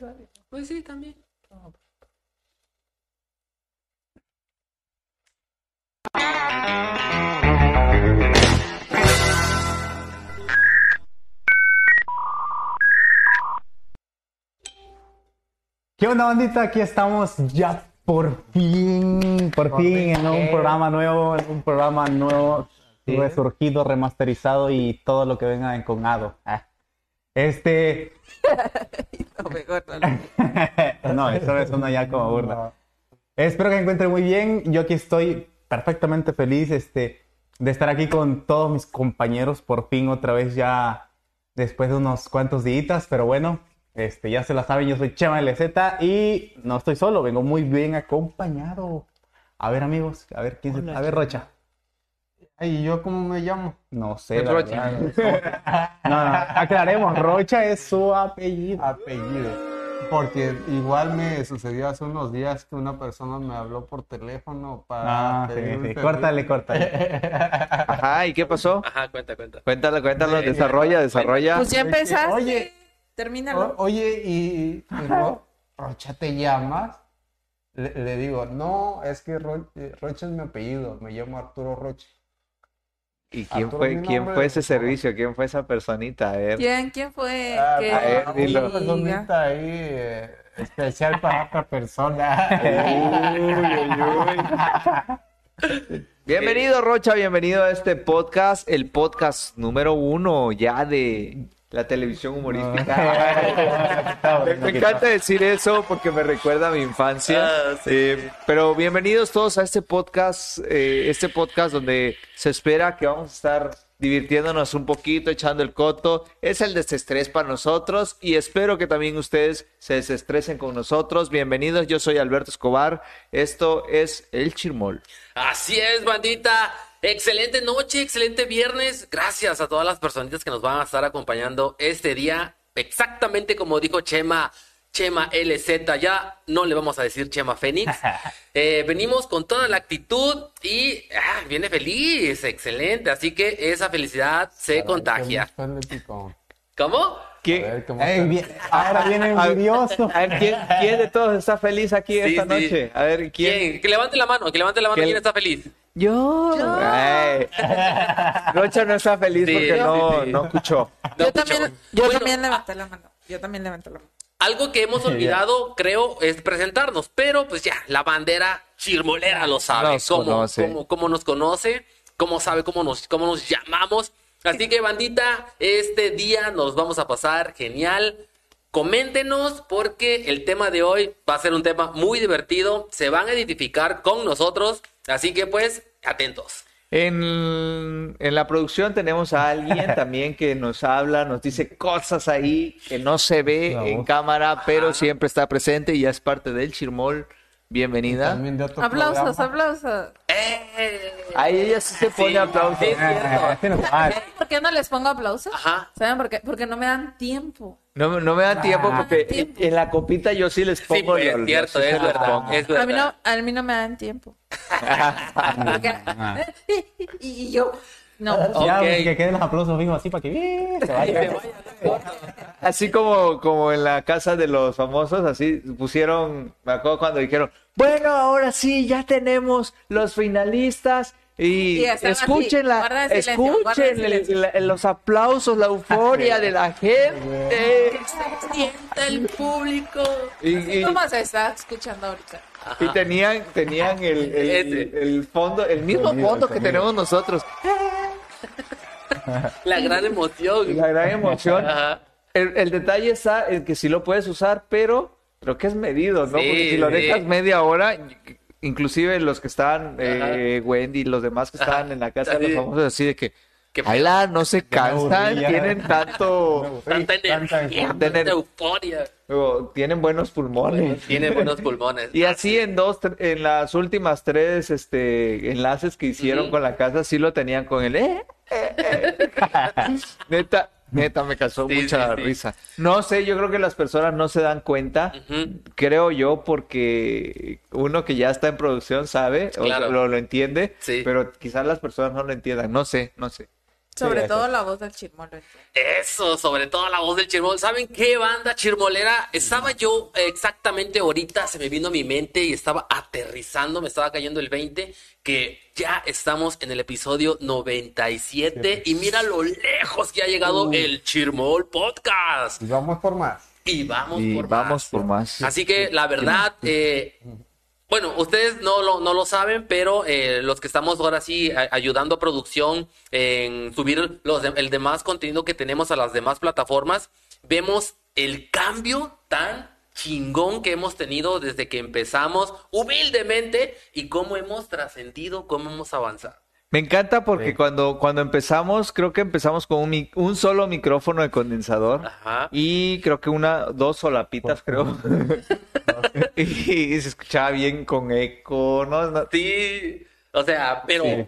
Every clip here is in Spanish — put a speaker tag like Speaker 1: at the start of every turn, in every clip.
Speaker 1: radio.
Speaker 2: Pues sí, también.
Speaker 1: No,
Speaker 3: ¿Qué onda, bandita? Aquí estamos ya por fin, por,
Speaker 1: Por
Speaker 3: fin,
Speaker 1: fin,
Speaker 3: en un
Speaker 1: ¿qué?
Speaker 3: programa nuevo, en un programa nuevo,
Speaker 1: Sí.
Speaker 3: resurgido, remasterizado y todo lo que venga enconado. Ah. Este,
Speaker 2: No, mejor no.
Speaker 4: Pues
Speaker 3: no, eso me suena ya como burla. Espero que se encuentren muy bien. Yo aquí estoy perfectamente feliz este, de estar aquí con todos mis compañeros por fin otra vez ya después de unos cuantos días, pero bueno, este, ya se la saben, yo soy Chema LZ y no estoy solo, vengo muy bien acompañado. A ver amigos, a ver quién se-
Speaker 1: Hola,
Speaker 3: A ver Rocha.
Speaker 5: ¿Y yo cómo me llamo?
Speaker 3: No
Speaker 5: Pues
Speaker 3: sé. la
Speaker 2: Rocha.
Speaker 3: verdad. No, no, aclaremos, Rocha es su apellido.
Speaker 5: Ah, Apellido. Porque igual me sucedió hace unos días que una persona me habló por teléfono para
Speaker 3: Ah, sí,
Speaker 5: pedir un
Speaker 3: sí,
Speaker 5: servicio.
Speaker 3: Córtale, córtale.
Speaker 6: Ajá, ¿y qué pasó?
Speaker 2: Ajá, cuenta, cuenta.
Speaker 6: Cuéntalo, cuéntalo, desarrolla, desarrolla.
Speaker 4: Pues ya
Speaker 5: Es que,
Speaker 4: empezaste.
Speaker 5: oye,
Speaker 4: Termínalo.
Speaker 5: O- oye, y, y Ro- Rocha, ¿te llamas? Le, le digo, no, es que Ro- eh, Rocha es mi apellido, me llamo Arturo Rocha.
Speaker 6: ¿Y quién
Speaker 5: Arturo,
Speaker 6: fue,
Speaker 5: mi
Speaker 6: quién
Speaker 5: nombre
Speaker 6: fue
Speaker 5: es-
Speaker 6: ese servicio? ¿Quién fue esa personita? A ver.
Speaker 4: ¿Quién, quién fue?
Speaker 5: Ah,
Speaker 4: que
Speaker 5: a ver,
Speaker 4: diga?
Speaker 6: dilo.
Speaker 5: una personita ahí eh, especial para otra
Speaker 6: Uy,
Speaker 5: persona.
Speaker 6: uy, uy. Bienvenido,
Speaker 2: Eh,
Speaker 6: Rocha, bienvenido a este podcast, el podcast número uno ya de la televisión humorística.
Speaker 2: Ah,
Speaker 6: Me- Me encanta decir eso porque me recuerda a mi infancia.
Speaker 2: Ah, sí.
Speaker 6: Eh, pero bienvenidos todos a este podcast, eh, este podcast donde se espera que vamos a estar divirtiéndonos un poquito, echando el coto. Es el desestrés para nosotros y espero que también ustedes se desestresen con nosotros. Bienvenidos, yo soy Alberto Escobar. Esto es El Chirmol.
Speaker 2: Así es, bandita. Excelente noche, excelente viernes. Gracias a todas las personitas que nos van a estar acompañando este día. Exactamente como dijo Chema, Chema LZ. Ya no le vamos a decir Chema Fénix. Eh, venimos con toda la actitud y ah, viene feliz, excelente. Así que esa felicidad se contagia. ¿Cómo?
Speaker 5: A ver, ¿cómo
Speaker 3: Ey, bien, Ahora viene
Speaker 6: A ver,
Speaker 3: envidioso.
Speaker 6: a ver, ¿quién, quién de todos está feliz aquí
Speaker 2: Sí,
Speaker 6: esta
Speaker 2: sí.
Speaker 6: noche? A ver,
Speaker 2: ¿Quién?
Speaker 6: ¿quién?
Speaker 2: Que levante la mano, que levante la mano.
Speaker 6: ¿Quién?
Speaker 2: ¿Quién está feliz?
Speaker 6: Yo. Ay. Rocha no está feliz
Speaker 2: Sí,
Speaker 6: porque
Speaker 2: sí,
Speaker 6: no,
Speaker 2: sí.
Speaker 6: no escuchó.
Speaker 2: No,
Speaker 4: Yo
Speaker 2: pucha,
Speaker 4: también, yo
Speaker 2: bueno, ah.
Speaker 4: también levanté la mano. Yo también levanté la mano.
Speaker 2: Algo que hemos olvidado, creo, es presentarnos, pero pues ya, la bandera chirmolera lo sabe,
Speaker 6: Nos
Speaker 2: cómo,
Speaker 6: conoce.
Speaker 2: cómo- cómo nos conoce, cómo sabe cómo nos, cómo nos llamamos. Así que, bandita, este día nos vamos a pasar genial. Coméntenos porque el tema de hoy va a ser un tema muy divertido, se van a identificar con nosotros, así que pues, atentos.
Speaker 6: En, en la producción tenemos a alguien también que nos habla, nos dice cosas ahí que no se ve
Speaker 5: La
Speaker 6: en
Speaker 5: voz.
Speaker 6: cámara, pero siempre está presente y ya es parte del chirmol. Bienvenida.
Speaker 5: También de otro
Speaker 4: Aplausos,
Speaker 5: programa.
Speaker 4: aplausos.
Speaker 2: ¡Eh!
Speaker 6: Ahí ella sí se pone
Speaker 2: Sí,
Speaker 6: aplausos.
Speaker 2: sí, es cierto.
Speaker 3: Así nos- ah,
Speaker 4: ¿Saben por qué no les pongo aplausos?
Speaker 2: Ajá.
Speaker 4: ¿Saben por qué? Porque no me dan tiempo.
Speaker 6: No, no me da tiempo
Speaker 4: Ah,
Speaker 6: porque
Speaker 4: tiempo.
Speaker 6: en la copita yo sí les pongo
Speaker 2: Sí, pues,
Speaker 6: los- los- sí
Speaker 2: cierto, es
Speaker 6: se los
Speaker 2: verdad,
Speaker 6: pongo.
Speaker 2: es
Speaker 4: A mí no,
Speaker 2: verdad.
Speaker 4: a mí no me dan tiempo. Porque- y, y yo, no.
Speaker 3: Ya,
Speaker 2: Ok.
Speaker 3: que queden los aplausos fijos así para que ¡eh! se
Speaker 2: Ahí
Speaker 3: vaya.
Speaker 2: se vaya.
Speaker 6: Así como, como en la casa de los famosos, así pusieron, me acuerdo cuando dijeron, bueno, ahora sí, ya tenemos los finalistas y,
Speaker 4: Y estaban así,
Speaker 6: escuchen, la-
Speaker 4: guarda el silencio, guarda el
Speaker 6: escuchen el-
Speaker 4: silencio".
Speaker 6: la- los aplausos, la euforia de la gente.
Speaker 4: Se sienta el público.
Speaker 6: Y, y-
Speaker 4: ¿Cómo se está escuchando ahorita?
Speaker 6: y tenían, tenían el, el- el- el fondo, el mismo
Speaker 5: Sonido,
Speaker 6: fondo que
Speaker 5: sonido.
Speaker 6: tenemos nosotros,
Speaker 2: La gran emoción.
Speaker 6: la gran emoción.
Speaker 2: Ajá.
Speaker 6: El, el detalle está en que sí lo puedes usar, pero creo que es medido, ¿no?
Speaker 2: Sí,
Speaker 6: Porque si lo
Speaker 2: sí.
Speaker 6: dejas media hora, inclusive los que estaban, eh, Wendy y los demás que estaban en la casa de
Speaker 2: Sí.
Speaker 6: los famosos, así de que,
Speaker 2: Qué
Speaker 6: ala, no se cansan,
Speaker 3: aburrida.
Speaker 6: tienen tanto,
Speaker 2: Tanta
Speaker 5: Sí, tanta
Speaker 2: energía,
Speaker 6: tanta
Speaker 2: tanta
Speaker 6: ener-
Speaker 2: euforia.
Speaker 6: o tienen buenos pulmones.
Speaker 2: Tiene buenos pulmones.
Speaker 6: Y así en dos, tre- en las últimas tres este, enlaces que hicieron
Speaker 2: Ujú.
Speaker 6: con la casa, sí lo tenían con el eh, eh, eh. neta, neta, me causó
Speaker 2: Sí,
Speaker 6: mucha
Speaker 2: sí, sí.
Speaker 6: risa. No sé, yo creo que las personas no se dan cuenta,
Speaker 2: Ujú.
Speaker 6: creo yo, porque uno que ya está en producción sabe, o
Speaker 2: Claro.
Speaker 6: lo, lo entiende,
Speaker 2: Sí.
Speaker 6: pero quizás las personas no lo entiendan, no sé, no sé.
Speaker 4: Sobre
Speaker 3: eso.
Speaker 4: todo la voz del chirmolo.
Speaker 2: Eso, sobre todo la voz del chirmol. ¿Saben qué banda chirmolera? Estaba yo eh, exactamente ahorita, se me vino a mi mente y estaba aterrizando, me estaba cayendo el 20, que ya estamos en el episodio 97 y mira lo lejos que ha llegado el chirmol podcast.
Speaker 5: Y vamos por más.
Speaker 2: Y vamos
Speaker 6: Y
Speaker 2: por más.
Speaker 6: vamos por más.
Speaker 2: Así que la verdad, eh, bueno, ustedes no lo, no lo saben, pero eh, los que estamos ahora sí a- ayudando a producción en subir los, de- el demás contenido que tenemos a las demás plataformas, vemos el cambio tan chingón que hemos tenido desde que empezamos humildemente y cómo hemos trascendido, cómo hemos avanzado.
Speaker 6: Me encanta porque
Speaker 3: Sí.
Speaker 6: cuando, cuando empezamos, creo que empezamos con un, mi- un solo micrófono de condensador
Speaker 2: Ajá.
Speaker 6: y creo que una, dos solapitas, creo. y, y se escuchaba bien con eco, ¿no? No,
Speaker 2: Sí, o sea, pero...
Speaker 3: Sí.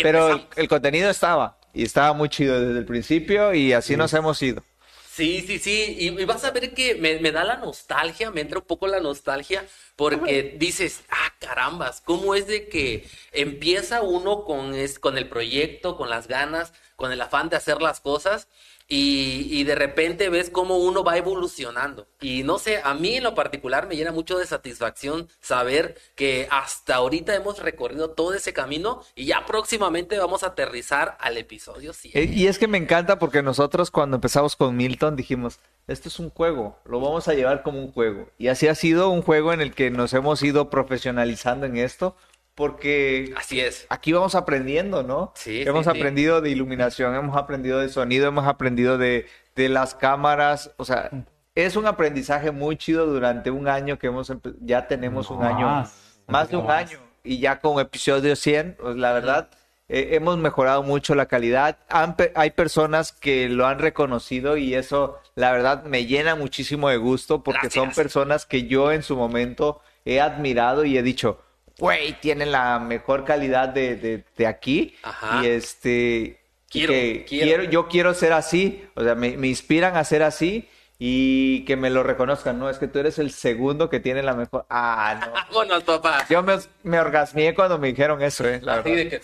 Speaker 6: Pero el,
Speaker 2: empezamos.
Speaker 6: el contenido estaba y estaba muy chido desde el principio y así nos hemos ido.
Speaker 2: Sí, sí, sí, y, y vas a ver que me, me da la nostalgia, me entra un poco la nostalgia, porque dices, ah, carambas, ¿cómo es de que empieza uno con, es, con el proyecto, con las ganas, con el afán de hacer las cosas, y, y de repente ves cómo uno va evolucionando? Y no sé, a mí en lo particular me llena mucho de satisfacción saber que hasta ahorita hemos recorrido todo ese camino y ya próximamente vamos a aterrizar al episodio 100.
Speaker 6: E- Y es que me encanta porque nosotros cuando empezamos con Milton dijimos, esto es un juego, lo vamos a llevar como un juego. Y así ha sido un juego en el que nos hemos ido profesionalizando en esto porque
Speaker 2: Así es.
Speaker 6: aquí vamos aprendiendo, ¿no?
Speaker 2: Sí,
Speaker 6: Hemos
Speaker 2: sí, sí.
Speaker 6: aprendido de iluminación, hemos aprendido de sonido, hemos aprendido de, de las cámaras. O sea,
Speaker 2: Mm.
Speaker 6: es un aprendizaje muy chido durante un año que hemos empe- ya tenemos un año,
Speaker 3: Más.
Speaker 6: más de un año. Y ya con episodio 100, pues la verdad, eh, hemos mejorado mucho la calidad. Han pe- hay personas que lo han reconocido y eso, la verdad, me llena muchísimo de gusto porque son
Speaker 2: Gracias.
Speaker 6: personas que yo en su momento he admirado y he dicho, güey, tienen la mejor calidad de, de- de aquí.
Speaker 2: Ajá.
Speaker 6: Y este,
Speaker 2: Quiero,
Speaker 6: que
Speaker 2: quiero.
Speaker 6: yo quiero ser así, o sea, me, me inspiran a ser así. Y que me lo reconozcan, no, es que tú eres el segundo que tiene la mejor. Ah, no.
Speaker 2: Vámonos, papá.
Speaker 6: Yo me, me orgasmié cuando me dijeron eso, eh, la
Speaker 2: Así
Speaker 6: verdad.
Speaker 2: de que,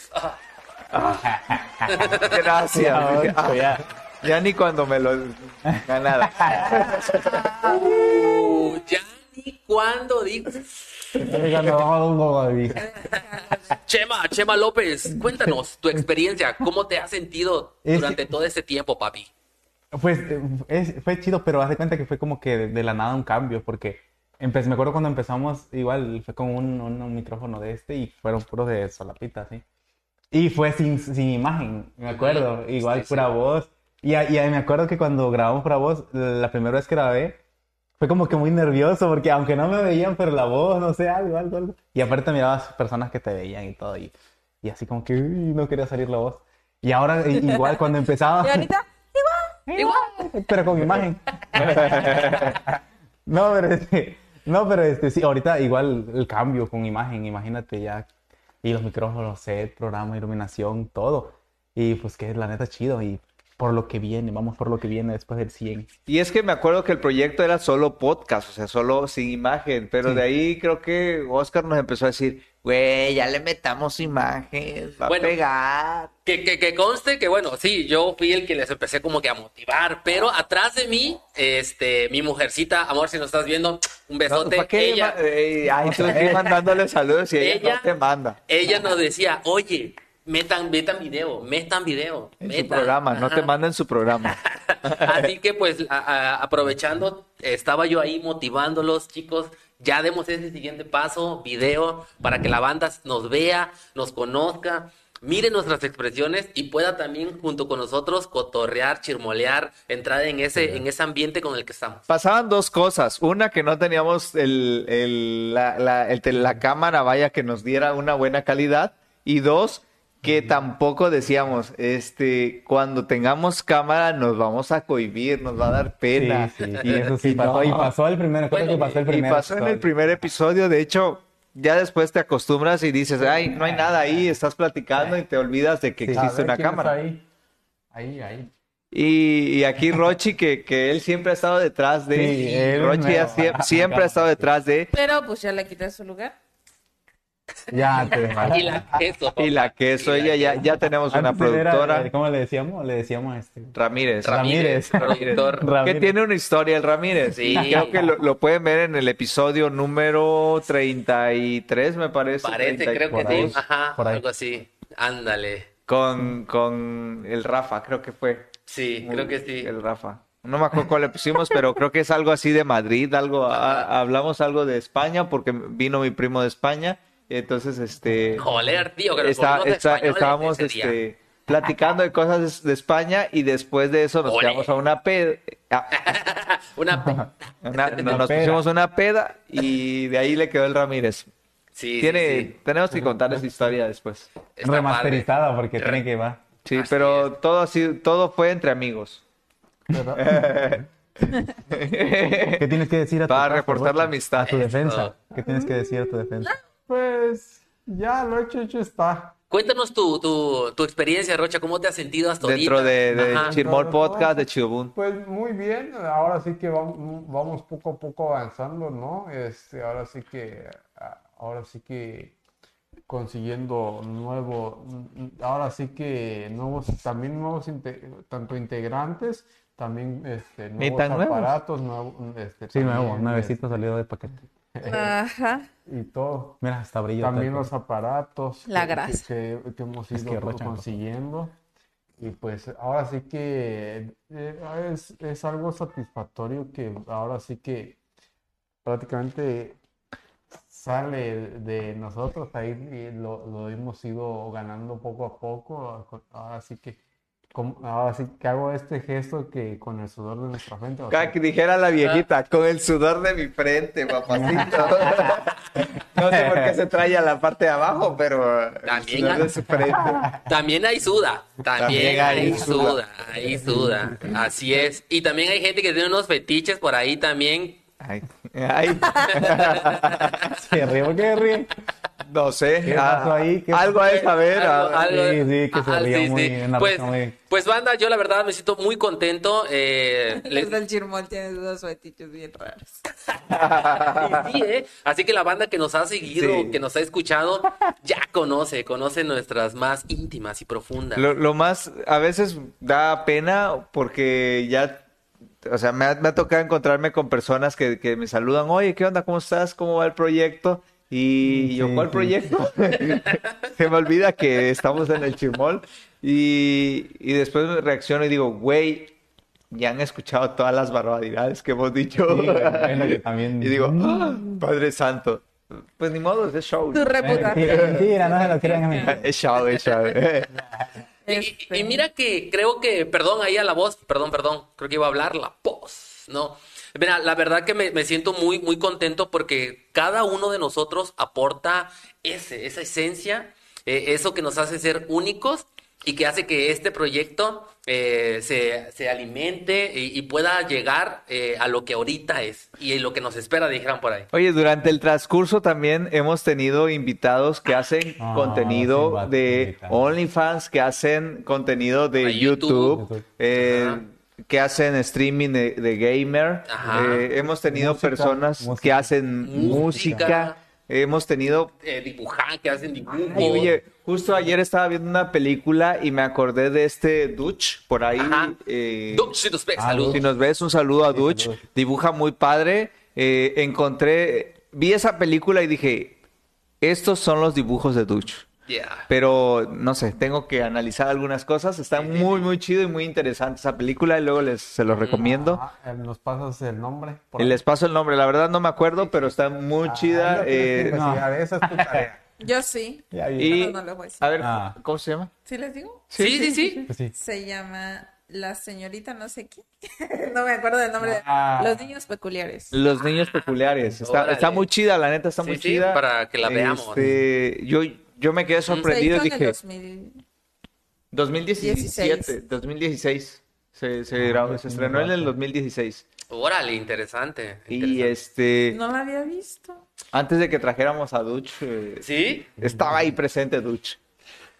Speaker 2: ah.
Speaker 6: Gracias.
Speaker 3: Ya,
Speaker 6: Dije,
Speaker 3: Adolfo,
Speaker 6: "Ah,
Speaker 3: ya.
Speaker 6: ya ni cuando me lo ganada.
Speaker 2: Uh, ya ni cuando digo.
Speaker 3: Oiga, me bajo de un bobo de vieja.
Speaker 2: Chema, Chema López, cuéntanos tu experiencia, cómo te has sentido
Speaker 3: Es-
Speaker 2: durante todo este tiempo, papi.
Speaker 3: Pues eh, es- fue chido, pero haz de cuenta que fue como que de, de la nada un cambio, porque empe- me acuerdo cuando empezamos, igual fue con un, un- un micrófono de este y fueron puros de solapita, ¿sí? Y fue sin, sin imagen, me acuerdo, igual
Speaker 2: sí,
Speaker 3: pura
Speaker 2: sí.
Speaker 3: voz. Y, a- y a- me acuerdo que cuando grabamos pura voz, la primera vez que grabé, fue como que muy nervioso, porque aunque no me veían, pero la voz, no sé, algo, algo, algo. Y aparte mirabas personas que te veían y todo, y, y así como que uy, no quería salir la voz. Y ahora, i- igual, cuando empezaba...
Speaker 4: Y ahorita,
Speaker 3: Igual, pero con imagen. No, pero este, no, pero este, sí, ahorita igual el cambio con imagen, imagínate ya. Y los micrófonos, set, programa, iluminación, todo. Y pues que la neta chido y por lo que viene, vamos por lo que viene después del 100.
Speaker 6: Y es que me acuerdo que el proyecto era solo podcast, o sea, solo sin imagen, pero de ahí creo que Oscar nos empezó a decir, güey, ya le metamos imagen, va
Speaker 2: Bueno.
Speaker 6: a pegar.
Speaker 2: Que, que, que conste que, bueno, sí, yo fui el que les empecé como que a motivar, pero atrás de mí, este, mi mujercita, amor, si nos estás viendo, un
Speaker 6: No,
Speaker 2: besote.
Speaker 6: ¿para qué?
Speaker 2: ella,
Speaker 6: ma- eh, ay, tú aquí mandándole saludos y ella,
Speaker 2: Ella-
Speaker 6: no te manda.
Speaker 2: ella nos decía, oye, metan, metan video, metan video,
Speaker 6: En su
Speaker 2: metan".
Speaker 6: programa, no te
Speaker 2: Ajá.
Speaker 6: manda en su programa.
Speaker 2: Así que pues a- a- aprovechando, estaba yo ahí motivándolos, chicos, ya demos ese siguiente paso, video, para que la banda nos vea, nos conozca, mire nuestras expresiones y pueda también junto con nosotros cotorrear, chirmolear, entrar en ese, en ese ambiente con el que estamos.
Speaker 6: Pasaban dos cosas. Una, que no teníamos el, el- la, la- el tel- la cámara, vaya, que nos diera una buena calidad. Y dos, que tampoco decíamos, este, cuando tengamos cámara nos vamos a cohibir, nos va a dar
Speaker 3: Sí,
Speaker 6: pena.
Speaker 3: sí, sí, eso sí pasó.
Speaker 6: no.
Speaker 3: Y pasó el primero, creo
Speaker 2: Bueno,
Speaker 3: que pasó el
Speaker 6: Y
Speaker 3: primer
Speaker 6: pasó en el
Speaker 3: episodio.
Speaker 6: primer episodio, de hecho, ya después te acostumbras y dices, ay, no hay nada ahí, estás platicando y te olvidas de que
Speaker 3: Sí.
Speaker 6: existe
Speaker 5: A ver,
Speaker 6: una
Speaker 5: ¿quién está
Speaker 6: cámara.
Speaker 5: Ahí, ahí. ahí.
Speaker 6: Y, y aquí Rochi, que, que él siempre ha estado detrás de...
Speaker 3: Sí, él
Speaker 6: Rochi
Speaker 3: me-
Speaker 6: ha sie- siempre ha estado detrás de...
Speaker 4: pero pues ya le quité su lugar.
Speaker 3: Ya te
Speaker 2: Y la queso.
Speaker 6: Y la queso, ella ya, ya tenemos una
Speaker 3: Antes él era, eh,
Speaker 6: productora.
Speaker 3: ¿Cómo le decíamos? Le decíamos este.
Speaker 6: Ramírez.
Speaker 3: Ramírez.
Speaker 2: Productor.
Speaker 6: Que
Speaker 3: Ramírez.
Speaker 6: tiene una historia el Ramírez.
Speaker 2: Sí.
Speaker 6: Creo que lo, lo pueden ver en el episodio número 33, me parece.
Speaker 2: Parece, creo que
Speaker 6: 34,
Speaker 2: sí. Ajá,
Speaker 3: por ahí.
Speaker 2: algo así. Ándale.
Speaker 6: Con, con el Rafa, creo que fue.
Speaker 2: Sí, creo que sí.
Speaker 6: El Rafa. No me acuerdo cuál le pusimos, pero creo que es algo así de Madrid, algo, a- hablamos algo de España, porque vino mi primo de España, y entonces este...
Speaker 2: Joder, tío, que nos
Speaker 6: Está-
Speaker 2: volvimos
Speaker 6: está-
Speaker 2: españoles
Speaker 6: estábamos
Speaker 2: ese día.
Speaker 6: este, platicando de cosas de España y después de eso nos
Speaker 2: Ole.
Speaker 6: quedamos a una peda. a-
Speaker 2: Una pe-
Speaker 6: una-
Speaker 3: Una
Speaker 6: nos
Speaker 3: peda.
Speaker 6: pusimos una peda y de ahí le quedó el Ramírez.
Speaker 2: Sí, sí,
Speaker 6: Tiene,
Speaker 2: sí.
Speaker 6: Tenemos que contar esa historia después.
Speaker 2: Está
Speaker 3: remasterizada
Speaker 2: padre.
Speaker 3: porque
Speaker 2: Re-
Speaker 3: tiene que va.
Speaker 6: Sí,
Speaker 2: Así
Speaker 6: pero todo así, todo fue entre amigos.
Speaker 3: ¿Qué tienes que decir a tu
Speaker 6: Para
Speaker 3: caso,
Speaker 6: reforzar
Speaker 3: Rocha?
Speaker 6: la amistad.
Speaker 3: A
Speaker 2: Eh,
Speaker 3: tu defensa. ¿Qué tienes que decir a tu defensa?
Speaker 5: Pues ya lo hecho, hecho está.
Speaker 2: Cuéntanos tu, tu, tu experiencia, Rocha, ¿cómo te has sentido hasta
Speaker 6: Dentro
Speaker 2: ahorita?
Speaker 6: de, de
Speaker 2: Ajá.
Speaker 6: Chirmol Podcast, de Chirobun.
Speaker 5: Pues muy bien, ahora sí que vamos, vamos poco a poco avanzando, ¿no? Este, ahora sí que, ahora sí que consiguiendo nuevo, mm, ahora sí que nuevos, también nuevos, inte- tanto integrantes, también este,
Speaker 6: Ni
Speaker 5: nuevos
Speaker 6: tan nuevos.
Speaker 5: aparatos, nuevo- este,
Speaker 3: Sí, nuevo,
Speaker 5: también,
Speaker 3: nuevecito salido de paquete.
Speaker 4: Ajá.
Speaker 5: este, y todo.
Speaker 3: Mira, hasta brillo.
Speaker 5: También
Speaker 3: tal-
Speaker 5: los aparatos
Speaker 4: La
Speaker 5: que- que,
Speaker 4: grasa.
Speaker 5: que- que hemos
Speaker 3: Es
Speaker 5: ido
Speaker 3: que Rocha no
Speaker 5: consiguiendo. Y pues ahora sí que eh, es, es algo satisfactorio que ahora sí que prácticamente sale de nosotros. Ahí eh, lo, lo hemos ido ganando poco a poco. Ahora sí que, como- ahora sí que hago este gesto que con el sudor de nuestra frente. o sea,
Speaker 6: Ca- que dijera la viejita, con el sudor de mi frente, papacito. No sé por qué se trae a la parte de abajo, pero el
Speaker 2: También ah.
Speaker 6: sudor
Speaker 2: a-
Speaker 6: de su frente.
Speaker 2: También hay suda, también
Speaker 6: También hay
Speaker 2: hay suda, hay suda, así es. Y también hay gente que tiene unos fetiches por ahí también.
Speaker 6: Ay, ay,
Speaker 3: Se ríe, ¿por qué ríe?
Speaker 6: no sé.
Speaker 3: ¿Qué pasó
Speaker 6: ah,
Speaker 3: ahí? ¿Qué
Speaker 6: algo hay que saber.
Speaker 2: Algo-
Speaker 6: ah,
Speaker 2: algo-
Speaker 3: sí, sí, que se
Speaker 2: Ajá,
Speaker 3: ría
Speaker 2: sí,
Speaker 3: muy-
Speaker 2: sí.
Speaker 3: una
Speaker 2: Pues,
Speaker 3: risa muy-
Speaker 2: pues banda, yo la verdad me siento muy contento. eh, les-
Speaker 4: Los del Chirmol tienen dos suetitos bien raros.
Speaker 2: Sí, ¿eh? Así que la banda que nos ha seguido,
Speaker 6: Sí.
Speaker 2: que nos ha escuchado, ya conoce, conoce nuestras más íntimas y profundas.
Speaker 6: Lo, lo más, a veces da pena porque ya, o sea, me ha, me ha tocado encontrarme con personas que, que me saludan, oye, ¿qué onda? ¿Cómo estás? ¿Cómo va el proyecto? Y
Speaker 3: Mm, Sí,
Speaker 6: yo, ¿cuál
Speaker 3: sí.
Speaker 6: proyecto? Se me olvida que estamos en el chirmol y, y después me reacciono y digo, güey, ya han escuchado todas las barbaridades que hemos dicho.
Speaker 3: Sí, güey, es lo que también- Mm.
Speaker 6: Y digo, "Ah, Padre Santo, pues ni modo, es show.
Speaker 4: Tu reputación.
Speaker 3: Mentira, mentira, Eh, no se lo crean a mí.
Speaker 6: Es show, es show.
Speaker 2: Y- y, y
Speaker 4: Este.
Speaker 2: mira que creo que, perdón ahí a la voz, perdón, perdón, creo que iba a hablar la voz, ¿no? Mira, la verdad que me, me siento muy, muy contento porque cada uno de nosotros aporta ese, esa esencia, eh, eso que nos hace ser únicos y que hace que este proyecto eh, se, se alimente y, y pueda llegar eh, a lo que ahorita es y lo que nos espera, dijeran por ahí.
Speaker 6: Oye, durante el transcurso también hemos tenido invitados que hacen
Speaker 3: Ah, sí,
Speaker 6: contenido
Speaker 3: vato,
Speaker 6: de
Speaker 3: invitado.
Speaker 6: OnlyFans, que hacen contenido de
Speaker 2: De
Speaker 6: YouTube,
Speaker 2: YouTube.
Speaker 6: eh,
Speaker 2: Ajá.
Speaker 6: que hacen streaming de, de gamer.
Speaker 2: Ajá.
Speaker 6: Eh, hemos tenido
Speaker 3: Música,
Speaker 6: personas que
Speaker 3: música.
Speaker 6: hacen música.
Speaker 2: Música.
Speaker 6: Hemos tenido...
Speaker 2: Eh, dibujar, que hacen dibujos.
Speaker 6: Ay, oye, justo ayer estaba viendo una película y me acordé de este Dutch por ahí.
Speaker 2: Ajá.
Speaker 6: eh,
Speaker 2: Doc, si nos ves, salud.
Speaker 6: si nos ves, un saludo a Dutch.
Speaker 3: saludos.
Speaker 6: Dibuja muy padre. Eh, encontré, vi esa película y dije, estos son los dibujos de Dutch.
Speaker 2: Yeah.
Speaker 6: Pero no sé, tengo que analizar algunas cosas. Está muy, muy chido y muy interesante esa película y luego les, se los recomiendo.
Speaker 5: ah, eh, nos pasas el nombre. por
Speaker 6: Y
Speaker 5: ahí.
Speaker 6: les paso el nombre, la verdad no me acuerdo, pero está muy
Speaker 5: Ah,
Speaker 6: chida.
Speaker 5: lo tienes que
Speaker 6: eh,
Speaker 5: investigar, Esa es tu tarea.
Speaker 4: Yo sí.
Speaker 3: Ya vi.
Speaker 6: y,
Speaker 4: No, no les voy a decir.
Speaker 6: a ver,
Speaker 3: Ah.
Speaker 6: ¿cómo se llama?
Speaker 4: ¿Sí les digo?
Speaker 2: Sí, sí, sí.
Speaker 3: Pues sí.
Speaker 4: Se llama La señorita no sé qué. no me acuerdo del nombre. de-
Speaker 3: Ah.
Speaker 4: Los niños peculiares.
Speaker 6: Los niños peculiares. Está,
Speaker 2: Órale.
Speaker 6: está muy chida, la neta está
Speaker 2: Sí,
Speaker 6: muy
Speaker 2: sí,
Speaker 6: chida.
Speaker 2: para que la veamos.
Speaker 6: Este, yo, yo me quedé
Speaker 4: Se hizo
Speaker 6: sorprendido.
Speaker 4: en el
Speaker 6: Dije,
Speaker 4: 2000.
Speaker 6: 2017,
Speaker 4: 16.
Speaker 6: 2016. Se,
Speaker 2: Ah,
Speaker 6: se grabó, se estrenó en el 2016.
Speaker 2: Órale, interesante.
Speaker 6: Y
Speaker 2: interesante.
Speaker 6: este,
Speaker 4: No la había visto.
Speaker 6: antes de que trajéramos a Dutch, eh,
Speaker 2: ¿Sí?
Speaker 6: estaba ahí presente Dutch.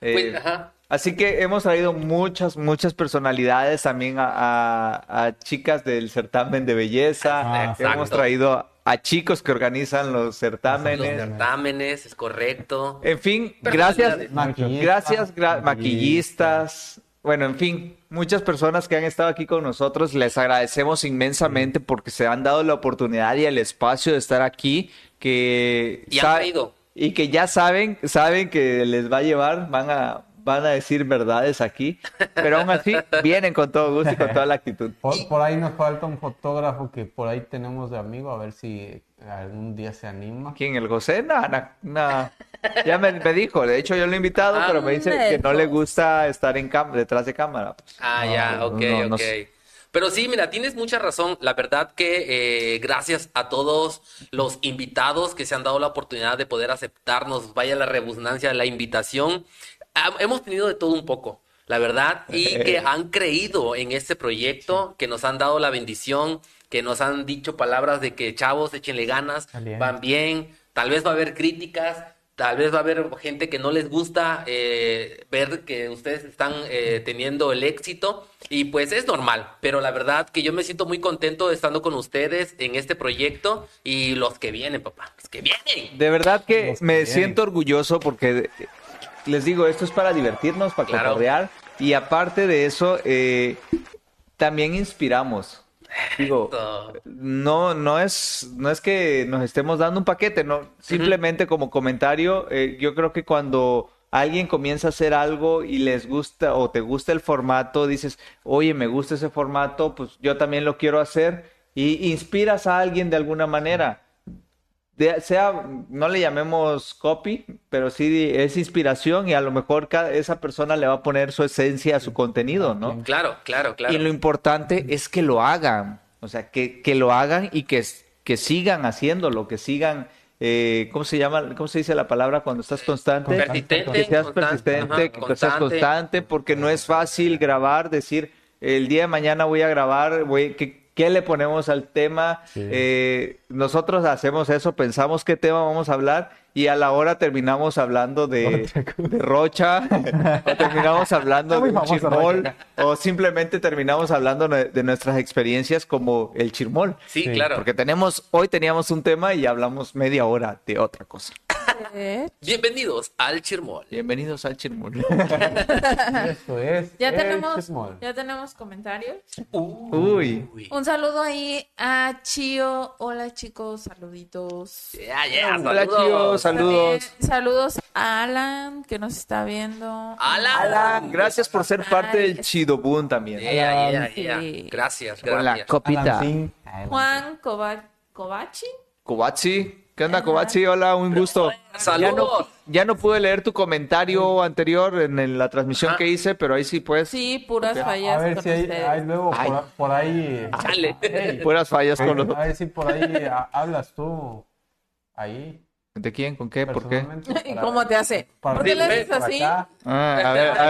Speaker 6: Eh,
Speaker 2: Pues, ajá.
Speaker 6: así que hemos traído muchas, muchas personalidades también a, a- a chicas del certamen de belleza.
Speaker 3: Ah,
Speaker 6: hemos
Speaker 2: exacto.
Speaker 6: traído a chicos que organizan los
Speaker 2: Los
Speaker 6: certámenes.
Speaker 2: certámenes, es correcto.
Speaker 6: En fin, gracias,
Speaker 2: Personalidades.
Speaker 5: Maquillistas.
Speaker 6: gracias, gra- maquillistas. Bueno, en fin, muchas personas que han estado aquí con nosotros, les agradecemos inmensamente porque se han dado la oportunidad y el espacio de estar aquí, que
Speaker 2: Y han
Speaker 6: sa-
Speaker 2: creído.
Speaker 6: y que ya saben, saben que les va a llevar, van a, van a decir verdades aquí, pero aún así vienen con todo gusto y con toda la actitud.
Speaker 5: Por, por ahí nos falta un fotógrafo que por ahí tenemos de amigo, a ver si algún día se anima.
Speaker 6: ¿Quién? ¿El José? No, no, no. Ya me, me dijo, de hecho yo lo he invitado, pero me dice que no le gusta estar en cam- detrás de cámara. pues.
Speaker 2: Ah,
Speaker 6: No,
Speaker 2: ya, ok,
Speaker 6: no, no
Speaker 2: ok.
Speaker 6: sé.
Speaker 2: Pero sí, mira, tienes mucha razón. La verdad que eh, gracias a todos los invitados que se han dado la oportunidad de poder aceptarnos, vaya la rebusnancia de la invitación. Ha- hemos tenido de todo un poco, la verdad, y que han creído en este proyecto, que nos han dado la bendición, que nos han dicho palabras de que chavos, échenle ganas,
Speaker 5: También.
Speaker 2: van bien, tal vez va a haber críticas, tal vez va a haber gente que no les gusta eh, ver que ustedes están eh, teniendo el éxito y pues es normal, pero la verdad que yo me siento muy contento estando con ustedes en este proyecto y los que vienen, papá, los que vienen.
Speaker 6: De verdad que
Speaker 5: Los que
Speaker 6: me
Speaker 5: vienen.
Speaker 6: siento orgulloso porque les digo, esto es para divertirnos, para
Speaker 2: Claro.
Speaker 6: cotorrear y aparte de eso, eh, también inspiramos. Digo,
Speaker 2: Esto.
Speaker 6: no, no es, no es que nos estemos dando un paquete, no. Simplemente como comentario, eh, yo creo que cuando alguien comienza a hacer algo y les gusta o te gusta el formato, dices, oye, me gusta ese formato, pues yo también lo quiero hacer y inspiras a alguien de alguna manera. De- sea, no le llamemos copy, pero sí es inspiración y a lo mejor ca- esa persona le va a poner su esencia a su contenido, ¿no?
Speaker 2: Claro, claro, claro.
Speaker 6: Y lo importante es que lo hagan, o sea, que, que lo hagan y que, que sigan haciéndolo, que sigan, eh, ¿cómo se llama? ¿Cómo se dice la palabra cuando estás constante?
Speaker 2: Persistente,
Speaker 6: que seas
Speaker 2: constante,
Speaker 6: persistente,
Speaker 2: ajá,
Speaker 6: que seas
Speaker 2: constante.
Speaker 6: constante, porque no es fácil grabar, decir, el día de mañana voy a grabar, voy, ¿qué, qué le ponemos al tema? Eh, nosotros hacemos eso, pensamos qué tema vamos a hablar. Y a la hora terminamos hablando de, de Rocha, o terminamos hablando
Speaker 3: Está muy
Speaker 6: de un
Speaker 3: famoso
Speaker 6: chismol,
Speaker 3: Rocha.
Speaker 6: o simplemente terminamos hablando de de nuestras experiencias como el chirmol.
Speaker 2: Sí, claro.
Speaker 6: Porque tenemos, hoy teníamos un tema y hablamos media hora de otra cosa.
Speaker 4: Eh,
Speaker 2: Bienvenidos al Chirmol.
Speaker 6: Bienvenidos al chirmol.
Speaker 5: Eso Eh, es
Speaker 4: Ya
Speaker 5: el
Speaker 4: tenemos,
Speaker 5: chismol.
Speaker 4: ya tenemos comentarios.
Speaker 6: Uy.
Speaker 2: Uy.
Speaker 4: Un saludo ahí a Chio. Hola chicos, saluditos.
Speaker 2: Ya, ya,
Speaker 6: Hola,
Speaker 2: saludos.
Speaker 6: tío, saludos.
Speaker 4: También saludos a Alan que nos está viendo.
Speaker 2: Alan.
Speaker 6: Alan, gracias por ser parte
Speaker 4: Ay,
Speaker 6: del Chidobun también.
Speaker 2: Ya, ya, ya,
Speaker 4: Sí.
Speaker 2: ya. Gracias,
Speaker 6: Con la
Speaker 2: gracias.
Speaker 6: copita.
Speaker 3: Alancín.
Speaker 4: Juan Cova- Covachi.
Speaker 6: Kobachi. ¿Qué onda, Kobachi? Hola, un gusto. Ya no,
Speaker 2: Saludos.
Speaker 6: ya no pude leer tu comentario anterior en, el- la transmisión
Speaker 2: Ajá.
Speaker 6: que hice, pero ahí sí puedes.
Speaker 4: Sí, puras
Speaker 5: A-
Speaker 4: fallas
Speaker 5: A ver
Speaker 4: con
Speaker 5: si hay,
Speaker 4: ustedes.
Speaker 5: hay luego por,
Speaker 6: Ay.
Speaker 5: a- por ahí.
Speaker 2: Chale.
Speaker 5: Ey,
Speaker 6: Puras fallas
Speaker 5: a
Speaker 6: con los.
Speaker 5: ver- a ver si por ahí a- hablas tú. Ahí.
Speaker 6: ¿De quién? ¿Con qué? ¿Por qué?
Speaker 5: personalmente,
Speaker 4: ¿Y
Speaker 5: para-
Speaker 4: cómo te hace?
Speaker 5: para-
Speaker 4: ¿Por qué le haces
Speaker 5: por
Speaker 4: así?
Speaker 5: acá.
Speaker 6: Ah, a ver, a ver,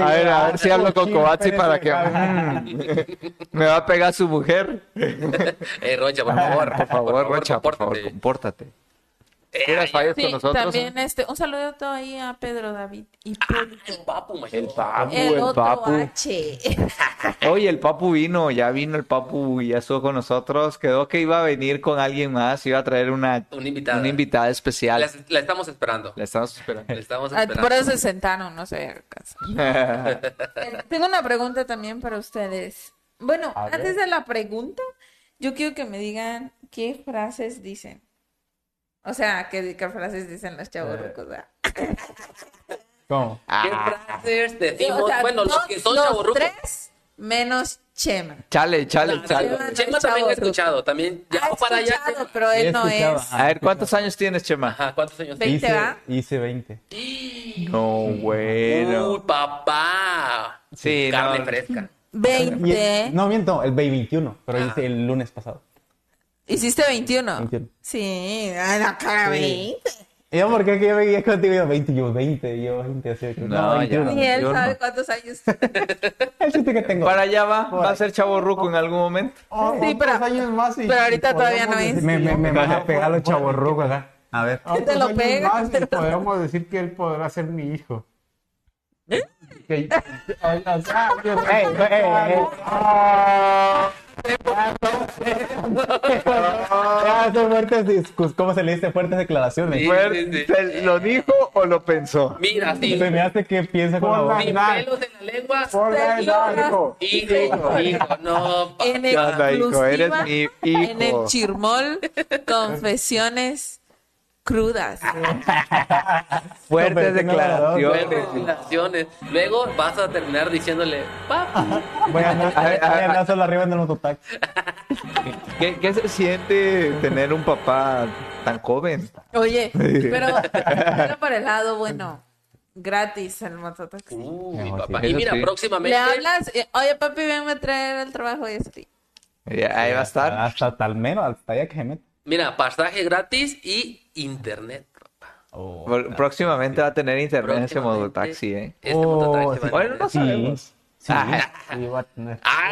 Speaker 6: a ver, a ver si hablo con Kobachi para que mm, me va a pegar su mujer.
Speaker 2: Eh, Rocha, por favor.
Speaker 6: Ah, Por favor, Rocha, por favor,
Speaker 2: compórtate.
Speaker 6: compórtate.
Speaker 2: Eh,
Speaker 6: Puras fallas con
Speaker 4: Sí,
Speaker 6: nosotros.
Speaker 4: también este, un saludo ahí a Pedro David y
Speaker 2: el papu, macho.
Speaker 6: El papu,
Speaker 4: el
Speaker 6: el,
Speaker 4: otro
Speaker 6: papu.
Speaker 4: H.
Speaker 6: Oye, el papu vino, ya vino el papu y ya estuvo con nosotros. Quedó que iba a venir con alguien más, iba a traer una,
Speaker 2: Una invitada.
Speaker 6: una invitada especial.
Speaker 2: La, la estamos esperando.
Speaker 6: La estamos esperando.
Speaker 2: La estamos
Speaker 4: Ah,
Speaker 2: esperando.
Speaker 4: Por eso se sentaron, no sé. acaso. Eh, Tengo una pregunta también para ustedes. Bueno,
Speaker 5: A ver.
Speaker 4: antes de la pregunta, yo quiero que me digan qué frases dicen. O sea, qué, qué frases dicen los chavos
Speaker 5: Eh,
Speaker 3: ¿Cómo?
Speaker 2: ¿Qué
Speaker 6: Ah,
Speaker 2: frases decimos? bueno, los que son
Speaker 4: los
Speaker 2: chavorrucos.
Speaker 4: tres menos Chema.
Speaker 6: Chale, chale,
Speaker 2: Ah,
Speaker 6: chale.
Speaker 4: Chema.
Speaker 2: Chema también ha escuchado. También, ya
Speaker 4: Ha
Speaker 2: para allá.
Speaker 4: Ah, escuchado,
Speaker 2: Chema.
Speaker 4: pero
Speaker 3: Sí,
Speaker 4: él
Speaker 3: he
Speaker 4: no
Speaker 3: escuchado,
Speaker 4: es.
Speaker 3: ajá.
Speaker 6: A ver, ¿cuántos años tienes, Chema?
Speaker 2: Ajá, ¿cuántos años
Speaker 4: Ve-
Speaker 2: tienes?
Speaker 4: ¿Veinte,
Speaker 3: Hice,
Speaker 4: va?
Speaker 3: hice 20.
Speaker 6: No,
Speaker 2: Uy,
Speaker 6: bueno.
Speaker 2: papá.
Speaker 6: Sí,
Speaker 2: Carne
Speaker 6: no.
Speaker 2: fresca.
Speaker 3: Y el-
Speaker 4: 20.
Speaker 3: no, miento, el 21, pero
Speaker 2: Ah.
Speaker 3: hice el lunes pasado.
Speaker 4: Hiciste 21.
Speaker 3: 21.
Speaker 4: Sí, a la cara
Speaker 3: Sí.
Speaker 4: 20.
Speaker 3: ¿Y yo por qué que yo veía contigo? Yo 20, yo 20, yo 20, así de que-
Speaker 6: No, ya.
Speaker 3: 21.
Speaker 4: Ni él
Speaker 6: 21.
Speaker 4: sabe cuántos años.
Speaker 3: El chiste que tengo.
Speaker 6: Para allá va,
Speaker 3: Por
Speaker 6: va a
Speaker 3: ahí.
Speaker 6: ser chavo ruco en algún momento.
Speaker 5: Oh,
Speaker 4: Sí, pero-
Speaker 5: otros años más y-
Speaker 4: pero ahorita
Speaker 5: y
Speaker 4: todavía
Speaker 5: podemos
Speaker 4: no es.
Speaker 5: decir
Speaker 3: Me,
Speaker 5: que
Speaker 3: me,
Speaker 5: yo-
Speaker 3: me van a pegar los ¿ah?
Speaker 5: Bueno,
Speaker 3: chavos rucos acá. A ver.
Speaker 5: otros
Speaker 4: Te lo
Speaker 5: años
Speaker 4: pega,
Speaker 5: Ah, pues más y
Speaker 4: te lo-
Speaker 5: podemos decir que él podrá ser mi hijo. Que- Ay, las- ah, Dios,
Speaker 3: Ey, ey, ey, ey. Ah, son fuertes discus- ¿Cómo se le dice? Fuertes declaraciones.
Speaker 2: Sí.
Speaker 6: Fer,
Speaker 2: sí.
Speaker 6: Fer, ¿Lo dijo o lo pensó?
Speaker 2: Mira, sí.
Speaker 3: Se me hace que piensa con la boca.
Speaker 5: Hola.
Speaker 2: Sin pelos en la lengua.
Speaker 5: Por la
Speaker 4: Te
Speaker 5: edad,
Speaker 4: lloras.
Speaker 5: hijo.
Speaker 2: Hijo, hijo, no. pa-
Speaker 4: En
Speaker 6: Ya anda, hijo,
Speaker 4: exclusiva,
Speaker 6: eres mi hijo.
Speaker 4: en el chirmol, confesiones crudas.
Speaker 6: Ah. Fuertes
Speaker 3: Convertirme en
Speaker 2: Luego,
Speaker 6: declaraciones.
Speaker 2: relaciones. Luego vas a terminar diciéndole, papá.
Speaker 3: Voy a andar,
Speaker 6: Ay, ay,
Speaker 3: voy a andar solo arriba en el mototaxi.
Speaker 6: ¿Qué, qué se siente tener un papá tan joven?
Speaker 4: Oye, pero mira por el lado bueno, gratis el mototaxi.
Speaker 2: Uy,
Speaker 5: No, sí,
Speaker 2: papá. Uh, Y
Speaker 6: eso
Speaker 2: mira,
Speaker 6: sí.
Speaker 4: Le
Speaker 2: próximamente.
Speaker 4: hablas, eh, oye papi, venme a traer al trabajo y así.
Speaker 6: Ya, Ahí va a estar.
Speaker 2: Ah,
Speaker 3: Hasta tal menos, hasta allá que se mete.
Speaker 2: Mira, pasaje gratis y internet.
Speaker 3: Oh.
Speaker 6: Pr- Próximamente va a tener internet ese modo
Speaker 2: Próximamente,
Speaker 6: taxi, ¿eh?
Speaker 2: Este
Speaker 3: Oh,
Speaker 2: mototaxi va a
Speaker 6: Bueno, no
Speaker 2: tener-
Speaker 6: sabemos. Ah,
Speaker 5: Sí, va a tener-
Speaker 2: ¡Ah!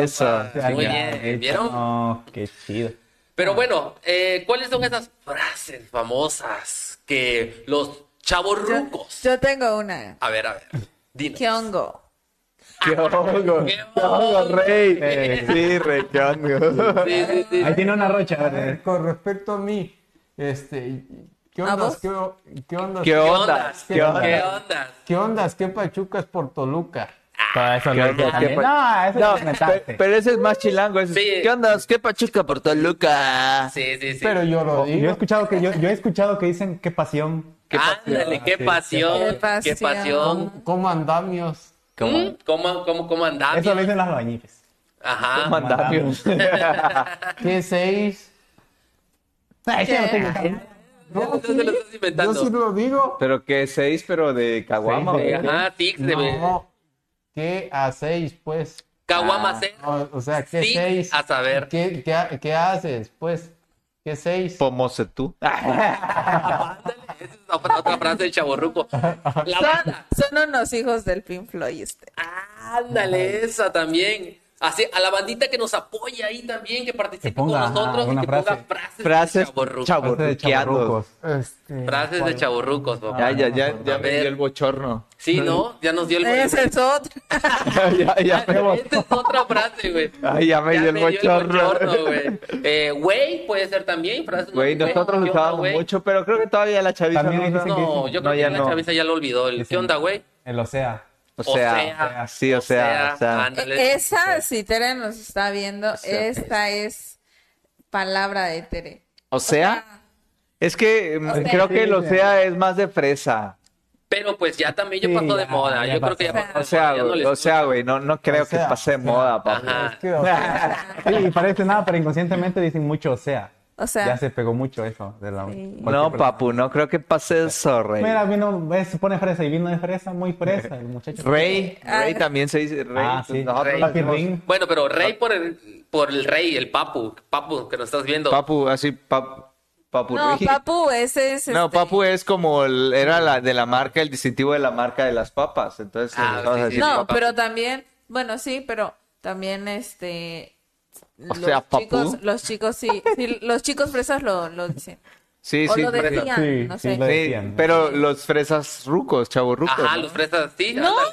Speaker 6: Eso.
Speaker 2: papá! Muy bien, ¿vieron?
Speaker 3: No, qué chido.
Speaker 2: Pero bueno, eh, ¿cuáles son esas frases famosas que los chavos
Speaker 4: Yo,
Speaker 2: rucos?
Speaker 4: yo tengo una.
Speaker 2: A ver, a ver. Dinos.
Speaker 4: ¿Qué hongo?
Speaker 6: ¡Qué hongo!
Speaker 2: ¡Qué
Speaker 6: ¡Qué hongo,
Speaker 2: hongo!
Speaker 6: rey! Sí, rey, qué hongo.
Speaker 2: Sí, sí, sí.
Speaker 3: Ahí tiene una rocha.
Speaker 5: A
Speaker 3: a ver.
Speaker 5: ver, con respecto a mí, este, ¿qué
Speaker 4: ¿A
Speaker 5: ondas?
Speaker 4: vos?
Speaker 5: ¿Qué, o- qué ondas?
Speaker 6: ¿Qué
Speaker 2: ¿Qué
Speaker 6: onda?
Speaker 2: ondas?
Speaker 6: ¿Qué
Speaker 2: ¿Qué
Speaker 6: onda?
Speaker 2: ondas?
Speaker 5: ¿Qué ondas? ¿Qué pachucas por Toluca?
Speaker 2: Ah,
Speaker 3: Todo eso
Speaker 6: ¿Qué
Speaker 3: lo
Speaker 6: onda?
Speaker 3: también.
Speaker 6: ¿Qué
Speaker 3: No, eso
Speaker 6: No,
Speaker 3: es
Speaker 6: pe-
Speaker 3: metarte.
Speaker 6: pero ese es más chilango. ese es,
Speaker 2: Sí.
Speaker 6: ¿Qué onda? ¿Qué pachuca por Toluca?
Speaker 2: Sí, sí, sí.
Speaker 5: Pero yo lo
Speaker 3: Yo he
Speaker 5: digo.
Speaker 3: escuchado que yo, yo he escuchado que dicen qué pasión.
Speaker 2: Ah,
Speaker 3: Ah,
Speaker 2: Ándale, qué pasión,
Speaker 4: Qué pasión.
Speaker 2: qué pasión.
Speaker 5: Como, como andamios.
Speaker 2: ¿Cómo, cómo, cómo, cómo andamos?
Speaker 3: Eso lo dicen las albañiles.
Speaker 2: Ajá.
Speaker 6: Mandamios.
Speaker 5: ¿Qué seis?
Speaker 3: Ay,
Speaker 4: ¿Qué?
Speaker 3: yo no tengo nada.
Speaker 5: No,
Speaker 2: No te lo estás inventando.
Speaker 5: Yo sí lo digo.
Speaker 6: pero que seis, pero de caguama.
Speaker 3: Seis de-
Speaker 6: ¿o qué?
Speaker 2: Ajá, tics de
Speaker 5: No, ¿qué a seis, pues?
Speaker 3: Ah.
Speaker 2: Caguama C.
Speaker 5: O, o sea, ¿qué
Speaker 2: Sí,
Speaker 5: seis?
Speaker 2: a saber.
Speaker 5: ¿Qué, qué, qué haces, pues? ¿Qué seis?
Speaker 6: Pomose tú.
Speaker 2: Ándale, esa es otra, otra frase del chaborruco. La
Speaker 4: Son,
Speaker 2: banda.
Speaker 4: son unos hijos del Pink Floyd. Este.
Speaker 2: Ándale, esa también. Así, a la bandita que nos apoya ahí también, que participe
Speaker 3: Que ponga,
Speaker 2: con nosotros
Speaker 3: ajá,
Speaker 2: y
Speaker 3: una
Speaker 2: que
Speaker 3: frase.
Speaker 2: ponga frases, de
Speaker 6: Frases
Speaker 2: chaborrucos.
Speaker 3: Parte de
Speaker 6: chaborruqueados.
Speaker 3: chavorrucos.
Speaker 5: Este,
Speaker 2: Frases de
Speaker 5: ¿cuál?
Speaker 2: chaborrucos,
Speaker 6: Ah, Ya,
Speaker 2: papá.
Speaker 6: ya, ya, ya
Speaker 2: A
Speaker 6: me
Speaker 2: ver.
Speaker 6: dio el bochorno.
Speaker 2: Sí, ¿no? Ya nos dio el
Speaker 4: Ese es otro.
Speaker 6: ya, ya, me bo-
Speaker 2: Esta es otra frase, güey.
Speaker 6: Ay, ya me dio el bochorno.
Speaker 2: güey. Eh, güey, puede ser también. frases
Speaker 6: Güey,
Speaker 2: como,
Speaker 6: nosotros
Speaker 2: ¿qué onda,
Speaker 6: usábamos
Speaker 2: güey?
Speaker 6: mucho, pero creo que todavía la chaviza
Speaker 3: También
Speaker 6: no
Speaker 3: hay
Speaker 6: usa-
Speaker 3: gente que
Speaker 2: No,
Speaker 3: dicen-
Speaker 2: yo creo
Speaker 6: no,
Speaker 2: que
Speaker 6: ya
Speaker 2: la
Speaker 6: no.
Speaker 2: chaviza ya lo olvidó. El, ¿Qué
Speaker 3: Dicen-
Speaker 2: onda, güey?
Speaker 3: El océano.
Speaker 6: O sea, sí, o sea, o sea.
Speaker 2: ándale.
Speaker 4: Esa, si Tere nos está viendo, esta es palabra de Tere.
Speaker 6: O sea, es que mm, creo que el
Speaker 3: sí,
Speaker 6: Osea es más de fresa.
Speaker 2: Pero pues ya también ya
Speaker 3: Sí,
Speaker 2: pasó de
Speaker 3: ya,
Speaker 2: moda.
Speaker 3: ya
Speaker 2: Yo creo que ya
Speaker 3: pasó.
Speaker 2: pasó de
Speaker 6: O sea,
Speaker 2: moda, ya no
Speaker 6: güey,
Speaker 2: les
Speaker 6: o sea, güey, no, no creo
Speaker 5: O sea,
Speaker 6: que pase de
Speaker 5: o sea.
Speaker 6: moda, papi.
Speaker 2: Ajá.
Speaker 5: ¿Qué, o sea,
Speaker 3: Sí, parece nada, pero inconscientemente dicen mucho sea.
Speaker 4: O sea.
Speaker 3: ya se pegó mucho eso de la.
Speaker 4: Sí.
Speaker 6: No, papu, no creo que pase eso, rey.
Speaker 3: Mira, vino, eh, se pone fresa y vino de fresa, muy fresa el muchacho.
Speaker 6: Rey,
Speaker 4: Ah.
Speaker 6: rey también se dice rey.
Speaker 3: Ah, sí.
Speaker 6: Nosotros
Speaker 2: Rey.
Speaker 3: Papi
Speaker 6: decimos
Speaker 3: Ring.
Speaker 2: Bueno, pero rey por el, por el rey, el papu. Papu, que nos estás viendo.
Speaker 6: Papu, así, pap- papu
Speaker 4: No,
Speaker 6: rey.
Speaker 4: Papu, ese es.
Speaker 6: No,
Speaker 4: este,
Speaker 6: papu es como el- era la de la marca, el distintivo de la marca de las papas. Entonces, eh,
Speaker 2: Ah,
Speaker 6: vamos a
Speaker 2: sí, sí,
Speaker 6: decir
Speaker 2: sí.
Speaker 4: No,
Speaker 6: papu.
Speaker 4: pero también, bueno, sí, pero también este.
Speaker 6: O sea, Papu.
Speaker 4: chicos, los chicos sí, sí, los chicos fresas lo, lo dicen.
Speaker 6: sí,
Speaker 4: o
Speaker 6: sí,
Speaker 4: lo
Speaker 6: fresa.
Speaker 4: decían,
Speaker 3: Sí,
Speaker 4: no
Speaker 3: sí,
Speaker 4: sé.
Speaker 3: lo
Speaker 6: Sí,
Speaker 3: decían.
Speaker 6: pero los fresas rucos, chavo rucos.
Speaker 2: Ajá,
Speaker 6: ¿no?
Speaker 2: los fresas, sí.
Speaker 4: No,
Speaker 2: ándale.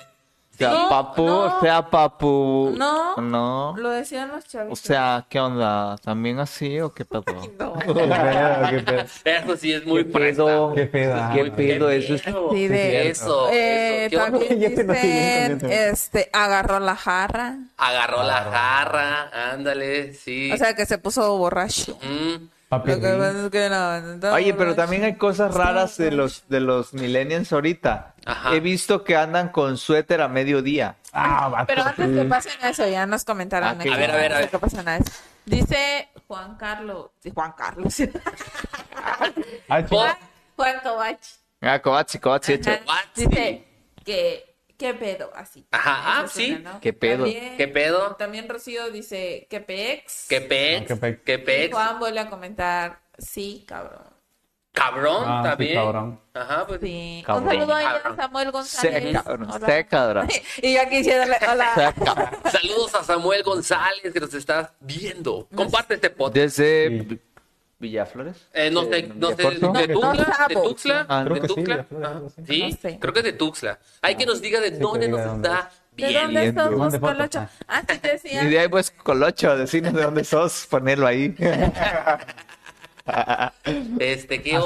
Speaker 6: O sea,
Speaker 4: no,
Speaker 6: papu,
Speaker 4: no.
Speaker 6: o sea, papu.
Speaker 4: No,
Speaker 6: No.
Speaker 4: Lo decían los chavitos.
Speaker 6: O sea, ¿qué onda? ¿También así o qué pedo?
Speaker 3: Qué pedo, qué pedo.
Speaker 2: Eso sí es muy
Speaker 6: ¿Qué
Speaker 2: fresa.
Speaker 6: pedo?
Speaker 3: Qué pedo, ajá.
Speaker 6: ¿Qué pedo? Eso es...
Speaker 4: Sí, de-
Speaker 2: Eso,
Speaker 4: Eh,
Speaker 2: eso. ¿Qué onda?
Speaker 4: también
Speaker 3: Ya te lo estoy
Speaker 4: dicen,
Speaker 3: viendo, ya
Speaker 4: este, agarró la jarra.
Speaker 2: Agarró la jarra, ándale, sí.
Speaker 4: O sea, que se puso borracho.
Speaker 2: Mm.
Speaker 3: Papi
Speaker 4: Lo que
Speaker 3: Ring.
Speaker 4: pasa es que la banda
Speaker 6: Oye, pero
Speaker 4: borracha.
Speaker 6: también hay cosas raras de los, de los millennials ahorita.
Speaker 2: Ajá.
Speaker 6: He visto que andan con suéter a mediodía.
Speaker 3: Ah, vato.
Speaker 4: Pero antes que pasen eso, ya nos comentaron.
Speaker 6: Ah,
Speaker 4: aquí,
Speaker 6: a
Speaker 2: ver, a ver, a
Speaker 4: antes
Speaker 2: ver.
Speaker 4: que pasen a eso. Dice Juan Carlos. sí, Juan Carlos.
Speaker 3: Ah, chico.
Speaker 2: Por-
Speaker 4: Juan Covach.
Speaker 6: Ah, covachi, covachi, hecho.
Speaker 4: Ajá,
Speaker 2: What?
Speaker 4: Dice que, ¿qué pedo? Así.
Speaker 2: Ajá, ah,
Speaker 4: Esa
Speaker 2: sí.
Speaker 4: ¿no?
Speaker 6: ¿Qué pedo?
Speaker 4: También-
Speaker 2: ¿Qué pedo?
Speaker 4: También Rocío dice, ¿qué pex?
Speaker 2: ¿Qué pex?
Speaker 3: No, qué pex.
Speaker 2: ¿Qué
Speaker 4: Y
Speaker 2: pex?
Speaker 4: Juan vuelve a comentar, sí, cabrón.
Speaker 2: Cabrón,
Speaker 3: Ah, sí,
Speaker 2: también.
Speaker 3: cabrón.
Speaker 2: Ajá, pues.
Speaker 4: Sí.
Speaker 6: Cabrón.
Speaker 4: Un saludo a ella,
Speaker 2: Cabrón.
Speaker 4: Samuel González.
Speaker 6: Se cabrón,
Speaker 4: Hola.
Speaker 6: se cabrón.
Speaker 4: Y yo aquí diciéndole,
Speaker 6: Se
Speaker 4: hola.
Speaker 6: cabrón.
Speaker 2: Saludos a Samuel González que nos está viendo. Comparte este podcast.
Speaker 6: Desde
Speaker 3: Sí.
Speaker 6: Villaflores.
Speaker 2: Eh, no sé, no sé,
Speaker 3: Corto?
Speaker 2: de Tuxla, de
Speaker 4: Tabo.
Speaker 2: Tuxla,
Speaker 6: Ah,
Speaker 2: de
Speaker 3: creo que sí,
Speaker 2: Tuxla.
Speaker 3: Villaflores,
Speaker 2: Ajá.
Speaker 3: algo así.
Speaker 2: Sí,
Speaker 4: No sé.
Speaker 2: creo que es de Tuxla. Hay que nos diga de
Speaker 5: Sí,
Speaker 2: dónde
Speaker 5: que
Speaker 2: nos
Speaker 5: diga dónde
Speaker 2: está
Speaker 4: ¿De dónde
Speaker 2: viendo.
Speaker 4: somos,
Speaker 3: ¿Dónde foto?
Speaker 4: Colocho? Ah, sí te decía.
Speaker 6: Y de ahí pues Colocho, decirnos de dónde sos, ponerlo ahí.
Speaker 2: Este, ¿qué
Speaker 5: Así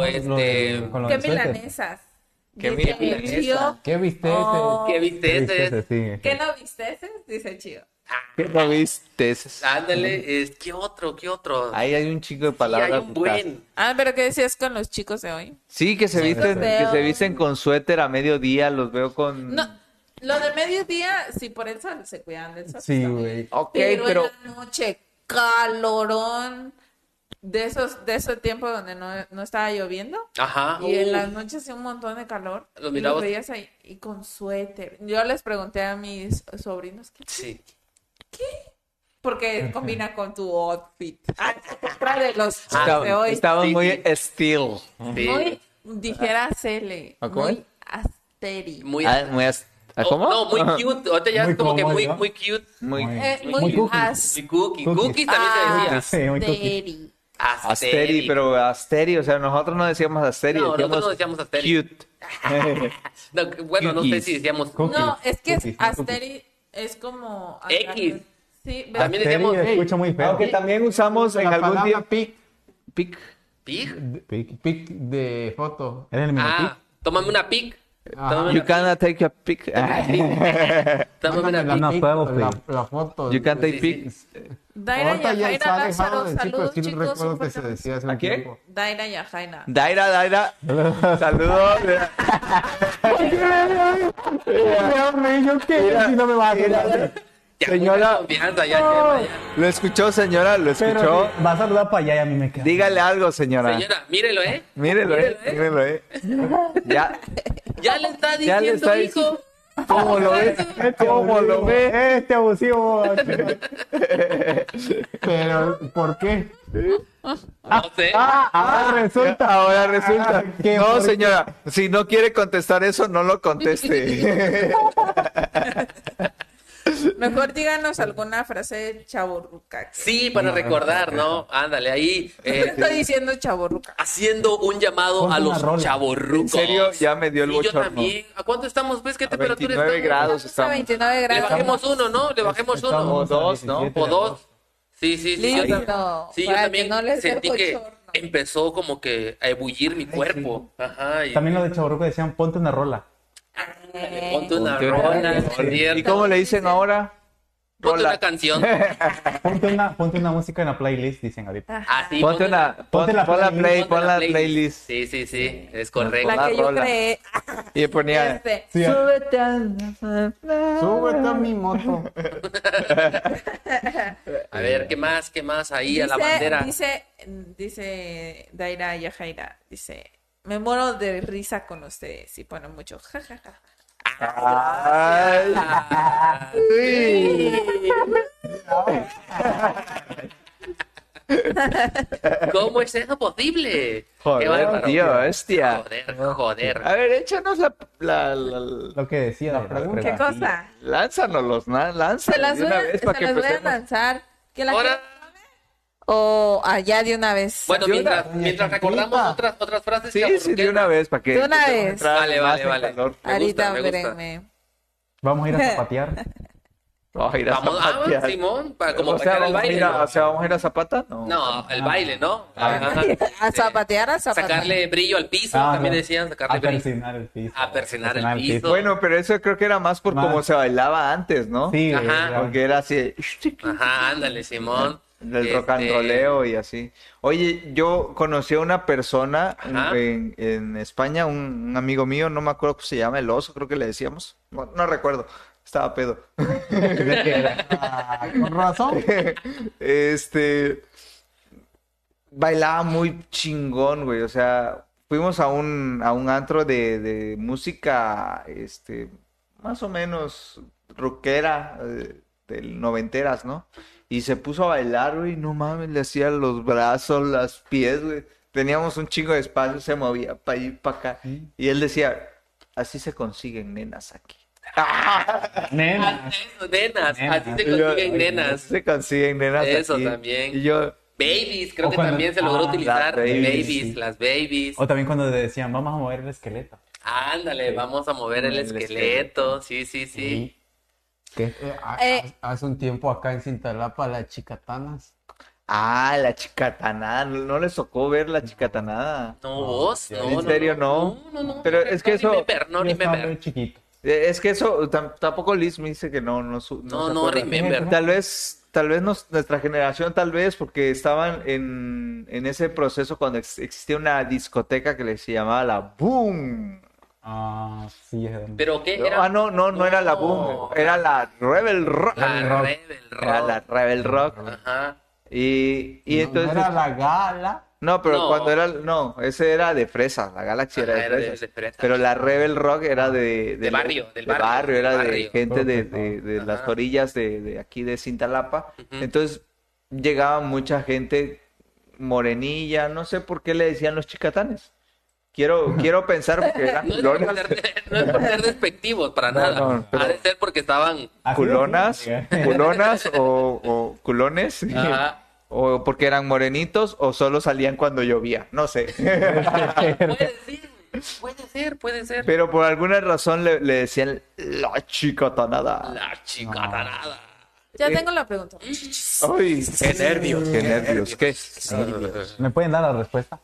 Speaker 5: decíamos lo
Speaker 2: este,
Speaker 5: del- con lo
Speaker 4: ¿Qué
Speaker 5: del suéter.
Speaker 4: milanesas?
Speaker 6: ¿Qué
Speaker 4: Dice
Speaker 6: milanesa?
Speaker 4: Chío.
Speaker 5: ¿Qué viste?
Speaker 4: Oh.
Speaker 2: ¿qué viste
Speaker 3: Ese
Speaker 2: ese?
Speaker 3: sí.
Speaker 4: ¿Qué no viste? Dice Chío.
Speaker 6: ¿Qué no viste?
Speaker 2: Ándale, es- ¿qué otro? ¿Qué otro?
Speaker 6: Ahí hay un chico de
Speaker 2: Sí, hay
Speaker 6: palabras.
Speaker 2: un buen.
Speaker 4: Ah, pero ¿qué decías con los chicos de hoy?
Speaker 6: Sí, que se visten,
Speaker 4: los veo.
Speaker 6: que se visten con suéter a mediodía, los veo con.
Speaker 4: No, lo de mediodía, sí, por el sol, se cuidan del sol.
Speaker 5: Sí,
Speaker 4: está bien.
Speaker 5: güey.
Speaker 6: Ok,
Speaker 4: Pero,
Speaker 6: pero.
Speaker 4: en la noche, calorón. De esos, de ese tiempo donde no, no estaba lloviendo.
Speaker 2: Ajá. Uh.
Speaker 4: Y en las noches hacía un montón de calor.
Speaker 2: Los
Speaker 4: y
Speaker 2: mirabas.
Speaker 4: veías ahí y con suéter. Yo les pregunté a mis sobrinos que
Speaker 2: Sí.
Speaker 4: porque combina con tu outfit. Ah, compra de los chicos
Speaker 2: Ah,
Speaker 6: Estaba-
Speaker 4: de hoy.
Speaker 6: estaban
Speaker 2: Sí,
Speaker 6: muy
Speaker 2: sí.
Speaker 6: steel.
Speaker 2: sí.
Speaker 4: Muy, dijera Cele,
Speaker 6: ¿A cómo?
Speaker 4: muy asteri.
Speaker 2: Muy.
Speaker 6: Ah, muy as- ¿ah,
Speaker 2: oh,
Speaker 6: ¿Cómo?
Speaker 2: No, muy
Speaker 6: Ajá.
Speaker 2: cute. Ahorita ya
Speaker 5: Muy
Speaker 2: es como que
Speaker 5: cómodo,
Speaker 2: muy,
Speaker 5: ¿no?
Speaker 2: muy cute.
Speaker 6: Muy-
Speaker 5: Muy-
Speaker 4: Eh, muy,
Speaker 2: Muy
Speaker 5: cookie.
Speaker 2: Y
Speaker 4: asteri.
Speaker 2: cookie.
Speaker 3: Cookies.
Speaker 2: Cookies también se
Speaker 5: Ah,
Speaker 2: decía.
Speaker 3: Sí, muy cookie.
Speaker 6: Asteri, Ah, pero Asteri, o sea, nosotros no decíamos Asteri,
Speaker 2: No,
Speaker 6: decíamos,
Speaker 2: nosotros no decíamos Asteri.
Speaker 6: cute.
Speaker 2: No, que- bueno, no sé
Speaker 6: Cookies.
Speaker 2: si decíamos.
Speaker 3: Cookies.
Speaker 4: No, es que
Speaker 3: Cookies, no
Speaker 4: asteri es como...
Speaker 2: X.
Speaker 4: Sí, ¿ves?
Speaker 2: También decíamos.
Speaker 3: Asteri, escucha muy feo.
Speaker 6: Aunque también usamos en
Speaker 5: La
Speaker 6: algún
Speaker 5: palabra
Speaker 6: día
Speaker 5: pic,
Speaker 6: pic.
Speaker 2: ¿Pig?
Speaker 3: Pic.
Speaker 5: pic de foto.
Speaker 3: Era el
Speaker 2: Ah,
Speaker 3: minipic.
Speaker 2: tómame una pig.
Speaker 5: Ajá.
Speaker 2: Tómame
Speaker 6: You
Speaker 2: una
Speaker 6: cannot take a pic.
Speaker 2: pic. Tómame una
Speaker 5: Mándame
Speaker 2: pic.
Speaker 3: no,
Speaker 5: pic,
Speaker 3: puedo,
Speaker 5: la,
Speaker 3: sí.
Speaker 5: la foto.
Speaker 6: You can't
Speaker 2: Sí,
Speaker 6: take
Speaker 2: sí.
Speaker 6: pics.
Speaker 4: Daira
Speaker 5: Ahorita ya
Speaker 4: Yajaira
Speaker 5: está
Speaker 4: Lázaro,
Speaker 5: dejado de decir, pero
Speaker 4: saludos
Speaker 5: sí
Speaker 4: chicos.
Speaker 5: recuerdo
Speaker 4: un
Speaker 5: que
Speaker 4: fuerte
Speaker 5: se decía hace
Speaker 6: ¿A
Speaker 5: un
Speaker 6: quién?
Speaker 5: tiempo.
Speaker 4: abrazo. Daira Yajaira.
Speaker 6: Daira, Daira. Saludos.
Speaker 3: yo qué, si no me vas a saludar.
Speaker 2: Ya,
Speaker 6: Señora.
Speaker 2: mucha confianza, ya, ya, ya.
Speaker 6: Lo escuchó, señora, lo escuchó.
Speaker 3: Pero vas a saludar para allá y a mí me queda.
Speaker 6: Dígale algo, señora.
Speaker 2: Señora, mírelo, ¿eh?
Speaker 6: Mírelo, eh, mírelo, eh. Ya,
Speaker 2: Ya le está diciendo,
Speaker 6: ya le está
Speaker 2: hijo.
Speaker 6: diciendo. ¿Cómo lo ves?
Speaker 3: Este
Speaker 6: ¿Cómo lo
Speaker 3: abusivo,
Speaker 6: ves?
Speaker 3: Este abusivo.
Speaker 5: Pero, ¿por qué?
Speaker 2: No sé.
Speaker 3: Ah, resulta.
Speaker 6: Ahora resulta.
Speaker 3: Ah, qué
Speaker 6: no,
Speaker 3: fuerte.
Speaker 6: señora, si no quiere contestar eso, no lo conteste.
Speaker 4: Mejor díganos alguna frase de chaborruca.
Speaker 2: Sí, para recordar, ¿no? Ándale, ahí. eh,
Speaker 4: estoy diciendo chaborruca?
Speaker 2: haciendo un llamado
Speaker 3: Ponte
Speaker 2: a
Speaker 3: una
Speaker 2: los
Speaker 3: rola.
Speaker 6: en
Speaker 2: chavorrucos.
Speaker 6: serio, ya me dio el
Speaker 2: Y yo
Speaker 6: bochorno.
Speaker 2: también. ¿A cuánto estamos? ¿Ves qué
Speaker 6: A
Speaker 2: temperatura
Speaker 6: 29
Speaker 2: estamos?
Speaker 6: grados
Speaker 4: Estamos a
Speaker 6: estamos.
Speaker 4: 29
Speaker 2: Le
Speaker 4: grados.
Speaker 2: bajemos uno, ¿no? Le bajemos uno.
Speaker 6: O dos, ¿no?
Speaker 2: O dos. Sí, sí, sí. yo
Speaker 4: Listo,
Speaker 2: tam- sí, yo
Speaker 4: para
Speaker 2: también
Speaker 4: que no les dé
Speaker 2: sentí que
Speaker 4: bochorno.
Speaker 2: empezó como que a ebullir mi cuerpo. Ajá. Y,
Speaker 3: También los de Chaburruco decían, ponte una rola.
Speaker 4: Eh,
Speaker 2: Ándale, ponte una
Speaker 6: Ponte una
Speaker 2: rola,
Speaker 6: rola.
Speaker 2: es
Speaker 6: ¿Y
Speaker 2: cierto.
Speaker 6: cómo le dicen ahora?
Speaker 2: Ponte
Speaker 6: Rola.
Speaker 2: una canción.
Speaker 3: Ponte una, ponte una música en la playlist, dicen ahorita.
Speaker 2: Así,
Speaker 6: Ponte una, pon,
Speaker 3: Ponte la
Speaker 6: pon la
Speaker 3: playlist.
Speaker 6: play, pon la playlist.
Speaker 2: Sí, sí, sí. Es
Speaker 6: Hola.
Speaker 2: correcto.
Speaker 4: La que yo
Speaker 6: rola.
Speaker 4: creé.
Speaker 6: Y ponía.
Speaker 4: Este,
Speaker 3: Sí, ah.
Speaker 6: Súbete a-
Speaker 5: Súbete a mi moto.
Speaker 2: A ver, ¿qué más? ¿Qué más ahí a la
Speaker 4: dice-
Speaker 2: bandera?
Speaker 4: Dice, dice Daira Yajaira, dice, me muero de risa con ustedes y ponen mucho jajaja.
Speaker 6: Ay.
Speaker 2: Ah,
Speaker 6: Uy.
Speaker 2: ¿Cómo es eso posible? Qué
Speaker 6: Joder,
Speaker 2: bárbaro.
Speaker 6: tío, Ah, hostia.
Speaker 2: Joder, joder.
Speaker 6: A ver, échanos la. la, la-
Speaker 3: Lo que decía. de la
Speaker 5: pregunta.
Speaker 4: ¿Qué cosa?
Speaker 6: lánzanos, na-
Speaker 4: Se
Speaker 6: lánzanos
Speaker 4: las
Speaker 6: de
Speaker 4: voy
Speaker 6: una
Speaker 4: a,
Speaker 6: vez
Speaker 4: se
Speaker 6: para que
Speaker 4: las voy a
Speaker 6: empecemos.
Speaker 4: lanzar. ¿Que la
Speaker 2: Ahora,
Speaker 4: quieren? O allá de una vez.
Speaker 2: bueno,
Speaker 6: de una-
Speaker 2: mientras,
Speaker 5: doña
Speaker 2: mientras
Speaker 5: Chiquita.
Speaker 2: recordamos otras, otras frases.
Speaker 6: Sí, sí, de una vez para que.
Speaker 4: De una
Speaker 6: empecemos a
Speaker 4: vez.
Speaker 6: entrar
Speaker 2: Vale,
Speaker 6: más
Speaker 2: vale,
Speaker 6: en este
Speaker 2: vale.
Speaker 6: calor.
Speaker 2: Me gusta,
Speaker 4: Ahorita,
Speaker 2: me gusta.
Speaker 4: espérenme.
Speaker 3: Vamos a ir a zapatear.
Speaker 6: Vamos a ir a
Speaker 2: Vamos, ah,
Speaker 6: zapatear.
Speaker 2: Simón, para, como
Speaker 6: o
Speaker 2: para
Speaker 6: sea,
Speaker 2: sacar el
Speaker 6: vamos a
Speaker 2: baile.
Speaker 6: ir a-
Speaker 2: ¿no?
Speaker 6: o sea, vamos a ir a Zapata, no.
Speaker 2: No,
Speaker 3: Ah.
Speaker 2: el baile, ¿no? Ajá. Eh,
Speaker 4: A zapatear, a zapatear.
Speaker 2: Sacarle brillo al piso,
Speaker 3: Ah,
Speaker 2: también
Speaker 3: no.
Speaker 2: decían sacarle
Speaker 3: A
Speaker 2: brillo.
Speaker 3: persinar el piso.
Speaker 2: A persinar el
Speaker 3: Persinar
Speaker 2: piso.
Speaker 6: Bueno, pero eso creo que era más por
Speaker 3: Más.
Speaker 6: cómo se bailaba antes, ¿no?
Speaker 3: Sí,
Speaker 2: Ajá.
Speaker 3: güey, ya.
Speaker 6: Porque era así.
Speaker 2: Ajá, ándale, Simón.
Speaker 6: Del rock and
Speaker 2: Este,
Speaker 6: rolleo y así. Oye, yo conocí a una persona en-
Speaker 2: Ajá.
Speaker 6: en, en España, un, un amigo mío, no me acuerdo cómo se llama, el oso, creo que le decíamos. No, no recuerdo, estaba pedo.
Speaker 5: Ah, Con razón.
Speaker 6: Este. Bailaba muy chingón, güey. O sea, fuimos a un, a un antro de, de música, este, más o menos rockera, eh, del noventeras, ¿no? Y se puso a bailar, güey. No mames, le hacía los brazos, las pies, güey. Teníamos un chingo de espacio, se movía para ir para acá. Y él decía, así se consiguen nenas aquí.
Speaker 3: Nena.
Speaker 2: Nenas, nenas, así se
Speaker 6: Y yo,
Speaker 2: consiguen nenas.
Speaker 6: Se consiguen nenas
Speaker 2: Eso
Speaker 6: aquí.
Speaker 2: también.
Speaker 6: Y yo,
Speaker 2: Babies, creo
Speaker 3: O
Speaker 2: que
Speaker 3: cuando-
Speaker 2: también se logró
Speaker 3: ah,
Speaker 2: utilizar.
Speaker 6: las babies,
Speaker 2: babies,
Speaker 6: sí.
Speaker 2: las babies.
Speaker 3: O también cuando te decían, vamos a mover el esqueleto.
Speaker 2: Ándale, vamos a mover el,
Speaker 6: El
Speaker 2: esqueleto. Sí, sí, sí.
Speaker 3: ¿Qué?
Speaker 5: Eh, a-
Speaker 4: Eh.
Speaker 5: a- Hace un tiempo acá en Cintalapa, las chicatanas.
Speaker 6: Ah, la chicatanada. No, no les tocó ver la chicatanada.
Speaker 2: No, vos, no,
Speaker 6: ¿En
Speaker 2: no,
Speaker 6: serio no?
Speaker 2: No, no, no.
Speaker 6: Pero es que
Speaker 2: No,
Speaker 6: eso-
Speaker 2: Ni me per- no,
Speaker 3: Yo
Speaker 2: ni me
Speaker 3: estaba muy
Speaker 2: per-
Speaker 3: chiquito.
Speaker 6: Eh, Es que eso tam- tampoco Liz me dice que no, no, su-
Speaker 2: No,
Speaker 6: se
Speaker 2: no,
Speaker 6: acuerda.
Speaker 2: remember.
Speaker 6: Tal vez, tal vez nos- nuestra generación, tal vez, porque estaban en, en ese proceso cuando ex- existía una discoteca que les llamaba la Boom.
Speaker 3: Ah, sí, es donde-
Speaker 2: Pero qué Eh, era.
Speaker 6: Ah, no, no, no era la Boom, era la Rebel Rock.
Speaker 2: La Rebel
Speaker 6: Era la
Speaker 2: Rock.
Speaker 6: Rebel Rock.
Speaker 2: Ajá.
Speaker 6: Y,
Speaker 5: No,
Speaker 6: y
Speaker 5: no
Speaker 6: entonces,
Speaker 5: era la gala.
Speaker 6: no, pero
Speaker 2: No.
Speaker 6: cuando era, no, ese era de fresa, la Galaxy era
Speaker 2: Ajá,
Speaker 6: de
Speaker 2: era de-
Speaker 6: fresas.
Speaker 2: de fresas.
Speaker 6: Pero la Rebel Rock era de,
Speaker 2: De barrio, del
Speaker 6: de
Speaker 2: barrio, del
Speaker 6: era de
Speaker 2: barrio.
Speaker 6: gente de, de- de
Speaker 2: Ajá.
Speaker 6: las orillas de, de aquí de Cintalapa.
Speaker 2: Ujú.
Speaker 6: Entonces llegaba mucha gente morenilla, no sé por qué le decían los chicatanes. Quiero, quiero pensar porque eran
Speaker 2: No es, por
Speaker 6: culonas.
Speaker 2: ser, no es por ser despectivos, para
Speaker 6: No,
Speaker 2: nada.
Speaker 6: no, pero-
Speaker 2: Ha de ser porque estaban.
Speaker 3: Así
Speaker 6: culonas,
Speaker 3: decían,
Speaker 6: culonas o, o culones,
Speaker 2: Ajá.
Speaker 6: o porque eran morenitos o solo salían cuando llovía, no sé.
Speaker 2: Puede ser, puede ser, puede ser.
Speaker 6: Pero por alguna razón le, le decían la chicatanada.
Speaker 2: La chicatanada.
Speaker 4: Ya tengo la pregunta.
Speaker 6: Ay, qué nervios, qué nervios, qué.
Speaker 3: ¿Me pueden dar la respuesta?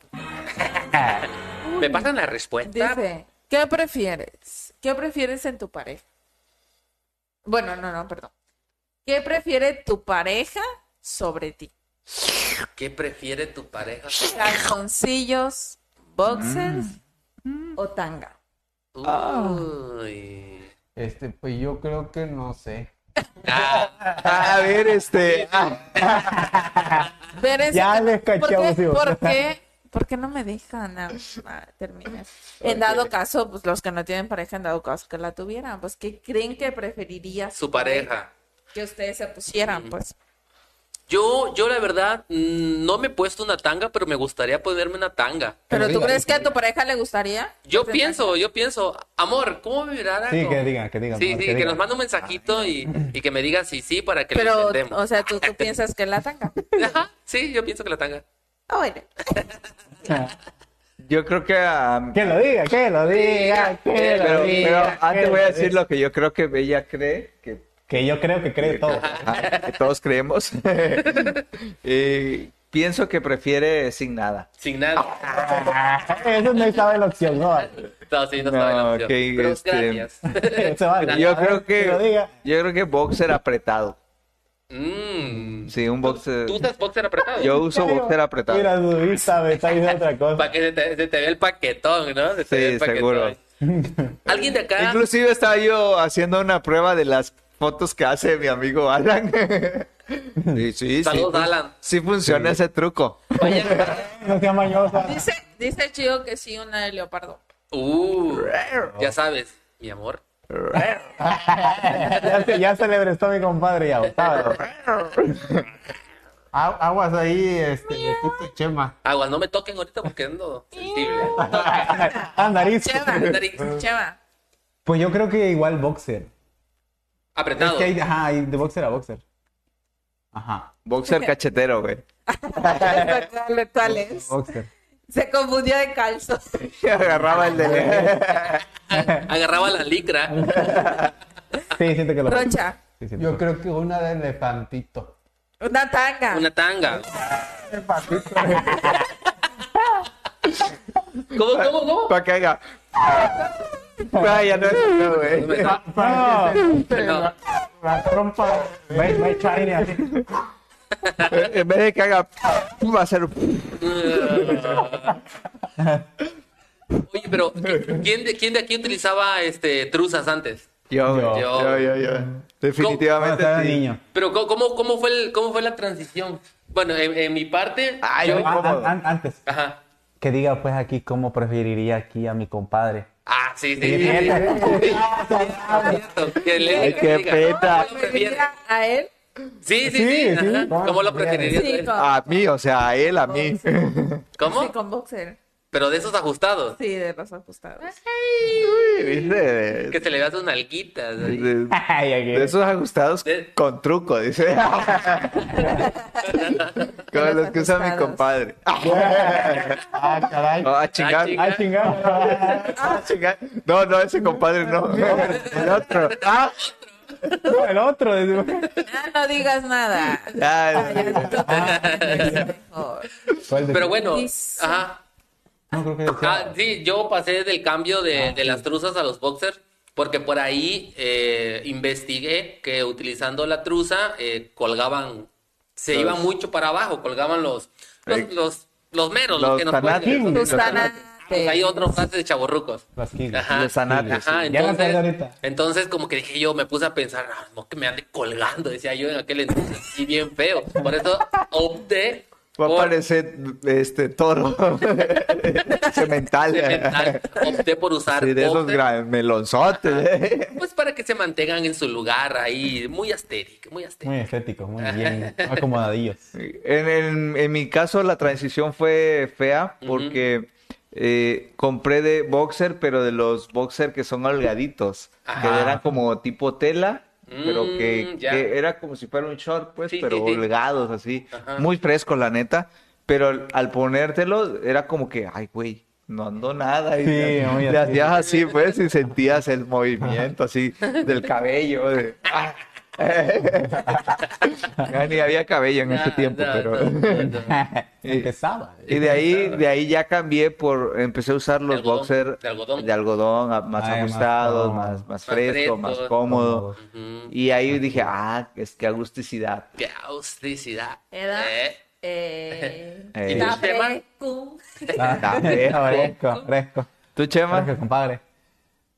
Speaker 2: ¿Me pasan la respuesta?
Speaker 4: Dice, ¿qué prefieres? ¿Qué prefieres en tu pareja? Bueno, no, no, perdón. ¿Qué prefiere tu pareja sobre ti?
Speaker 2: ¿Qué prefiere tu pareja?
Speaker 4: ¿Calzoncillos, boxers o tanga?
Speaker 6: Ah.
Speaker 2: Uy.
Speaker 5: Este, pues yo creo que no sé.
Speaker 2: Ah,
Speaker 6: A ver, este. ah,
Speaker 4: Ver ese
Speaker 3: Ya
Speaker 4: tema.
Speaker 3: les
Speaker 4: ¿Por qué,
Speaker 3: cachamos, digo.
Speaker 4: por qué- por qué no me dejan ah, ah, terminar? En dado caso, pues los que no tienen pareja, en dado caso que la tuvieran, pues ¿qué creen que preferiría
Speaker 2: Su pareja.
Speaker 4: Que ustedes se pusieran, pues.
Speaker 2: Yo, yo la verdad, mm, no me he puesto una tanga, pero me gustaría ponerme una tanga.
Speaker 4: ¿Pero
Speaker 3: lo
Speaker 4: tú
Speaker 3: diga,
Speaker 4: crees que a tu pareja le gustaría?
Speaker 2: Yo
Speaker 4: Pues,
Speaker 2: pienso, yo pienso, amor, ¿cómo vibrará?
Speaker 3: Sí,
Speaker 2: con-
Speaker 3: que digan, que digan.
Speaker 2: Sí,
Speaker 3: amor,
Speaker 2: sí,
Speaker 3: que
Speaker 2: que
Speaker 3: digan.
Speaker 2: nos mande un mensajito y, y que me diga sí, sí, para que lo
Speaker 4: Pero,
Speaker 2: intentemos.
Speaker 4: o sea, ¿tú, tú piensas que la tanga.
Speaker 2: Ajá, sí, yo pienso que la tanga.
Speaker 4: Ah, bueno.
Speaker 6: Yo creo que. ah,
Speaker 3: Que lo diga, que lo diga, que
Speaker 6: pero,
Speaker 3: lo diga.
Speaker 6: pero
Speaker 3: que
Speaker 6: antes voy a
Speaker 3: lo
Speaker 6: decir
Speaker 3: diga.
Speaker 6: lo que yo creo que ella cree que,
Speaker 3: Que yo creo que cree todo.
Speaker 6: ah, que todos creemos. Eh, pienso que prefiere sin nada.
Speaker 2: Sin nada.
Speaker 3: Eso no estaba la opción, no.
Speaker 2: No, sí, no,
Speaker 6: No,
Speaker 2: estaba en la opción.
Speaker 6: ok,
Speaker 2: Pero
Speaker 6: este-
Speaker 2: gracias.
Speaker 3: Eso vale.
Speaker 6: Yo
Speaker 3: A ver,
Speaker 6: creo que.
Speaker 3: lo diga.
Speaker 6: Yo creo que boxer apretado.
Speaker 2: Mm.
Speaker 6: Sí, un boxer.
Speaker 2: ¿Tú usas boxer apretado?
Speaker 6: Yo uso boxer apretado.
Speaker 3: Mira, dudista, me está diciendo otra cosa.
Speaker 2: Para que se te, se te vea el paquetón, ¿no? Se te
Speaker 6: Sí,
Speaker 2: vea el paquetón. ¿Alguien de acá?
Speaker 6: Inclusive estaba yo haciendo una prueba de las fotos que hace mi amigo Alan. Sí, sí,
Speaker 2: Saludos,
Speaker 6: sí,
Speaker 2: Alan.
Speaker 6: Sí funciona ese truco.
Speaker 2: Vaya-
Speaker 3: No sea mañosa.
Speaker 4: Dice, dice el chico que sí, una de leopardo.
Speaker 2: Uh, ya sabes, mi amor.
Speaker 3: Ya se, ya se le prestó mi compadre ya, Octavio.
Speaker 5: Agu- Aguas ahí, este, le quito Chema.
Speaker 2: Aguas, no me toquen ahorita porque ando sensible.
Speaker 3: Ah, nariz.
Speaker 4: Cheva, Cheva.
Speaker 3: Pues yo creo que igual boxer. Es
Speaker 2: Apretado.
Speaker 3: que hay, ajá, hay de boxer a boxer. Ajá,
Speaker 6: Boxer cachetero, güey.
Speaker 4: ¿Cuál- ¿Cuál es?
Speaker 3: boxer.
Speaker 4: Se confundió de calzos.
Speaker 6: Agarraba el de...
Speaker 2: Agarraba la licra.
Speaker 3: Sí, siento que lo.
Speaker 4: Rocha,
Speaker 3: Sí, siento
Speaker 5: Yo
Speaker 3: que-
Speaker 5: creo que una de elefantito.
Speaker 4: una tanga.
Speaker 2: Una tanga. ¿Cómo, cómo, cómo?
Speaker 6: Para que haga... Ay, ya no es no, güey.
Speaker 2: No,
Speaker 5: Para que se junte
Speaker 2: no.
Speaker 5: la, la trompa.
Speaker 3: Ve- ve China, así.
Speaker 6: En vez de que haga... Va a ser...
Speaker 2: Oye, pero ¿qui- ¿quién de, quién de aquí utilizaba este truzas antes?
Speaker 6: Yo, güey,
Speaker 3: Yo.
Speaker 6: yo, yo, yo.
Speaker 3: Cuando
Speaker 6: Definitivamente
Speaker 3: estaba
Speaker 6: sí.
Speaker 3: niño.
Speaker 2: Pero ¿cómo- ¿cómo, cómo fue el, cómo fue la transición? Bueno, en, en mi parte,
Speaker 6: Ay,
Speaker 2: yo-
Speaker 6: güey.
Speaker 3: Ah,
Speaker 6: Incómodo.
Speaker 3: an- antes,
Speaker 2: ajá.
Speaker 3: que diga pues aquí cómo preferiría aquí a mi compadre.
Speaker 2: Ah, sí, sí. sí,
Speaker 3: Sí,
Speaker 2: sí,
Speaker 3: neta.
Speaker 2: sí. Ah, cierto. Que le-
Speaker 6: Ay,
Speaker 2: que
Speaker 6: qué
Speaker 2: diga,
Speaker 6: peta.
Speaker 2: ¿cómo lo prefieres?
Speaker 4: A él.
Speaker 2: Sí, sí, sí.
Speaker 3: Sí, sí,
Speaker 2: ajá.
Speaker 3: ¿cómo
Speaker 2: ¿Cómo lo
Speaker 6: ah.
Speaker 3: prefieres?
Speaker 2: preferirías?
Speaker 4: Sí, con,
Speaker 6: A mí, o sea, a él, a mí.
Speaker 4: sí,
Speaker 2: ¿Cómo?
Speaker 4: con boxer.
Speaker 2: Pero de esos ajustados.
Speaker 4: Sí, de los ajustados.
Speaker 6: Uy, ¿viste?
Speaker 2: Que se le vean sus nalguitas. ahí.
Speaker 6: De-
Speaker 3: Ay, ay,
Speaker 6: de esos ajustados
Speaker 2: De-
Speaker 6: con truco, dice. Como los que usa mi
Speaker 4: ajustados.
Speaker 6: compadre.
Speaker 5: Ah, caray.
Speaker 6: Ah, a chingar.
Speaker 2: chingar.
Speaker 3: ay, chingada.
Speaker 6: Ah, chingar. No, no, ese compadre no. El otro. Ah,
Speaker 3: No, el otro. decimos.
Speaker 4: Ah, no digas nada.
Speaker 6: ya,
Speaker 4: Ay, ya, tú también eres mejor.
Speaker 5: ¿Cuál de-
Speaker 2: Pero bueno,
Speaker 4: Dice-
Speaker 2: ajá.
Speaker 3: No creo que
Speaker 2: Ah,
Speaker 3: decía.
Speaker 2: sí, yo pasé del cambio
Speaker 6: Ah,
Speaker 2: de, de las truzas a los boxers porque por ahí eh, investigué que utilizando la truza eh, colgaban, se
Speaker 6: Los-
Speaker 2: iba mucho para abajo, colgaban los, los,
Speaker 6: Eh,
Speaker 2: los, los meros, los,
Speaker 6: los
Speaker 2: que nos pueden-
Speaker 6: tanates.
Speaker 2: los- los
Speaker 4: Tus
Speaker 2: tanates.
Speaker 4: tanates.
Speaker 2: Hay otros clases de chaburrucos.
Speaker 3: Las kilos.
Speaker 2: Ajá.
Speaker 6: Los tanates,
Speaker 2: Ajá,
Speaker 3: sí. Ya las
Speaker 2: entonces,
Speaker 3: traigo ahorita.
Speaker 2: entonces como que dije yo, me puse a pensar, "Ah, no, que me ande colgando, decía yo en aquel entonces, y bien feo. Por eso opté
Speaker 6: Va a
Speaker 2: por-
Speaker 6: aparecer este toro. Cemental.
Speaker 2: cemental. Opté por usar
Speaker 6: Sí, de esos
Speaker 2: boxers.
Speaker 6: gran melonzotes.
Speaker 2: Pues para que se mantengan en su lugar ahí, muy asteric, muy
Speaker 3: Muy
Speaker 2: asteric.
Speaker 3: estéticos, muy bien. Acomodadillos.
Speaker 6: En, en- en mi caso la transición fue fea porque eh, compré de boxer, pero de los boxer que son holgaditos, que
Speaker 2: Ajá.
Speaker 6: eran como tipo tela, pero
Speaker 2: Mm,
Speaker 6: que,
Speaker 2: ya.
Speaker 6: que era como si fuera un short, pues,
Speaker 2: Sí,
Speaker 6: pero
Speaker 2: sí, sí.
Speaker 6: holgados así,
Speaker 2: Ajá.
Speaker 6: muy frescos la neta, pero al, al ponértelo era como que, ay, güey. No ando nada. Y
Speaker 3: Sí,
Speaker 6: le-
Speaker 3: muy
Speaker 6: le
Speaker 3: así.
Speaker 6: hacías así, pues, y sentías el movimiento así del cabello. de- "Ah". Ya ni había cabello en ese
Speaker 2: No,
Speaker 6: tiempo,
Speaker 2: no,
Speaker 6: pero...
Speaker 2: no, no, no.
Speaker 3: Empezaba.
Speaker 6: Y de ahí, de ahí ya cambié por, empecé a usar los
Speaker 2: algodón,
Speaker 6: boxers
Speaker 2: de algodón.
Speaker 6: algodón, a- más
Speaker 3: Ay, más
Speaker 6: ajustados,
Speaker 3: cómodo.
Speaker 6: más, más fresco, más
Speaker 2: fresco.
Speaker 6: cómodo.
Speaker 2: Ujú.
Speaker 6: Y ahí dije, ah, es que agusticidad.
Speaker 2: Qué austricidad.
Speaker 4: Edad.
Speaker 2: Eh,
Speaker 4: Eh,
Speaker 6: Eh.
Speaker 4: ¿Y
Speaker 2: ¿Y tema?
Speaker 6: Ah,
Speaker 3: Está
Speaker 6: fresco.
Speaker 3: fresco, fresco.
Speaker 6: ¿Tú, Chema?
Speaker 3: Gracias, compadre.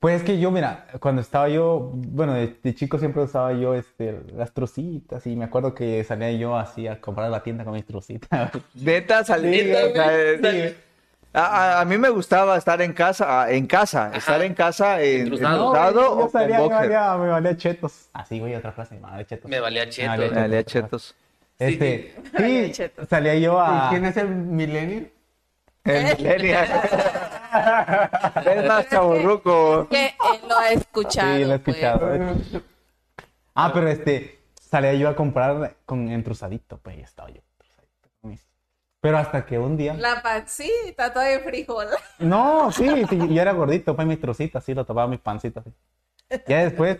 Speaker 3: Pues es que yo, mira, cuando estaba yo, bueno, de, de chico siempre usaba yo este, las trucitas y me acuerdo que salía yo así a comprar a la tienda con mis trucitas.
Speaker 6: Neta salí.
Speaker 2: Neta,
Speaker 6: o sea,
Speaker 2: güey.
Speaker 6: eh, a, a- a mí me gustaba estar en casa, ah, en casa, estar en casa en, en
Speaker 2: Entruzado.
Speaker 6: usado
Speaker 3: yo
Speaker 6: o con
Speaker 3: salía, me
Speaker 6: boxer.
Speaker 3: valía, me valía chetos. Así, güey, otra frase, me valía chetos.
Speaker 2: Me valía chetos.
Speaker 6: Me valía chetos.
Speaker 3: Este,
Speaker 4: Me valía
Speaker 3: sí,
Speaker 4: chetos.
Speaker 3: salía yo
Speaker 5: ¿Y
Speaker 3: a...
Speaker 5: quién es el millennial?
Speaker 6: En millennial. es más chaburruco.
Speaker 4: Que él lo ha escuchado.
Speaker 3: Sí, lo he
Speaker 4: pues.
Speaker 3: escuchado. Ah, pero este, salía yo a comprar con entruzadito, pues, y estaba yo entruzadito con mis- Pero hasta que un día...
Speaker 4: La pancita toda de frijol.
Speaker 3: No, sí, sí, yo era gordito, pues mis trucitas, sí, lo tapaba mis pancitas. sí. Ya después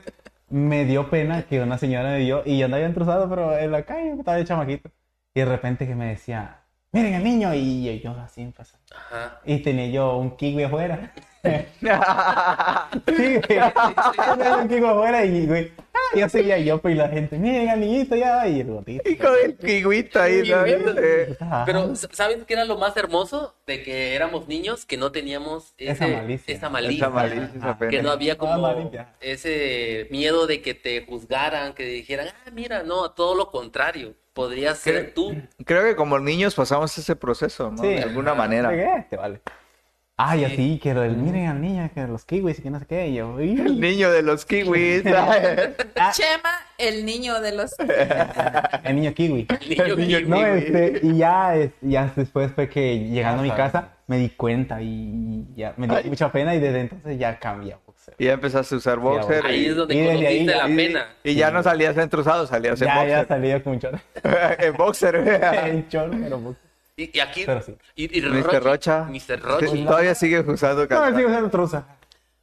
Speaker 3: me dio pena que una señora me vio y yo andaba bien truzado, pero en la calle estaba de chamaquito. Y de repente que me decía, miren el niño, y yo, yo así empezaba.
Speaker 2: Ajá.
Speaker 3: Y tenía yo un kiwi afuera. Sí, güey. Tenía un kiwi afuera y, güey, ah, yo seguía yo, pues, y la gente, miren al niñito ya, y el gordito.
Speaker 6: Y con el kigüito ahí, ¿no?
Speaker 2: Kiwito.
Speaker 6: Eh,
Speaker 3: Ah,
Speaker 2: Pero, s- ¿saben qué era lo más hermoso? De que éramos niños que no teníamos
Speaker 3: Esa
Speaker 2: ese-
Speaker 3: malicia.
Speaker 2: esa malicia.
Speaker 6: Esa malicia, esa
Speaker 3: Ajá.
Speaker 6: pena.
Speaker 2: Que no había
Speaker 3: Ah,
Speaker 2: como
Speaker 3: malicia.
Speaker 2: ese miedo de que te juzgaran, que dijeran, ah, mira, no, todo lo contrario. Podría ser tú.
Speaker 6: Creo que como niños pasamos ese proceso, ¿no?
Speaker 3: Sí.
Speaker 6: De alguna manera. Mm.
Speaker 3: ¿qué? Te vale. Ay, así, que lo del, miren al niño, que los kiwis y que no sé qué, y yo, "Uy".
Speaker 6: El niño de los kiwis. El
Speaker 3: Ah.
Speaker 4: Chema, el niño de los.
Speaker 3: El niño kiwi.
Speaker 2: El niño
Speaker 6: niño
Speaker 2: kiwi.
Speaker 3: No,
Speaker 6: kiwi.
Speaker 3: este, y ya, es- ya después fue que llegando a mi
Speaker 5: Ah,
Speaker 3: casa me di cuenta y ya me dio
Speaker 6: Ay.
Speaker 3: mucha pena y desde entonces ya cambié boxer.
Speaker 6: Y ya empezaste a usar boxer.
Speaker 2: Ahí es
Speaker 6: y,
Speaker 2: donde
Speaker 3: Y desde
Speaker 2: conociste
Speaker 3: ahí
Speaker 2: la
Speaker 6: y-
Speaker 2: pena.
Speaker 6: y ya no salías en trozado, salías en
Speaker 3: Ya, ya
Speaker 6: boxer.
Speaker 3: salí yo con un chorro.
Speaker 6: en boxer.
Speaker 3: En chorro, pero boxer.
Speaker 2: Y, y aquí,
Speaker 3: Pero sí.
Speaker 2: y, y
Speaker 6: Mr. Rocha.
Speaker 2: Mr. Rocha.
Speaker 6: Sí, Todavía sigues usando
Speaker 3: No,
Speaker 6: calzado.
Speaker 3: sigo usando truza.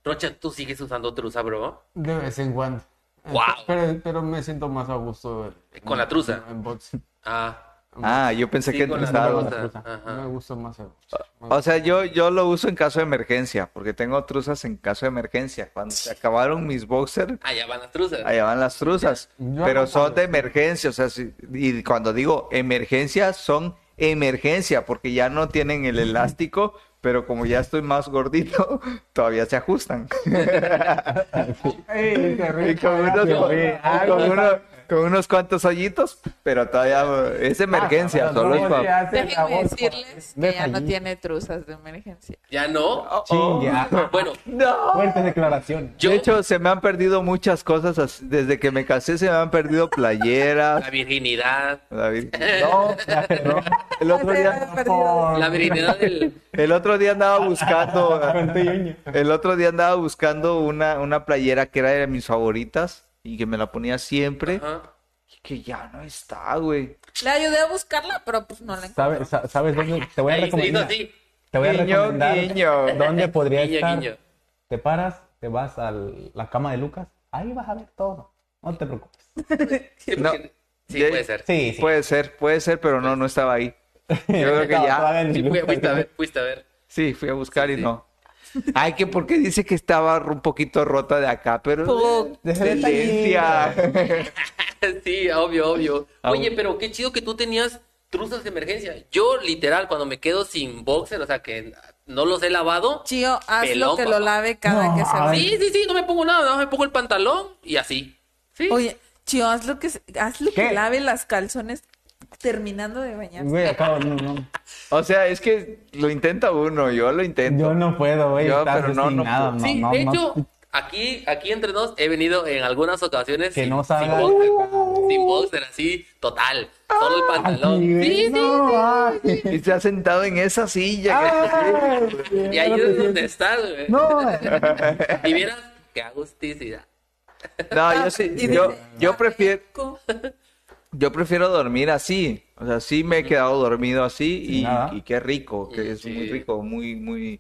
Speaker 2: Rocha, tú sigues usando truza, bro.
Speaker 5: De vez en cuando.
Speaker 2: Guau.
Speaker 5: Pero, pero me siento más a gusto. en-
Speaker 2: Con la truza.
Speaker 5: En boxing.
Speaker 2: Ah,
Speaker 6: Ah, yo pensé
Speaker 2: sí,
Speaker 6: que
Speaker 2: con la
Speaker 6: trozado.
Speaker 2: truza,
Speaker 3: truza.
Speaker 2: ajá.
Speaker 5: Me gusta más a gusto.
Speaker 6: O sea, yo, yo lo uso en caso de emergencia, porque tengo truzas en caso de emergencia. Cuando se acabaron mis boxers,
Speaker 2: Allá ah, van las truzas.
Speaker 6: Allá van las truzas,
Speaker 5: Yo
Speaker 6: pero
Speaker 5: no
Speaker 6: son
Speaker 5: sabía.
Speaker 6: de emergencia, o sea, si- y cuando digo emergencia, son emergencia, porque ya no tienen el elástico, pero como ya estoy más gordito, todavía se ajustan.
Speaker 5: ¡Ey, qué
Speaker 6: Y
Speaker 5: rico!
Speaker 6: con unos,
Speaker 3: Yo-
Speaker 6: con unos- con unos cuantos hoyitos, pero todavía es emergencia.
Speaker 5: Pero
Speaker 6: solo es
Speaker 5: no
Speaker 6: pa-
Speaker 5: le hacen
Speaker 4: Déjenme
Speaker 5: favor,
Speaker 4: decirles que
Speaker 5: ves
Speaker 4: ya no
Speaker 5: allí.
Speaker 4: tiene truzas de emergencia.
Speaker 2: ¿Ya no?
Speaker 3: Chingue, ah,
Speaker 2: Bueno,
Speaker 6: Oh, No.
Speaker 3: Fuertes declaraciones.
Speaker 2: yo...
Speaker 6: De hecho, se me han perdido muchas cosas. así- Desde que me casé se me han perdido playeras.
Speaker 2: La virginidad.
Speaker 6: la virgen.
Speaker 3: No, no.
Speaker 6: El otro
Speaker 4: Ay,
Speaker 6: día,
Speaker 4: me he Ah, perdido.
Speaker 2: La virginidad del...
Speaker 6: el otro día andaba buscando,
Speaker 3: Cuento ñoño.
Speaker 6: el otro día andaba buscando una, una playera que era de mis favoritas y que me la ponía siempre
Speaker 2: Ajá.
Speaker 6: y que ya no está, güey.
Speaker 4: Le ayudé a buscarla, pero pues no la encontré.
Speaker 3: ¿Sabes, sa- sabes dónde? Te voy a
Speaker 2: Ahí se hizo
Speaker 3: recomendar.
Speaker 2: así.
Speaker 3: Te voy a
Speaker 6: Guiño,
Speaker 3: recomendar
Speaker 6: guiño.
Speaker 3: dónde podría
Speaker 2: Guiño,
Speaker 3: estar.
Speaker 2: guiño.
Speaker 3: Te paras, te vas a la cama de Lucas, ahí vas a ver todo. No te preocupes.
Speaker 2: Sí,
Speaker 6: No.
Speaker 2: porque- sí,
Speaker 6: Ya-
Speaker 2: puede ser.
Speaker 3: Sí, sí.
Speaker 6: Puede ser, puede ser, pero no, no estaba ahí. Pues, Yo creo que
Speaker 3: No,
Speaker 6: ya.
Speaker 3: todavía ni
Speaker 2: Sí, fui-
Speaker 3: Lucas.
Speaker 2: fuiste a ver, fuiste a ver.
Speaker 6: Sí, fui a buscar y no. Ay, que porque dice que estaba un poquito rota de acá, pero
Speaker 4: Poco.
Speaker 3: Deje de
Speaker 6: tendencia.
Speaker 2: Sí, obvio, obvio.
Speaker 6: Ah,
Speaker 2: Oye,
Speaker 6: bueno.
Speaker 2: pero qué chido que tú tenías truzas de emergencia. Yo, literal, cuando me quedo sin boxer, o sea, que no los he lavado. Sí,
Speaker 4: Chío, hazlo
Speaker 2: Pelón,
Speaker 4: que lo
Speaker 2: papá.
Speaker 4: lave cada
Speaker 3: No,
Speaker 4: que se
Speaker 3: ay.
Speaker 4: vaya.
Speaker 2: sí, sí, no me pongo nada, no me pongo el pantalón y así. Sí.
Speaker 4: Oye, Chío, hazlo que, se- hazlo que
Speaker 3: ¿Qué?
Speaker 4: lave las calzones terminando de bañarse.
Speaker 3: Güey, acabo, no, no.
Speaker 6: O sea, es que lo intenta uno, yo lo intento.
Speaker 3: Yo no puedo, güey.
Speaker 6: Yo,
Speaker 3: Estás
Speaker 6: pero no, no
Speaker 3: destinado.
Speaker 6: puedo.
Speaker 3: No,
Speaker 2: sí,
Speaker 3: no,
Speaker 2: de
Speaker 3: no.
Speaker 2: hecho, aquí, aquí entre nos he venido en algunas ocasiones
Speaker 3: Que
Speaker 2: sin,
Speaker 3: no
Speaker 2: sin
Speaker 3: salga.
Speaker 2: boxer, sin boxer, así, total. Solo el pantalón.
Speaker 3: Ay, Ah, güey,
Speaker 2: Sí, sí,
Speaker 3: no, ay.
Speaker 6: Y se ha sentado en esa silla.
Speaker 3: Ay, güey,
Speaker 2: Y ahí
Speaker 3: no
Speaker 2: es
Speaker 3: te
Speaker 2: donde
Speaker 3: sientes.
Speaker 2: estás, güey.
Speaker 3: No, güey.
Speaker 2: Y vieras qué agusticidad.
Speaker 6: No, Ah, yo sí,
Speaker 4: Y
Speaker 6: yo,
Speaker 4: dice, "Ah".
Speaker 6: yo prefiero,
Speaker 4: "Tapeco".
Speaker 6: yo prefiero dormir así. O sea, sí me he quedado dormido así
Speaker 3: Sin
Speaker 6: y,
Speaker 3: nada.
Speaker 6: y qué rico, que es muy
Speaker 2: Sí.
Speaker 6: rico, muy, muy,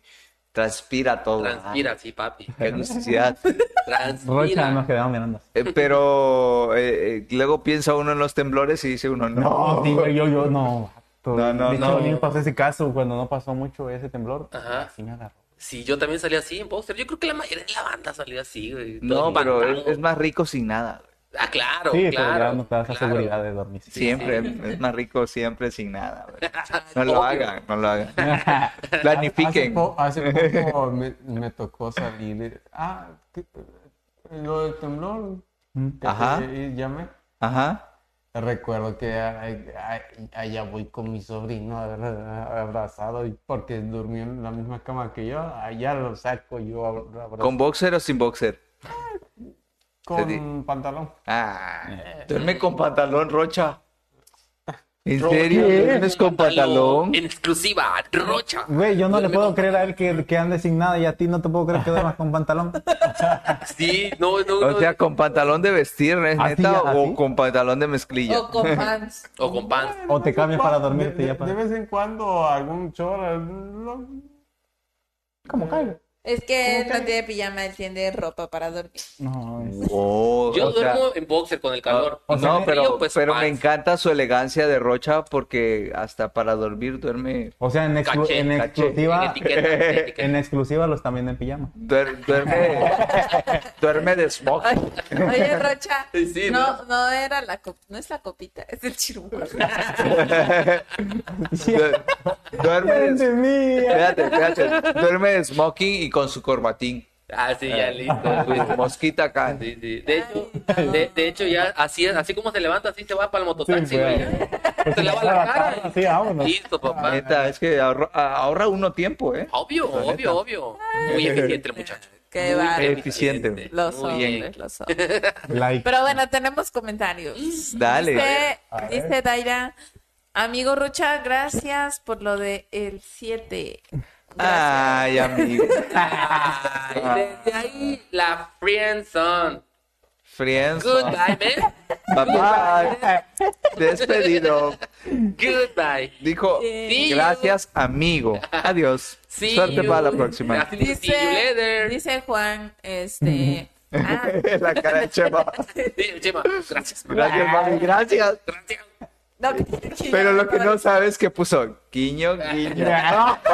Speaker 6: transpira todo.
Speaker 2: Transpira, sí, papi.
Speaker 6: Qué necesidad.
Speaker 3: Rocha, nos
Speaker 2: Transpira.
Speaker 3: quedamos mirando.
Speaker 6: Eh, pero eh, eh, luego piensa uno en los temblores y dice uno, no.
Speaker 3: No, sí, güey, yo, yo, no. vato.
Speaker 6: No, no,
Speaker 3: de hecho,
Speaker 6: no.
Speaker 3: a mí me pasó ese caso cuando no pasó mucho ese temblor.
Speaker 2: Ajá.
Speaker 3: Así me agarró.
Speaker 2: Sí, yo también salí así en póster. Yo creo que la mayoría de la banda salió así, güey. Todo
Speaker 6: No, pero es,
Speaker 2: espantado.
Speaker 6: es más rico sin nada. güey.
Speaker 2: Ah, claro,
Speaker 3: Sí, pero ya
Speaker 2: claro.
Speaker 3: no te das la
Speaker 2: claro.
Speaker 3: seguridad de dormir.
Speaker 6: Siempre, es más rico siempre sin nada. güey. No lo hagan, no lo hagan.
Speaker 5: Hace- Hace,
Speaker 6: Planifiquen.
Speaker 5: po- hace poco me, me tocó salir. eh, Ah, ¿qué- lo del temblor. que
Speaker 6: Ajá.
Speaker 5: te- eh, llamé.
Speaker 6: Ajá.
Speaker 5: Recuerdo que ay, ay, allá voy con mi sobrino abra- abrazado y porque durmió en la misma cama que yo. Allá lo saco yo abra- abrazado.
Speaker 6: ¿Con boxer o sin boxer?
Speaker 5: Con
Speaker 6: Sí.
Speaker 5: pantalón.
Speaker 6: Ah, duerme con pantalón, Rocha. ¿En
Speaker 2: Rocha,
Speaker 6: serio? ¿Duermes con pantalón?
Speaker 2: En exclusiva, Rocha.
Speaker 3: Güey, yo no le
Speaker 2: Duerme
Speaker 3: puedo
Speaker 2: con-
Speaker 3: creer a él que, que ande sin nada y a ti no te puedo creer que duermas con pantalón.
Speaker 2: Sí, no, no, no.
Speaker 6: O sea, con pantalón de vestir, ¿es
Speaker 3: ¿Así,
Speaker 6: neta?
Speaker 3: así?
Speaker 6: ¿O con pantalón de mezclilla?
Speaker 4: O con pants.
Speaker 2: O con pants.
Speaker 3: O te cambias para dormirte
Speaker 5: De,
Speaker 3: y ya para.
Speaker 5: de vez en cuando algún chorro. algún- lo-
Speaker 3: ¿Cómo cae?
Speaker 4: Es que él no tiene pijama, él tiene ropa para dormir.
Speaker 3: No, es-
Speaker 6: Oh,
Speaker 2: Yo
Speaker 6: o sea,
Speaker 2: duermo en boxer con el calor.
Speaker 6: o-
Speaker 3: O sea,
Speaker 6: no,
Speaker 2: frío,
Speaker 6: pero,
Speaker 2: pues,
Speaker 6: pero me
Speaker 2: pants.
Speaker 6: encanta su elegancia de Rocha porque hasta para dormir duerme,
Speaker 3: O sea, en, exclu-
Speaker 2: Caché,
Speaker 3: en
Speaker 2: caché,
Speaker 3: exclusiva.
Speaker 2: en etiqueta, en etiqueta.
Speaker 3: En exclusiva los también en pijama.
Speaker 6: duer- duerme, duerme de smog.
Speaker 4: Ay, Oye, Rocha,
Speaker 2: Sí,
Speaker 4: no, no era la cop- no es la copita, es el chirumbo.
Speaker 6: Du- duerme, de,
Speaker 3: Entendí.
Speaker 6: espérate, espérate, duerme de smoking y con su corbatín.
Speaker 2: Ah, sí, ya listo.
Speaker 6: Con su mosquita acá.
Speaker 2: Sí, sí. De hecho,
Speaker 4: Ay, no.
Speaker 2: de, de hecho ya así, así como se levanta, así se va para el mototaxi,
Speaker 3: Sí,
Speaker 2: güey.
Speaker 3: güey.
Speaker 2: Se lava la cara.
Speaker 3: Sí, vámonos.
Speaker 2: Listo, papá.
Speaker 6: Neta, es que ahorra, ahorra uno tiempo, ¿eh?
Speaker 2: Obvio, obvio, obio obvio. Muy eficiente el muchacho.
Speaker 4: Qué
Speaker 2: Muy
Speaker 4: bárbaro. ¿eh?
Speaker 6: Eficiente.
Speaker 4: Los
Speaker 2: Muy
Speaker 4: hombres,
Speaker 2: bien.
Speaker 4: los hombres.
Speaker 3: Like.
Speaker 4: Pero bueno, tenemos comentarios.
Speaker 6: Dale.
Speaker 4: Dice, dice Daira, amigo Rocha, gracias por lo de el 7.
Speaker 2: Ah,
Speaker 6: Ay, amigo.
Speaker 2: Ay, desde ahí la friend zone.
Speaker 6: Friends.
Speaker 2: Goodbye, man.
Speaker 6: Bye bye. Despedido.
Speaker 2: Goodbye.
Speaker 6: Dijo,
Speaker 2: Sí.
Speaker 6: gracias, amigo. Adiós.
Speaker 2: See
Speaker 6: Suerte
Speaker 2: you.
Speaker 6: para la próxima.
Speaker 2: Así dice, See you
Speaker 4: Dice,
Speaker 2: later.
Speaker 4: dice Juan, este... ah,
Speaker 6: la cara de Chema.
Speaker 2: Sí, Chema, gracias. man.
Speaker 6: Gracias, mami. Gracias.
Speaker 2: Gracias.
Speaker 4: no, que-
Speaker 6: Pero lo que no sabes es que puso guiño, guiño.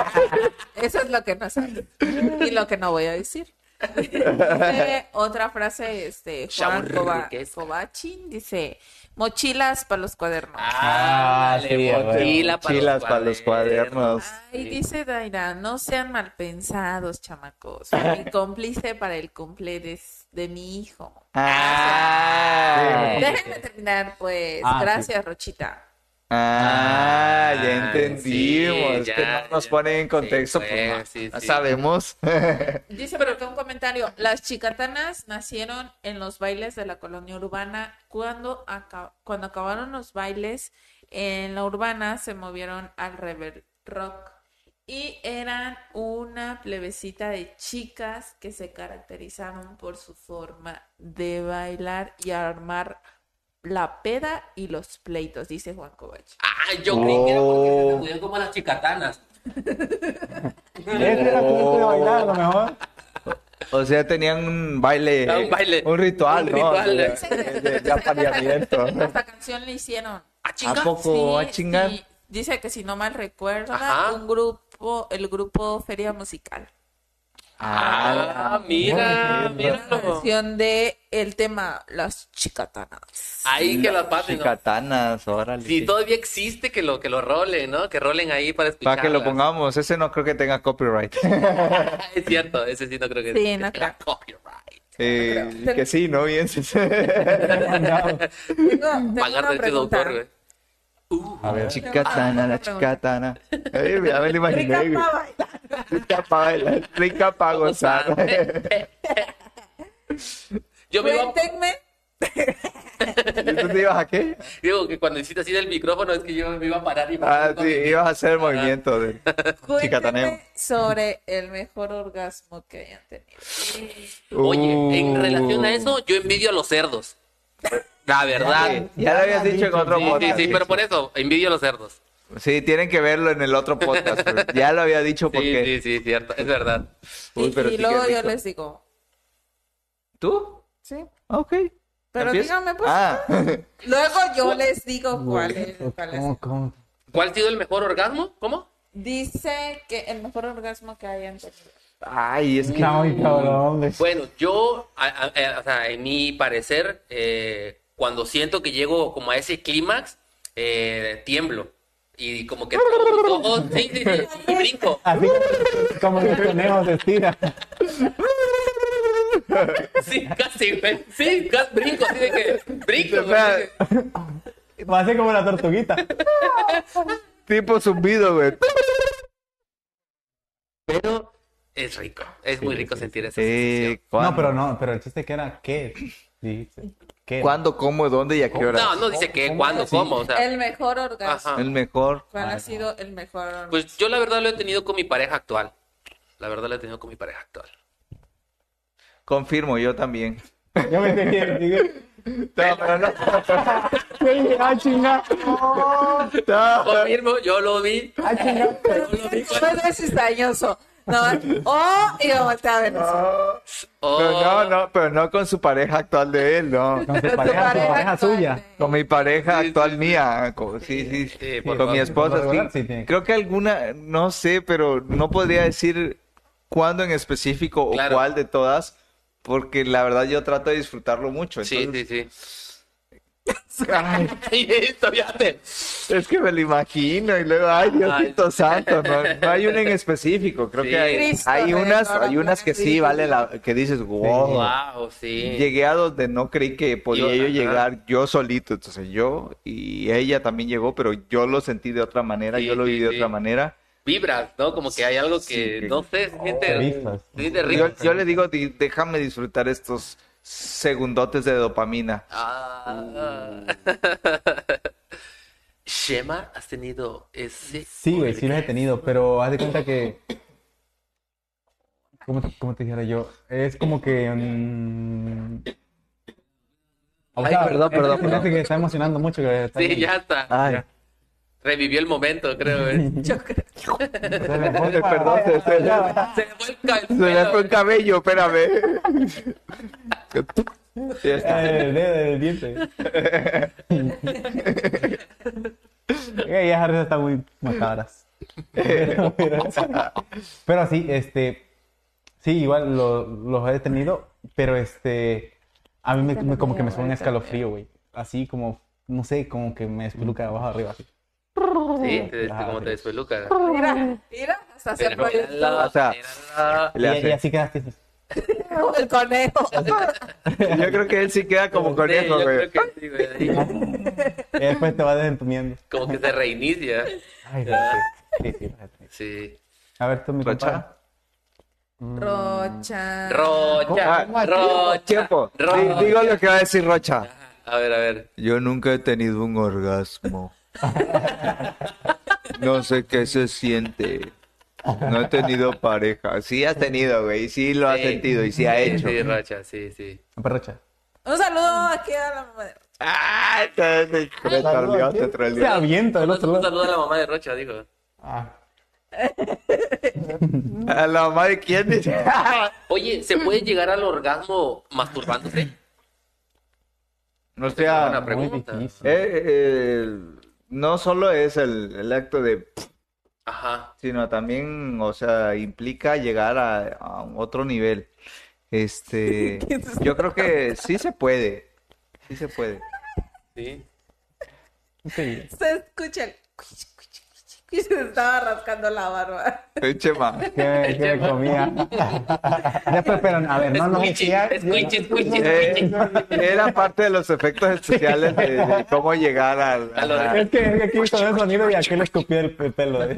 Speaker 4: Eso es lo que no sabes. Y lo que no voy a decir. Dice otra frase, este, Juan Cova-
Speaker 2: Chaburruquesca.
Speaker 4: Covachin dice, mochilas para los cuadernos.
Speaker 2: Ah,
Speaker 6: sí,
Speaker 2: dale,
Speaker 6: a huevo.
Speaker 2: mochila para los
Speaker 6: Mochilas para los cuadernos.
Speaker 4: Ay,
Speaker 2: sí.
Speaker 4: dice Daira, no sean malpensados, chamacos. Mi cómplice para el cumple de, de mi hijo.
Speaker 6: Ah,
Speaker 3: Sí.
Speaker 4: Déjenme terminar, pues.
Speaker 3: Ah, sí.
Speaker 4: Gracias, Rochita.
Speaker 6: Ah,
Speaker 2: Ah,
Speaker 6: ya entendimos.
Speaker 2: sí,
Speaker 6: Es que
Speaker 2: ya,
Speaker 6: no nos
Speaker 2: ya.
Speaker 6: ponen en contexto,
Speaker 2: Sí,
Speaker 6: pues,
Speaker 2: pues,
Speaker 6: no,
Speaker 2: sí,
Speaker 6: no
Speaker 2: sí.
Speaker 6: sabemos.
Speaker 4: Dice por acá un comentario. Las chicatanas nacieron en los bailes de la colonia urbana. Cuando, aca- cuando acabaron los bailes en la urbana, se movieron al rever rock. Y eran una plebecita de chicas que se caracterizaron por su forma de bailar y armar la peda y los pleitos, dice Juan Covach.
Speaker 2: Ah, yo creí que era porque se
Speaker 6: Oh.
Speaker 2: estudió como las chicatanas.
Speaker 3: Ese era tu
Speaker 4: Oh.
Speaker 3: gusto de bailar, a lo mejor.
Speaker 6: O sea, tenían un baile,
Speaker 2: Ah, un baile.
Speaker 6: un ritual,
Speaker 2: Un
Speaker 6: ¿no?
Speaker 2: ritual.
Speaker 6: O sea, de- de- de apareamiento.
Speaker 4: Esta canción le hicieron.
Speaker 2: Ah,
Speaker 6: ¿A
Speaker 2: chinga.
Speaker 6: poco? ¿A chingar?
Speaker 4: sí. Dice que si no mal recuerda,
Speaker 2: Ajá.
Speaker 4: un grupo, el grupo Feria Musical.
Speaker 6: Ah,
Speaker 2: Ah, mira,
Speaker 4: Una
Speaker 2: míralo.
Speaker 4: versión de el tema Las Chicatanas.
Speaker 2: Ahí que las pasen. ¿no?
Speaker 6: Chicatanas, órale.
Speaker 2: Si todavía existe que lo que lo rolen, ¿no? Que rolen ahí para escuchar.
Speaker 6: Para que lo pongamos, ese no creo que tenga copyright.
Speaker 2: Es cierto, ese sí no creo que
Speaker 4: Sí,
Speaker 2: que
Speaker 4: no
Speaker 2: tenga copyright.
Speaker 6: Eh,
Speaker 4: creo.
Speaker 6: que sí, ¿no? Bien. sí, sí.
Speaker 4: Tengo, tengo
Speaker 2: Pagar
Speaker 4: una
Speaker 2: derechos de
Speaker 4: pregunta.
Speaker 2: autor, güey. Uh,
Speaker 5: A ver,
Speaker 2: Ah,
Speaker 6: Chicatana, la chicatana. Ay, ya me lo imaginé.
Speaker 4: Rica
Speaker 6: güey.
Speaker 4: pa' bailar.
Speaker 6: Rica pa' bailar, rica pa' gozar.
Speaker 2: yo me iba,
Speaker 4: Cuéntenme.
Speaker 6: ¿Y ¿Tú te ibas a qué?
Speaker 2: digo que cuando hiciste así del micrófono es que yo me iba a parar y me
Speaker 6: Ah, sí, ibas a hacer el movimiento de chicataneo.
Speaker 4: Cuéntenme sobre el mejor orgasmo que hayan tenido.
Speaker 2: Oye, en
Speaker 6: Uh.
Speaker 2: relación a eso, yo envidio a los cerdos. La verdad.
Speaker 6: Sí, ya lo habías
Speaker 5: Ya
Speaker 6: dicho en otro
Speaker 2: Sí, sí,
Speaker 6: podcast.
Speaker 2: sí, pero por eso, envidio a los cerdos.
Speaker 6: Sí, tienen que verlo en el otro podcast. pero Ya lo había dicho
Speaker 2: Sí,
Speaker 6: porque.
Speaker 2: sí, sí, cierto, es verdad.
Speaker 6: Uy,
Speaker 4: Y-
Speaker 6: pero
Speaker 4: y
Speaker 6: sí que
Speaker 4: luego yo
Speaker 6: rico.
Speaker 4: les digo,
Speaker 6: ¿Tú?
Speaker 4: sí.
Speaker 6: Ah, Ok.
Speaker 4: Pero
Speaker 6: ¿Empieza?
Speaker 4: díganme, pues.
Speaker 6: Ah,
Speaker 4: Luego yo les digo cuál es. cuál es.
Speaker 5: ¿Cómo, cómo?
Speaker 2: ¿Cuál ha sido el mejor orgasmo? ¿Cómo?
Speaker 4: Dice que el mejor orgasmo que hayan tenido.
Speaker 6: ay, es que.
Speaker 5: Está muy cabrón, güey.
Speaker 4: Pues,
Speaker 2: Bueno, yo, a- a- eh, o sea, en mi parecer, eh, cuando siento que llego como a ese clímax, eh, tiemblo. Y como que los ojos, sí, sí, sí, y brinco.
Speaker 3: Así como los conejos se estira.
Speaker 2: Sí, casi, güey. sí, casi brinco, así de que brinco.
Speaker 6: O
Speaker 2: güey,
Speaker 6: sea,
Speaker 2: así de-
Speaker 3: Va a ser como la tortuguita.
Speaker 6: Tipo zumbido, güey.
Speaker 2: Pero es rico, es muy rico sentir esa sensación.
Speaker 6: Sí,
Speaker 3: No, pero
Speaker 6: ¿cuándo?
Speaker 3: no, pero el chiste que era qué. Dijiste, ¿Qué?
Speaker 6: ¿Cuándo, cómo, dónde y a qué hora?
Speaker 2: No, no dice qué,
Speaker 5: ¿Cómo?
Speaker 2: cuándo,
Speaker 5: Sí.
Speaker 2: cómo, o sea,
Speaker 4: El mejor orgasmo.
Speaker 2: Ah. Ajá.
Speaker 6: El mejor.
Speaker 4: ¿Cuál ha sido el mejor orgasmo?
Speaker 2: pues yo la verdad lo he tenido con mi pareja actual. La verdad lo he tenido con mi pareja actual.
Speaker 6: Confirmo, yo también.
Speaker 3: Yo me dije, dije,
Speaker 6: No, pero no.
Speaker 3: ah, chinga,
Speaker 6: No.
Speaker 2: Confirmo, yo lo vi.
Speaker 3: ah, chinga.
Speaker 2: Yo lo vi.
Speaker 4: Después de ese estañoso. pues, No, oh, y lo volteé a ver.
Speaker 2: Oh,
Speaker 6: Pero no, no, pero no con su pareja actual de él, no.
Speaker 3: Con su pareja, su
Speaker 4: pareja
Speaker 3: pareja
Speaker 4: actual, eh,
Speaker 3: suya.
Speaker 4: güey.
Speaker 6: Con mi pareja
Speaker 2: Sí,
Speaker 6: actual mía, con, sí, sí,
Speaker 2: Sí,
Speaker 6: con
Speaker 2: por favor.
Speaker 6: mi
Speaker 3: Por
Speaker 6: esposa.
Speaker 3: lo regular,
Speaker 6: sí.
Speaker 3: sí tiene que-
Speaker 6: Creo que alguna, no sé, pero no podría decir cuándo en específico o
Speaker 2: Claro.
Speaker 6: cuál de todas, porque la verdad yo trato de disfrutarlo mucho.
Speaker 2: Sí,
Speaker 6: entonces-
Speaker 2: sí,
Speaker 6: Ay,
Speaker 2: sí. Todavía te-
Speaker 6: es que me lo imagino y luego, ay, Diosito santo, no, no hay una en específico. Creo
Speaker 2: Sí.
Speaker 6: que hay,
Speaker 4: Cristo
Speaker 6: hay unas,
Speaker 4: redentor,
Speaker 6: hay unas que sí
Speaker 4: bendito.
Speaker 6: vale la, que dices, wow.
Speaker 2: Wow, sí.
Speaker 6: Llegué a donde no creí que podía
Speaker 2: Yo-
Speaker 6: yo,
Speaker 2: ajá.
Speaker 6: llegar yo solito. Entonces yo y ella también llegó, pero yo lo sentí de otra manera,
Speaker 2: Sí,
Speaker 6: yo lo
Speaker 2: sí,
Speaker 6: viví de
Speaker 2: sí.
Speaker 6: otra manera.
Speaker 2: Vibras, ¿no? Como que hay algo que,
Speaker 6: Sí.
Speaker 2: no sé, se siente,
Speaker 3: Vibras.
Speaker 2: se siente rico.
Speaker 6: Yo, yo le digo, "Di- déjame disfrutar estos segundotes de dopamina.
Speaker 2: Ah. Shema, ¿has tenido ese?
Speaker 3: Sí, güey, sí los he tenido, pero haz de cuenta que. ¿Cómo te, cómo te dijera yo? Es como que. mm, o
Speaker 6: Ay,
Speaker 3: sea,
Speaker 6: perdón,
Speaker 3: es-
Speaker 6: perdón,
Speaker 3: es que
Speaker 6: perdón.
Speaker 3: que está emocionando mucho. que está
Speaker 2: Sí,
Speaker 3: bien.
Speaker 2: ya está.
Speaker 6: Ay,
Speaker 2: Revivió el momento, creo. güey.
Speaker 3: Se me fue-
Speaker 6: perdón, se, se-
Speaker 2: Se le fue el ca- el
Speaker 6: se me
Speaker 2: pelo,
Speaker 6: fue el cabello, espérame. Ya está.
Speaker 3: Eh, El dedo del diente. Eh, ya Harry está muy macabras. Pero, pero sí, este. Sí, igual lo- los he detenido, pero este, a mí me, me- como que me sube un escalofrío, güey. Así como, no sé, como que me despeluca de abajo a arriba. Así.
Speaker 2: Sí, te-
Speaker 3: Ah,
Speaker 2: como te
Speaker 3: sí.
Speaker 2: despeluca.
Speaker 4: Mira, mira, hasta se
Speaker 2: Pero
Speaker 4: proyectó
Speaker 2: mírala,
Speaker 6: O sea,
Speaker 2: mírala.
Speaker 3: Y,
Speaker 6: Le hace.
Speaker 3: y así quedaste. así.
Speaker 4: el conejo.
Speaker 6: Yo creo que él sí queda como
Speaker 2: Sí,
Speaker 6: conejo,
Speaker 2: yo
Speaker 6: güey.
Speaker 2: creo que sí, güey.
Speaker 3: "Ah". Y después te vas desentumiendo.
Speaker 2: Como que se reinicia.
Speaker 3: Ay, güey, sí, sí, sí.
Speaker 2: Sí.
Speaker 3: A ver, tú, mi
Speaker 6: Rocha.
Speaker 3: compa.
Speaker 4: Rocha.
Speaker 2: Rocha,
Speaker 5: ¿Cómo?
Speaker 2: rocha,
Speaker 6: Tiempo. Di-
Speaker 2: rocha.
Speaker 6: Digo lo que va a decir Rocha.
Speaker 2: A ver, a ver.
Speaker 6: Yo nunca he tenido un orgasmo. No sé qué se siente. No he tenido pareja. Sí has tenido, güey. Sí lo has
Speaker 2: Sí.
Speaker 6: sentido y sí ha
Speaker 2: Sí,
Speaker 6: hecho.
Speaker 2: Sí, Rocha, sí, sí.
Speaker 3: Compa Rocha.
Speaker 4: Un saludo aquí a la mamá de Rocha.
Speaker 6: Ah, te, te- te troleó, te
Speaker 3: Se
Speaker 6: troleó.
Speaker 3: avienta del
Speaker 2: Un
Speaker 3: otro lado.
Speaker 2: saludo a la mamá de Rocha, dijo.
Speaker 5: Ah,
Speaker 6: A la mamá de quién dice.
Speaker 2: Oye, ¿se puede llegar al orgasmo masturbándose?
Speaker 6: No sé,
Speaker 2: Buena
Speaker 6: ah,
Speaker 3: Muy
Speaker 2: pregunta.
Speaker 6: eh,
Speaker 3: difícil.
Speaker 6: eh, el- no solo es el, el acto de,
Speaker 2: Ajá.
Speaker 6: sino también, o sea, implica llegar a, a otro nivel. Este, yo creo que sí se puede, sí se puede.
Speaker 2: Sí.
Speaker 3: Sí.
Speaker 4: Se escucha el... cuish, cuish, cuish, cuish, Se estaba rascando la barba.
Speaker 6: Eh, Chema,
Speaker 3: Que me, que me comía. Ya, pero, pero, a ver, no, no.
Speaker 2: Squishy,
Speaker 3: ya-
Speaker 2: squishy, squishy,
Speaker 6: eh,
Speaker 2: squishy.
Speaker 6: era parte de los efectos especiales de, de cómo llegar al...
Speaker 2: Al orgasmo.
Speaker 3: Es que, es que aquí hizo el sonido y aquí le escupí el el pelo. ¿eh?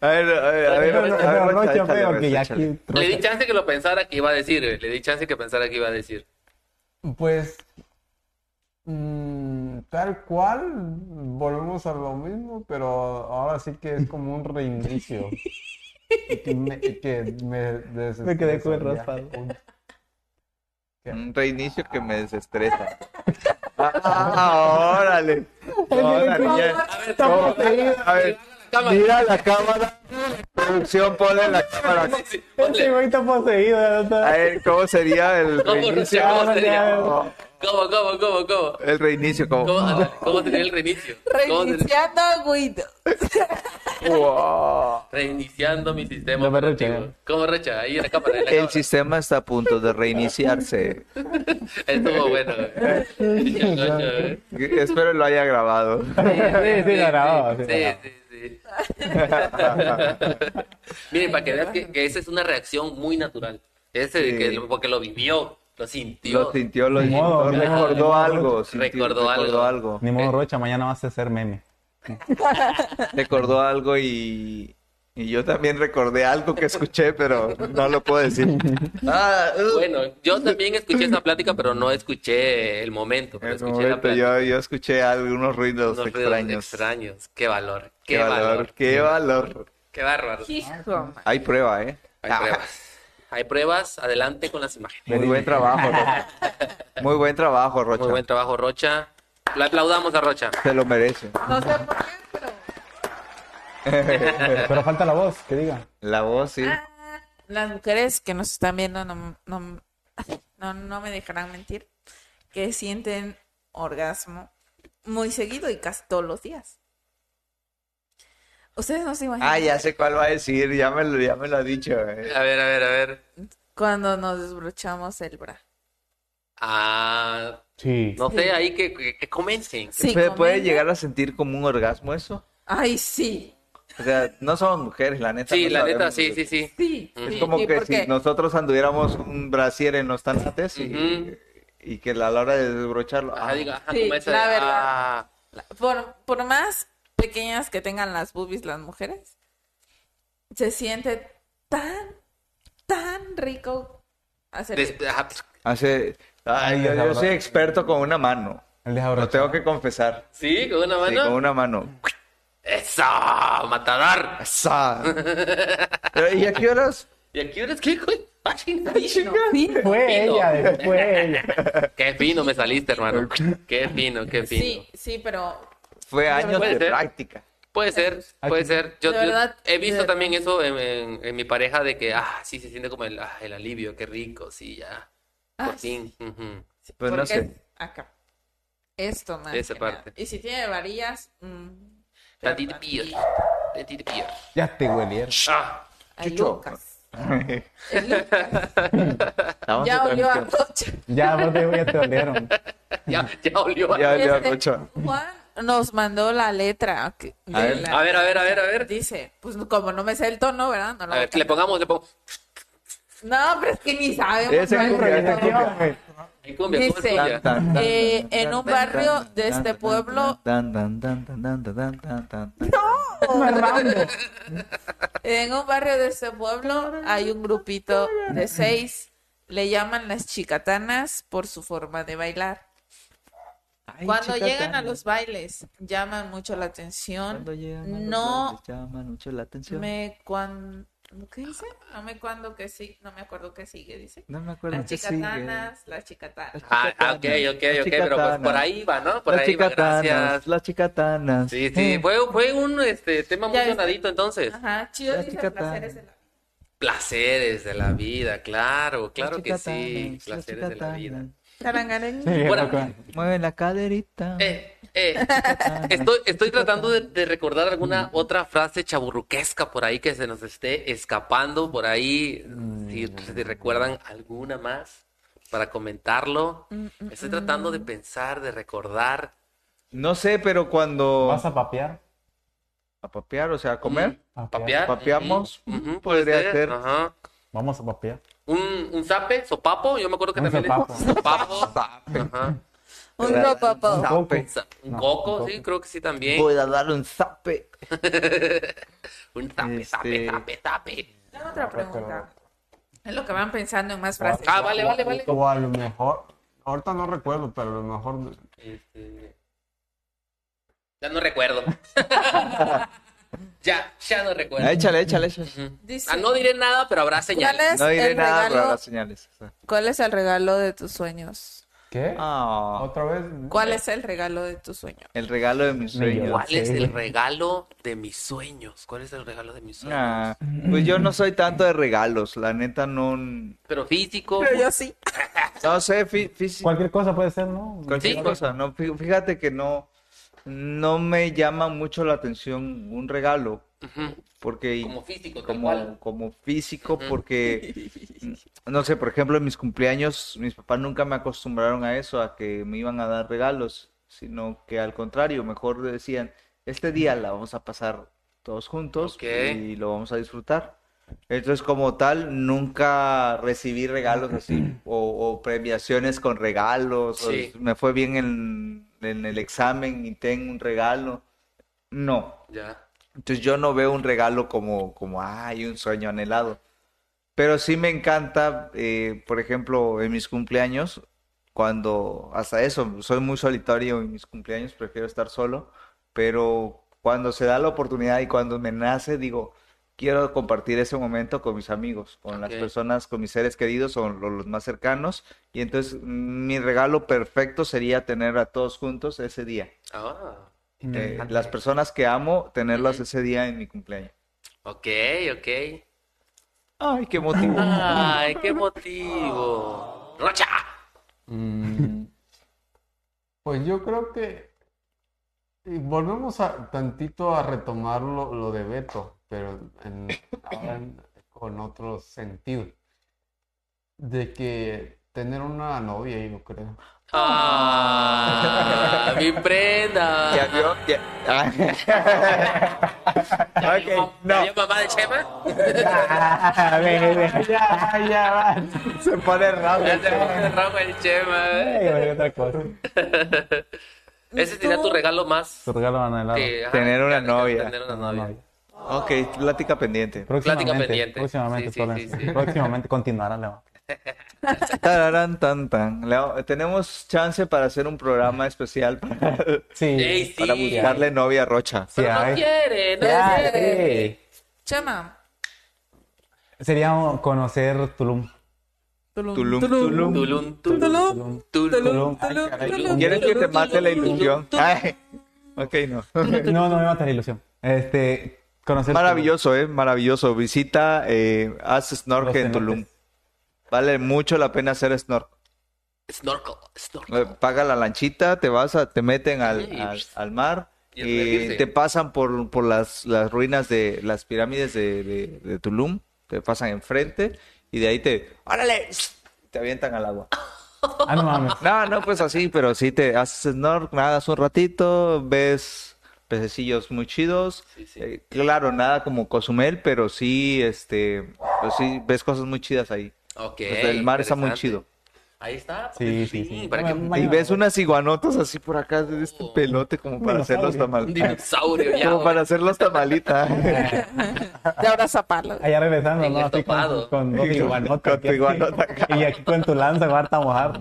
Speaker 6: A ver, a ver,
Speaker 3: Pero,
Speaker 6: a ver, a ver,
Speaker 3: pero
Speaker 6: Rocha,
Speaker 3: Rocha,
Speaker 6: échale,
Speaker 3: veo
Speaker 6: Rocha,
Speaker 3: que ya
Speaker 6: échale.
Speaker 3: aquí.
Speaker 2: Le di
Speaker 3: Rocha.
Speaker 2: chance que lo pensara que iba a decir, güey. Le di chance que pensara que iba a decir.
Speaker 5: Pues mm, tal cual, volvemos a lo mismo, pero ahora sí que es como un reinicio. Y que me, y que me
Speaker 3: Me quedé con el
Speaker 5: desestresaría.
Speaker 3: raspado.
Speaker 6: Un reinicio que me desestresa. Ah, órale. Órale, ya.
Speaker 2: A ver,
Speaker 6: No, A
Speaker 3: Eh,
Speaker 6: ver, mira la cámara. Producción, ponle la cámara.
Speaker 3: Ese
Speaker 2: Sí, ponle.
Speaker 3: güey está poseído. ya
Speaker 6: A
Speaker 3: está.
Speaker 6: ver, ¿cómo sería el
Speaker 2: ¿Cómo,
Speaker 6: reinicio?
Speaker 2: Rocha? ¿Cómo
Speaker 3: Ahora
Speaker 2: sería?
Speaker 3: ya- Eh,
Speaker 6: Oh,
Speaker 2: ¿Cómo, cómo, cómo, cómo?
Speaker 6: El reinicio,
Speaker 2: ¿Cómo,
Speaker 6: como.
Speaker 2: ándale, cómo sería el reinicio? ¿Cómo sería-
Speaker 4: Reiniciando a Guido.
Speaker 6: Wow.
Speaker 2: Reiniciando mi sistema.
Speaker 3: No me
Speaker 2: operativo.
Speaker 3: rechagan.
Speaker 2: ¿Cómo recha? Ahí en la cámara. En la
Speaker 6: El
Speaker 2: cámara.
Speaker 6: sistema está a punto de reiniciarse.
Speaker 2: Estuvo bueno. eh. güey. Pinche Rocha, güey.
Speaker 6: Espero lo haya grabado.
Speaker 3: Sí, sí, lo grababa, sí, lo
Speaker 2: Sí,
Speaker 3: grababa.
Speaker 2: sí, sí. Miren, para que veas que, que esa es una reacción muy natural. Ese de que
Speaker 6: Sí.
Speaker 2: lo- porque lo vivió, lo sintió.
Speaker 6: Lo sintió, lo
Speaker 3: Ni modo,
Speaker 6: sintió,
Speaker 3: mira, ni
Speaker 6: recordó
Speaker 3: modo,
Speaker 6: algo.
Speaker 3: Rocha.
Speaker 6: sintió-
Speaker 2: Recordó
Speaker 6: recordó
Speaker 2: algo.
Speaker 6: algo.
Speaker 3: Ni modo, Rocha, mañana vas a hacer meme.
Speaker 6: recordó algo y, y yo también recordé algo que escuché, pero no lo puedo decir. Ah, uh,
Speaker 2: Bueno, yo también escuché esa plática, pero no escuché el momento. Pero
Speaker 6: en un
Speaker 2: pues, escuché la
Speaker 6: momento
Speaker 2: plática.
Speaker 6: yo, yo escuché algunos ruidos
Speaker 2: Unos ruidos
Speaker 6: extraños.
Speaker 2: extraños. Qué valor. Qué,
Speaker 6: Qué
Speaker 2: valor.
Speaker 6: valor, qué valor.
Speaker 2: Qué bárbaro.
Speaker 4: Hijo.
Speaker 6: Hay prueba, ¿eh?
Speaker 2: Hay
Speaker 6: Ah,
Speaker 2: pruebas. Hay pruebas. Adelante con las imágenes.
Speaker 6: muy buen trabajo, Rocha. Muy buen trabajo, Rocha.
Speaker 2: Muy buen trabajo, Rocha. Lo aplaudamos a Rocha.
Speaker 6: Se lo merece.
Speaker 4: No sé por qué, pero...
Speaker 3: Pero falta la voz, que diga.
Speaker 6: La voz, sí.
Speaker 4: Ah, Las mujeres que nos están viendo no, no, no, no me dejarán mentir que sienten orgasmo muy seguido y casi todos los días. Ustedes no se imaginan
Speaker 6: Ah, ya sé cuál va a decir, ya me lo, ya me lo ha dicho. eh.
Speaker 2: A ver, a ver, a ver.
Speaker 4: cuando nos desbrochamos el bra.
Speaker 2: Ah,
Speaker 3: Sí.
Speaker 2: no sé, ahí que, que, que comiencen.
Speaker 4: Sí,
Speaker 6: ¿Puede, puede
Speaker 4: comenta.
Speaker 6: llegar a sentir como un orgasmo eso?
Speaker 4: Ay, sí,
Speaker 6: O sea, no somos mujeres, la neta.
Speaker 2: Sí,
Speaker 6: no
Speaker 2: la neta,
Speaker 6: sabemos.
Speaker 2: sí, sí, sí.
Speaker 4: sí.
Speaker 2: Es
Speaker 6: Es
Speaker 4: sí,
Speaker 6: como
Speaker 4: sí,
Speaker 6: que
Speaker 4: porque
Speaker 6: si nosotros anduviéramos un brasier en los tanates y,
Speaker 2: Ujú.
Speaker 6: y que a la hora de desbrocharlo.
Speaker 2: Ajá,
Speaker 6: ah,
Speaker 2: diga, ajá,
Speaker 4: Sí,
Speaker 2: como esa
Speaker 4: la
Speaker 2: de,
Speaker 4: verdad.
Speaker 2: ah,
Speaker 4: por, por más pequeñas que tengan las boobies las mujeres, se siente tan, tan rico hacer
Speaker 2: des- ajá, pues,
Speaker 6: Hace. Ay,
Speaker 3: Ay,
Speaker 6: yo,
Speaker 3: la
Speaker 6: yo
Speaker 3: verdad.
Speaker 6: soy experto con una mano.
Speaker 3: El
Speaker 6: Lo
Speaker 3: desabrochado.
Speaker 6: tengo que confesar.
Speaker 2: Sí, con una
Speaker 6: Sí,
Speaker 2: mano.
Speaker 6: con una mano.
Speaker 2: ¡Eso! ¡Matador!
Speaker 6: ¡Sa! Pero, ¿Y a qué horas?
Speaker 2: ¿Y aquí eres qué, güey? Ay, chinga.
Speaker 4: Sí,
Speaker 3: Fue
Speaker 2: Fino.
Speaker 3: ella, de- fue ella.
Speaker 2: ¡Qué fino me saliste, hermano! ¡Qué fino, qué fino!
Speaker 4: sí, sí, pero
Speaker 6: Fue años
Speaker 2: Puede
Speaker 6: de
Speaker 2: ser.
Speaker 6: práctica.
Speaker 2: Puede ser, puede ser. Yo,
Speaker 4: De
Speaker 2: yo
Speaker 4: verdad,
Speaker 2: he visto
Speaker 4: de-
Speaker 2: también eso en, en- en mi pareja de que, ah, sí, se siente como el, ah, el alivio, qué rico, sí, ya. Por
Speaker 4: Ah,
Speaker 2: fin. ujú.
Speaker 6: Pues no
Speaker 4: porque
Speaker 6: sé.
Speaker 4: es acá. Esto más.
Speaker 2: Esa
Speaker 4: que nada.
Speaker 2: parte.
Speaker 4: Y si tiene varillas, mm, pero
Speaker 2: Tantito pío, tantito pío.
Speaker 3: Ya te huelieron.
Speaker 2: Ah,
Speaker 4: Ay,
Speaker 6: Chucho.
Speaker 4: Lucas. Es Lucas.
Speaker 6: Vamos
Speaker 4: Ya
Speaker 6: a
Speaker 4: olió a
Speaker 6: transmitir.
Speaker 4: Rocha.
Speaker 3: Ya, vos te, ya te dolieron.
Speaker 2: Ya, ya olió.
Speaker 6: Ya olió a
Speaker 4: Este,
Speaker 6: Rocha.
Speaker 4: Juan nos mandó la letra. que- de
Speaker 6: A ver.
Speaker 4: la-
Speaker 2: A ver, a ver, a ver, a ver.
Speaker 4: Dice, pues como no me sé el tono, ¿verdad? No, lo
Speaker 2: A
Speaker 4: voy
Speaker 2: ver,
Speaker 4: a
Speaker 2: que le pongamos, le pongamos.
Speaker 4: No, pero es que ni sabemos.
Speaker 6: Ese
Speaker 4: no hay
Speaker 6: cumbia, ese
Speaker 4: problema.
Speaker 6: cumbia.
Speaker 2: Hay cumbia, hay
Speaker 4: Dice-
Speaker 2: cumbia.
Speaker 6: Tan, tan,
Speaker 4: Eh, en un barrio de este pueblo,
Speaker 6: Tan, tan, tan, tan, tan, tan, tan, tan, tan.
Speaker 4: en un barrio de este pueblo hay un grupito de seis. Le llaman las chicatanas por su forma de bailar.
Speaker 6: Ay,
Speaker 4: Cuando
Speaker 6: chica,
Speaker 4: llegan a
Speaker 6: tan-
Speaker 4: los bailes, llaman mucho la atención.
Speaker 6: cuando llegan a los
Speaker 4: No
Speaker 6: bailes, llaman mucho la atención.
Speaker 4: Me cuan... ¿Qué dice? No me cuando que sí, no me acuerdo que sigue, dice.
Speaker 6: No me acuerdo
Speaker 4: Las
Speaker 6: qué sigue.
Speaker 4: chicatanas, las chicatanas.
Speaker 2: Ah, ah, ok, ok,
Speaker 6: Las
Speaker 2: ok, pero pues
Speaker 6: chicatanas.
Speaker 2: por ahí va, ¿no? Por
Speaker 6: Las
Speaker 2: ahí va, gracias.
Speaker 6: chicatanas, las chicatanas.
Speaker 2: Sí, sí, fue, fue un este, tema muy
Speaker 4: Ya está.
Speaker 2: sonadito entonces.
Speaker 4: Ajá, chido
Speaker 6: Las
Speaker 4: dice
Speaker 6: chicatanas.
Speaker 4: placeres de la vida.
Speaker 2: Placeres de la vida, claro, claro
Speaker 6: Las
Speaker 2: que sí,
Speaker 6: chicatanas, las
Speaker 2: placeres de la vida.
Speaker 6: chicatanas.
Speaker 4: Tarangareña.
Speaker 3: Sí, viejo,
Speaker 2: Bueno.
Speaker 3: con-
Speaker 6: Mueve la caderita.
Speaker 2: Eh, eh, estoy, estoy tratando de, de recordar alguna otra frase chaburruquesca por ahí que se nos esté escapando por ahí, si, si recuerdan alguna más para
Speaker 4: Mm,
Speaker 2: comentarlo. Estoy tratando de pensar, de recordar.
Speaker 6: No sé, pero cuando
Speaker 3: ¿Vas a papear?
Speaker 6: a papear, o sea, a comer,
Speaker 2: Mm.
Speaker 3: Papear.
Speaker 2: Papear.
Speaker 6: Papeamos.
Speaker 2: Ujú, ujú,
Speaker 6: Podría
Speaker 2: puede ser,
Speaker 6: ser.
Speaker 2: ajá.
Speaker 3: Vamos a papear.
Speaker 2: Un, un zape, sopapo, yo me acuerdo que
Speaker 3: Un
Speaker 2: también le-
Speaker 3: sopapo.
Speaker 2: sopapo. Ajá.
Speaker 4: Un ropapo.
Speaker 6: Zape.
Speaker 3: Coco.
Speaker 2: Sa- Un
Speaker 3: No,
Speaker 2: coco,
Speaker 3: un coco.
Speaker 2: sí, creo que sí también.
Speaker 6: voy a dar un zape.
Speaker 2: Un zape, zape,
Speaker 6: Este-
Speaker 2: zape, zape.
Speaker 4: Tengo otra pregunta. Es lo que van pensando en más frases.
Speaker 2: Ah, vale, vale, vale.
Speaker 5: O a lo mejor, ahorita no recuerdo, pero a lo mejor
Speaker 2: Este, Ya no recuerdo. ya, ya no recuerdo.
Speaker 6: Ah, Échale, échale, échale.
Speaker 4: Dice,
Speaker 2: Ah, no diré nada, pero habrá
Speaker 4: ¿cuál
Speaker 2: señales.
Speaker 4: es,
Speaker 6: No diré
Speaker 4: el
Speaker 6: nada
Speaker 4: regalo,
Speaker 6: para las señales.
Speaker 4: ¿Cuál es el regalo de tus sueños?
Speaker 5: ¿Qué?
Speaker 6: Ah,
Speaker 5: ¿Otra vez?
Speaker 4: ¿Cuál es el regalo de tus sueños?
Speaker 6: el regalo de mis
Speaker 3: Me
Speaker 6: sueños.
Speaker 3: llevó.
Speaker 2: ¿Cuál es
Speaker 3: Sí.
Speaker 2: el regalo de mis sueños? ¿Cuál es el regalo de mis sueños?
Speaker 6: Ah, pues yo no soy tanto de regalos, la neta no. No
Speaker 2: Pero físico.
Speaker 4: sí.
Speaker 6: sé, fí- físico.
Speaker 3: Cualquier cosa puede ser, ¿no?
Speaker 6: Cualquier
Speaker 2: Sí.
Speaker 6: cosa, no, fí- fíjate que no, no me llama mucho la atención un regalo,
Speaker 2: Ujú,
Speaker 6: porque
Speaker 2: Como físico, tal
Speaker 6: como,
Speaker 2: cual.
Speaker 6: como físico, porque, no sé, por ejemplo, en mis cumpleaños, mis papás nunca me acostumbraron a eso, a que me iban a dar regalos, sino que al contrario, mejor decían, este día la vamos a pasar todos juntos
Speaker 2: Ok.
Speaker 6: y lo vamos a disfrutar. Entonces, como tal, nunca recibí regalos así o, o premiaciones con regalos. o
Speaker 2: Sí.
Speaker 6: me fue bien en, en el examen y tengo un regalo. No,
Speaker 2: Ya.
Speaker 6: entonces yo no veo un regalo como, como, ay, un sueño anhelado. Pero sí me encanta, eh, por ejemplo, en mis cumpleaños, cuando, hasta eso, soy muy solitario en mis cumpleaños, prefiero estar solo, pero cuando se da la oportunidad y cuando me nace, digo, quiero compartir ese momento con mis amigos, con las
Speaker 2: Ok.
Speaker 6: personas, con mis seres queridos o lo- los más cercanos. Y entonces mi regalo perfecto sería tener a todos juntos ese día
Speaker 2: Ah,
Speaker 6: eh, las personas que amo, tenerlas ese día en mi cumpleaños.
Speaker 2: ok, ok.
Speaker 6: Ay, qué motivo.
Speaker 2: Ay, qué motivo. Rocha.
Speaker 5: Mm, Pues yo creo que y volvemos a tantito a retomar lo, lo de Beto, pero en- ahora en- con otro sentido. De que tener una novia, yo creo.
Speaker 2: Ah, mi prenda.
Speaker 6: Ya vio, ya-
Speaker 2: ¿Ya
Speaker 6: Ah.
Speaker 2: vio
Speaker 6: Ok,
Speaker 2: mam- ya
Speaker 6: no,
Speaker 2: vio mamá de Chema?
Speaker 3: Ah, ve, ve.
Speaker 5: Ya, ya, va.
Speaker 6: se pone
Speaker 2: Ya
Speaker 6: rápido.
Speaker 2: se puso rojo el Chema.
Speaker 3: Ay, vale, otra cosa.
Speaker 2: Ese sería tu regalo más.
Speaker 3: Tu regalo anhelado.
Speaker 2: que, ajá,
Speaker 6: Tener una
Speaker 2: que-
Speaker 6: novia.
Speaker 2: Tener una
Speaker 3: No,
Speaker 2: novia.
Speaker 3: no.
Speaker 6: Ok, plática pendiente.
Speaker 3: Próximamente,
Speaker 2: pendiente.
Speaker 3: próximamente,
Speaker 2: Sí, sí,
Speaker 3: Torrens.
Speaker 2: sí, sí.
Speaker 3: próximamente continuará, Leo.
Speaker 6: Tararán, tan, tan. Leo, tenemos chance para hacer un programa especial para,
Speaker 3: Sí,
Speaker 2: Ey, sí.
Speaker 6: para buscarle novia a Rocha.
Speaker 3: sí,
Speaker 2: Pero no
Speaker 3: ay.
Speaker 2: quiere, no
Speaker 3: Ya,
Speaker 2: quiere.
Speaker 3: sí.
Speaker 4: Chema.
Speaker 3: Sería conocer Tulum.
Speaker 4: Tulum.
Speaker 6: Tulum, Tulum.
Speaker 2: Tulum, tulum, tulum,
Speaker 3: Tulum.
Speaker 2: tulum,
Speaker 3: Ay,
Speaker 2: tulum,
Speaker 6: ¿Quieres que te
Speaker 2: tulum,
Speaker 6: mate la
Speaker 2: tulum,
Speaker 6: ilusión? Ay, ok, no.
Speaker 3: No, no me mata la ilusión. Este, conocer
Speaker 6: Maravilloso, eh, maravilloso. Visita, eh, haz
Speaker 3: Tulum. Los
Speaker 6: snorkel en
Speaker 3: cenotes.
Speaker 6: Tulum. Vale mucho la pena hacer snorkel.
Speaker 2: Snorkel, snorkel.
Speaker 6: Eh, Paga la lanchita, te vas a, te meten al,
Speaker 2: Sí. pues.
Speaker 6: al, al mar
Speaker 2: Y
Speaker 6: y,
Speaker 2: a divertirse.
Speaker 6: te pasan por, por las, las ruinas de las pirámides de, de- de Tulum Te pasan enfrente y de ahí te. ¡Órale! Te avientan al agua.
Speaker 3: Ah, no mames.
Speaker 6: No, no, pues así, pero sí te haces snork, nadas un ratito, ves pececillos muy chidos. Eh, claro, nada como Cozumel, pero sí, este, pues sí, ves cosas muy chidas ahí.
Speaker 2: Ok.
Speaker 6: O sea, Pues el mar está muy chido.
Speaker 2: interesante. Ahí está.
Speaker 3: Sí, sí, sí.
Speaker 2: Para que...
Speaker 6: Y ves unas iguanotas así por acá de este pelote como para hacer los
Speaker 2: Un
Speaker 6: tamalitas.
Speaker 2: dinosaurio ya.
Speaker 6: Como para hacer los tamalitas. Ah.
Speaker 4: De ahora zaparlo.
Speaker 3: Allá regresando,
Speaker 2: En
Speaker 3: ¿no?
Speaker 2: el
Speaker 3: Así con,
Speaker 2: topado.
Speaker 3: con dos iguanotas.
Speaker 6: Con tu iguanota acá.
Speaker 3: Y aquí con tu lanza, guarda a mojar.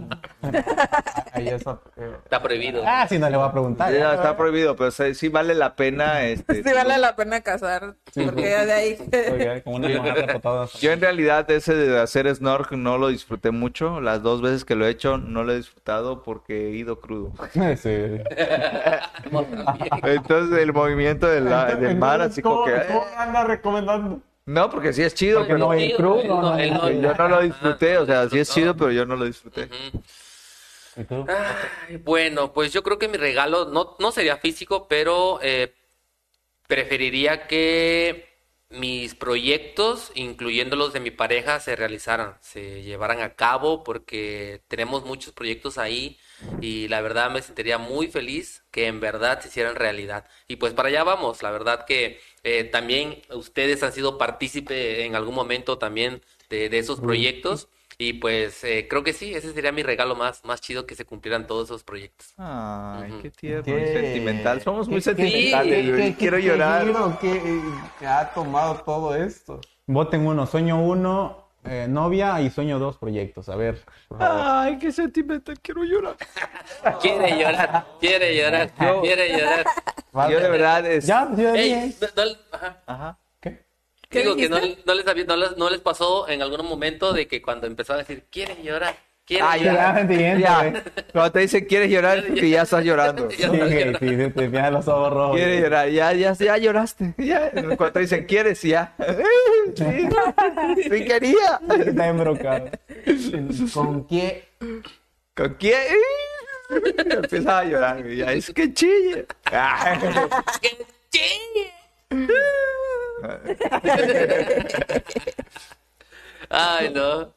Speaker 5: Ahí esa, eh,
Speaker 2: Está prohibido.
Speaker 3: Ah, si no le voy a preguntar.
Speaker 6: Ya, está prohibido, pero sí, sí vale la pena. Este,
Speaker 4: Sí vale la pena casar, porque ya de ahí...
Speaker 3: Oye, como una mojarra por todas.
Speaker 6: Yo en realidad ese de hacer snork no lo disfruté mucho. Las dos veces que lo he hecho no lo he disfrutado porque he ido crudo.
Speaker 3: Sí.
Speaker 6: Entonces el movimiento del, la-
Speaker 5: entonces-
Speaker 6: del mar
Speaker 5: entonces,
Speaker 6: así
Speaker 5: ¿cómo-
Speaker 6: como que... eh,
Speaker 5: cómo anda recomendando?
Speaker 6: No, porque sí es chido,
Speaker 2: Porque
Speaker 6: pero
Speaker 3: no
Speaker 2: Sí,
Speaker 3: hay cruz,
Speaker 2: él
Speaker 3: no,
Speaker 2: no-
Speaker 3: no,
Speaker 2: él no-
Speaker 3: no.
Speaker 6: yo no lo disfruté. O sea, sí es
Speaker 2: disfrutó.
Speaker 6: chido, pero yo no lo disfruté.
Speaker 2: Ay, Bueno, pues yo creo que mi regalo no, no sería físico, pero eh, preferiría que mis proyectos, incluyendo los de mi pareja, se realizaran, se llevaran a cabo, porque tenemos muchos proyectos ahí y la verdad me sentiría muy feliz que en verdad se hicieran realidad. Y pues para allá vamos, la verdad que eh, también ustedes han sido partícipe en algún momento también de, de esos proyectos. Y pues eh, creo que sí, ese sería mi regalo más, más chido que se cumplieran todos esos proyectos.
Speaker 6: Ay,
Speaker 2: Ujú.
Speaker 6: qué tierno y
Speaker 5: Qué-
Speaker 6: sentimental. Somos muy
Speaker 5: qué- qué-
Speaker 6: sentimentales,
Speaker 2: qué-
Speaker 6: güey.
Speaker 5: ¿Qué-
Speaker 6: Quiero
Speaker 5: qué
Speaker 6: llorar.
Speaker 5: giro que, que ha tomado todo esto?
Speaker 3: Voten uno, sueño uno, eh, novia y sueño dos proyectos. A ver. por favor.
Speaker 6: Ay, qué sentimental. Quiero llorar.
Speaker 2: Quiere llorar, quiere llorar, quiere llorar.
Speaker 6: Yo de verdad... es-
Speaker 3: Ya, yo
Speaker 2: Ey,
Speaker 3: dije.
Speaker 2: no- no- ajá.
Speaker 6: Ajá.
Speaker 4: ¿Qué
Speaker 2: Digo que no,
Speaker 4: dijiste?
Speaker 2: no les, había- no, les, no les pasó en algún momento de que cuando empezó a decir, quiere llorar, quiere
Speaker 6: Ah,
Speaker 3: ya.
Speaker 2: llorar.
Speaker 3: Ya, siguiente,
Speaker 6: Ya.
Speaker 3: güey.
Speaker 6: Cuando te dicen quieres llorar, es porque ya estás llorando.
Speaker 2: Ya
Speaker 3: Sí,
Speaker 2: no
Speaker 3: güey,
Speaker 2: llora.
Speaker 3: sí, sí, te miran los ojos rojos.
Speaker 6: Quieres llorar, ya, ya, ya lloraste. Ya. Cuando te dicen quieres, ya. Sí, sí quería.
Speaker 3: Está embrocado.
Speaker 5: ¿Con qué?
Speaker 6: ¿Con quién? Empiezas a llorar. güey, Ya, es que chille. Ah.
Speaker 2: Que chingue. Ay, no.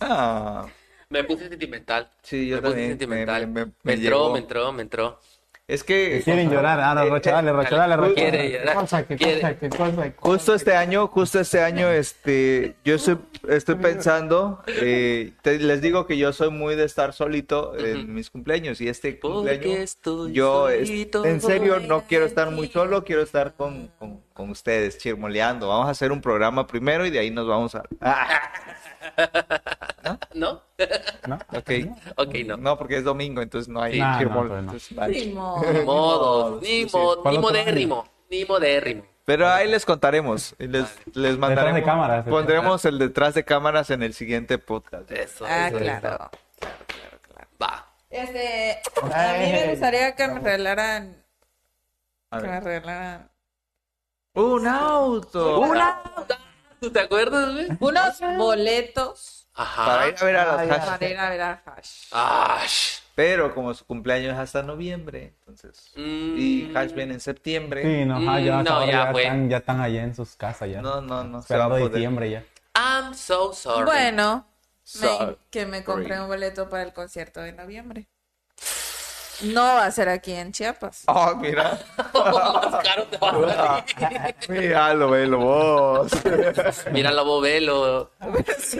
Speaker 6: Ah.
Speaker 2: Me puse sentimental.
Speaker 6: Sí, yo
Speaker 2: me puse
Speaker 6: también, me- me-
Speaker 2: sentimental. Me,
Speaker 6: me- me
Speaker 2: entró,
Speaker 6: llegó.
Speaker 2: me entró, me entró.
Speaker 6: Es que
Speaker 3: Quieren llorar. Ah, no, Rocha, dale, Rocha, dale, Rocha.
Speaker 2: Quiere
Speaker 5: ¿Qué Ah, cosa?
Speaker 2: llorar.
Speaker 5: ¿Qué
Speaker 2: quiere-
Speaker 5: cosa? ¿Qué cosa? ¿Qué cosa?
Speaker 6: justo este año, justo este año, este, yo estoy, estoy pensando, eh, te- les digo que yo soy muy de estar solito
Speaker 2: Ujú.
Speaker 6: en mis cumpleaños y este
Speaker 2: Porque
Speaker 6: cumpleaños
Speaker 2: estoy
Speaker 6: yo es-
Speaker 2: solito.
Speaker 6: en serio no quiero estar muy solo, quiero estar con, con, con ustedes, chirmoleando. Vamos a hacer un programa primero y de ahí nos vamos a... Ah,
Speaker 2: ¿No?
Speaker 6: ok.
Speaker 2: Ok, no.
Speaker 6: No, porque es domingo, entonces no hay
Speaker 3: Sí. Nah,
Speaker 6: chirmol-
Speaker 3: no, pues no.
Speaker 6: entonces, vale.
Speaker 4: Ni modo.
Speaker 2: Ni modos, ni, mo-
Speaker 3: ¿Cuál
Speaker 2: ni
Speaker 3: otro
Speaker 2: modérrimo, ni modérrimo.
Speaker 6: Pero ahí les contaremos. y Les, les mandaremos.
Speaker 3: cámaras.
Speaker 6: Pondremos el detrás de cámaras en el siguiente podcast.
Speaker 2: Eso,
Speaker 4: Ah,
Speaker 2: eso,
Speaker 4: claro.
Speaker 2: Va.
Speaker 4: Este, a mí me gustaría que me regalaran,
Speaker 6: A
Speaker 4: que me
Speaker 6: ver.
Speaker 4: regalaran
Speaker 6: ¡Un auto!
Speaker 2: ¿Tú te acuerdas, güey?
Speaker 4: unos boletos
Speaker 6: Para
Speaker 2: Ajá.
Speaker 6: ir a ver a las
Speaker 5: Ay,
Speaker 6: hashtags.
Speaker 4: para ir a ver a Hash.
Speaker 2: Ah, sh-
Speaker 6: Pero como su cumpleaños es hasta noviembre, entonces.
Speaker 2: Mm.
Speaker 6: Y Hash viene en septiembre.
Speaker 3: Sí, no, ah, ya,
Speaker 2: Mm, no,
Speaker 3: ahora
Speaker 2: ya
Speaker 3: ya,
Speaker 2: fue.
Speaker 3: están, ya están allá en sus casas ya.
Speaker 6: No, no, no. Se va a
Speaker 3: Esperando
Speaker 6: poder.
Speaker 3: diciembre ya.
Speaker 2: I'm so sorry.
Speaker 4: Bueno, me-
Speaker 6: Sorry.
Speaker 4: que me compré un boleto para el concierto de noviembre. No va a ser aquí en Chiapas.
Speaker 6: Oh, mira.
Speaker 2: Más caro te va a salir.
Speaker 6: Míralo, velo vos.
Speaker 2: Mira Lobo Velo.
Speaker 4: ¿Sí?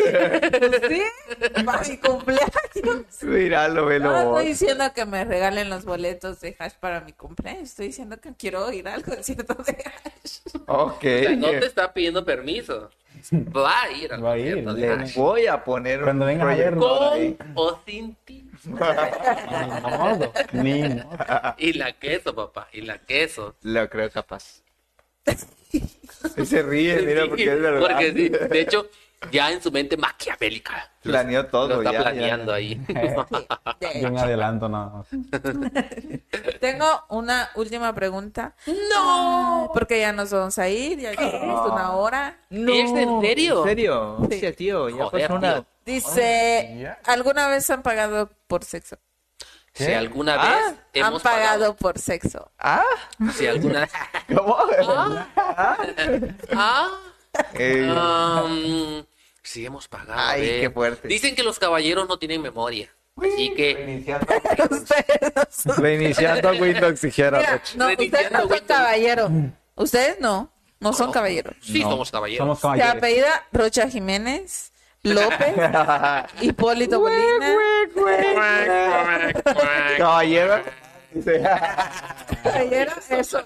Speaker 4: Para mi cumpleaños.
Speaker 6: Míralo, velo
Speaker 2: Ah,
Speaker 4: No estoy
Speaker 6: vos.
Speaker 4: diciendo que me regalen los boletos de Hash para mi cumpleaños. Estoy diciendo que quiero ir al concierto de Hash.
Speaker 6: Ok.
Speaker 2: O sea, no te está pidiendo permiso. Va a ir al
Speaker 3: Va a ir,
Speaker 2: concierto de
Speaker 3: le-
Speaker 2: Ash.
Speaker 6: Voy a poner un
Speaker 3: Cuando vengan a
Speaker 6: proyector
Speaker 3: vernos.
Speaker 6: ahí.
Speaker 2: Con o sin ti.
Speaker 3: Ni modo.
Speaker 6: Ah.
Speaker 2: Y la queso, papá. Y la queso.
Speaker 6: Lo creo capaz. Se ríe, mira,
Speaker 2: Sí,
Speaker 6: porque es verdad.
Speaker 2: porque sí, de hecho, ya en su mente maquiavélica.
Speaker 6: Planeó todo.
Speaker 2: Lo está
Speaker 6: ya, Eh. ya.
Speaker 2: planeando ahí.
Speaker 4: De-
Speaker 3: Yo me adelanto nada más.
Speaker 4: Tengo una última pregunta. No. Porque ya nos vamos a ir, ya llevamos una hora.
Speaker 6: No,
Speaker 2: ¿Es en serio?
Speaker 6: ¿En serio?
Speaker 4: Sí.
Speaker 6: Hostia, tío, ya
Speaker 2: Joder,
Speaker 6: pasó una.
Speaker 2: tío.
Speaker 4: Dice,
Speaker 5: ya.
Speaker 4: ¿alguna vez han pagado por sexo?
Speaker 2: Si alguna vez
Speaker 6: Ah,
Speaker 4: Han
Speaker 2: hemos pagado.
Speaker 4: pagado por sexo.
Speaker 6: ¿Ah?
Speaker 2: Si alguna
Speaker 6: ¿Cómo?
Speaker 2: Ah,
Speaker 6: Eh,
Speaker 2: Um, sí, hemos pagado.
Speaker 6: Ay,
Speaker 2: a ver.
Speaker 6: qué fuerte.
Speaker 2: Dicen que los caballeros no tienen memoria. Así que.
Speaker 4: Ustedes no son-
Speaker 6: Reiniciando Windows, dijera
Speaker 4: Mira,
Speaker 6: Rocha.
Speaker 4: no, ustedes no son caballeros. Ustedes no, no son caballeros.
Speaker 2: Sí,
Speaker 3: No,
Speaker 2: somos caballeros.
Speaker 3: Somos
Speaker 4: Se
Speaker 3: caballeros.
Speaker 4: apellida Rocha Jiménez, López, Hipólito Molina.
Speaker 6: Caballero. dice,
Speaker 4: Caballero, eso.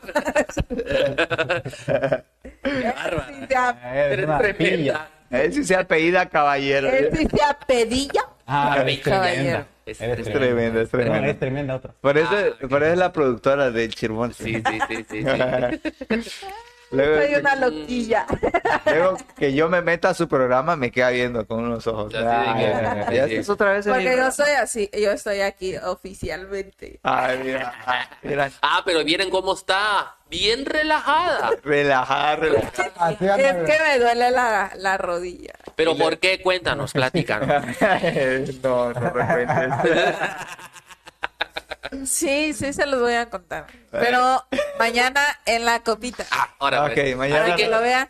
Speaker 2: Bárbara.
Speaker 3: Es
Speaker 2: Eres
Speaker 3: una
Speaker 2: tremenda.
Speaker 6: Él sí se apellida caballero.
Speaker 4: Él dice apedilla.
Speaker 3: Ah, es
Speaker 2: Caballero.
Speaker 3: tremenda.
Speaker 2: Es
Speaker 3: Eres
Speaker 6: Es tremendo,
Speaker 3: Tremenda,
Speaker 6: es tremendo.
Speaker 2: Este,
Speaker 3: es tremenda otra.
Speaker 6: Por eso, por eso es la productora del Chirmón.
Speaker 2: Sí, sí, sí, sí, sí.
Speaker 4: Soy
Speaker 6: Luego,
Speaker 4: una loquilla.
Speaker 6: luego que yo me meta a su programa, me queda viendo con unos ojos.
Speaker 2: Ya sí,
Speaker 6: Ay,
Speaker 2: de que-
Speaker 6: ya
Speaker 2: sí.
Speaker 6: estás otra vez en
Speaker 4: Porque
Speaker 6: el-
Speaker 4: yo soy así, yo estoy aquí oficialmente.
Speaker 6: Ay, mira, mira.
Speaker 2: Ah, pero miren cómo está. Bien relajada.
Speaker 6: Relajar, relajar.
Speaker 5: Así
Speaker 4: Es
Speaker 5: anda,
Speaker 4: que me duele la, la rodilla.
Speaker 2: Pero ¿por qué? Cuéntanos, platícanos.
Speaker 6: No, no recuerdes.
Speaker 4: Sí, sí, se los voy a contar. Pero mañana en la copita.
Speaker 2: Ah, ahora
Speaker 6: Ok,
Speaker 2: pues.
Speaker 6: mañana
Speaker 4: Para
Speaker 2: Así
Speaker 4: que
Speaker 2: que-
Speaker 4: lo vean.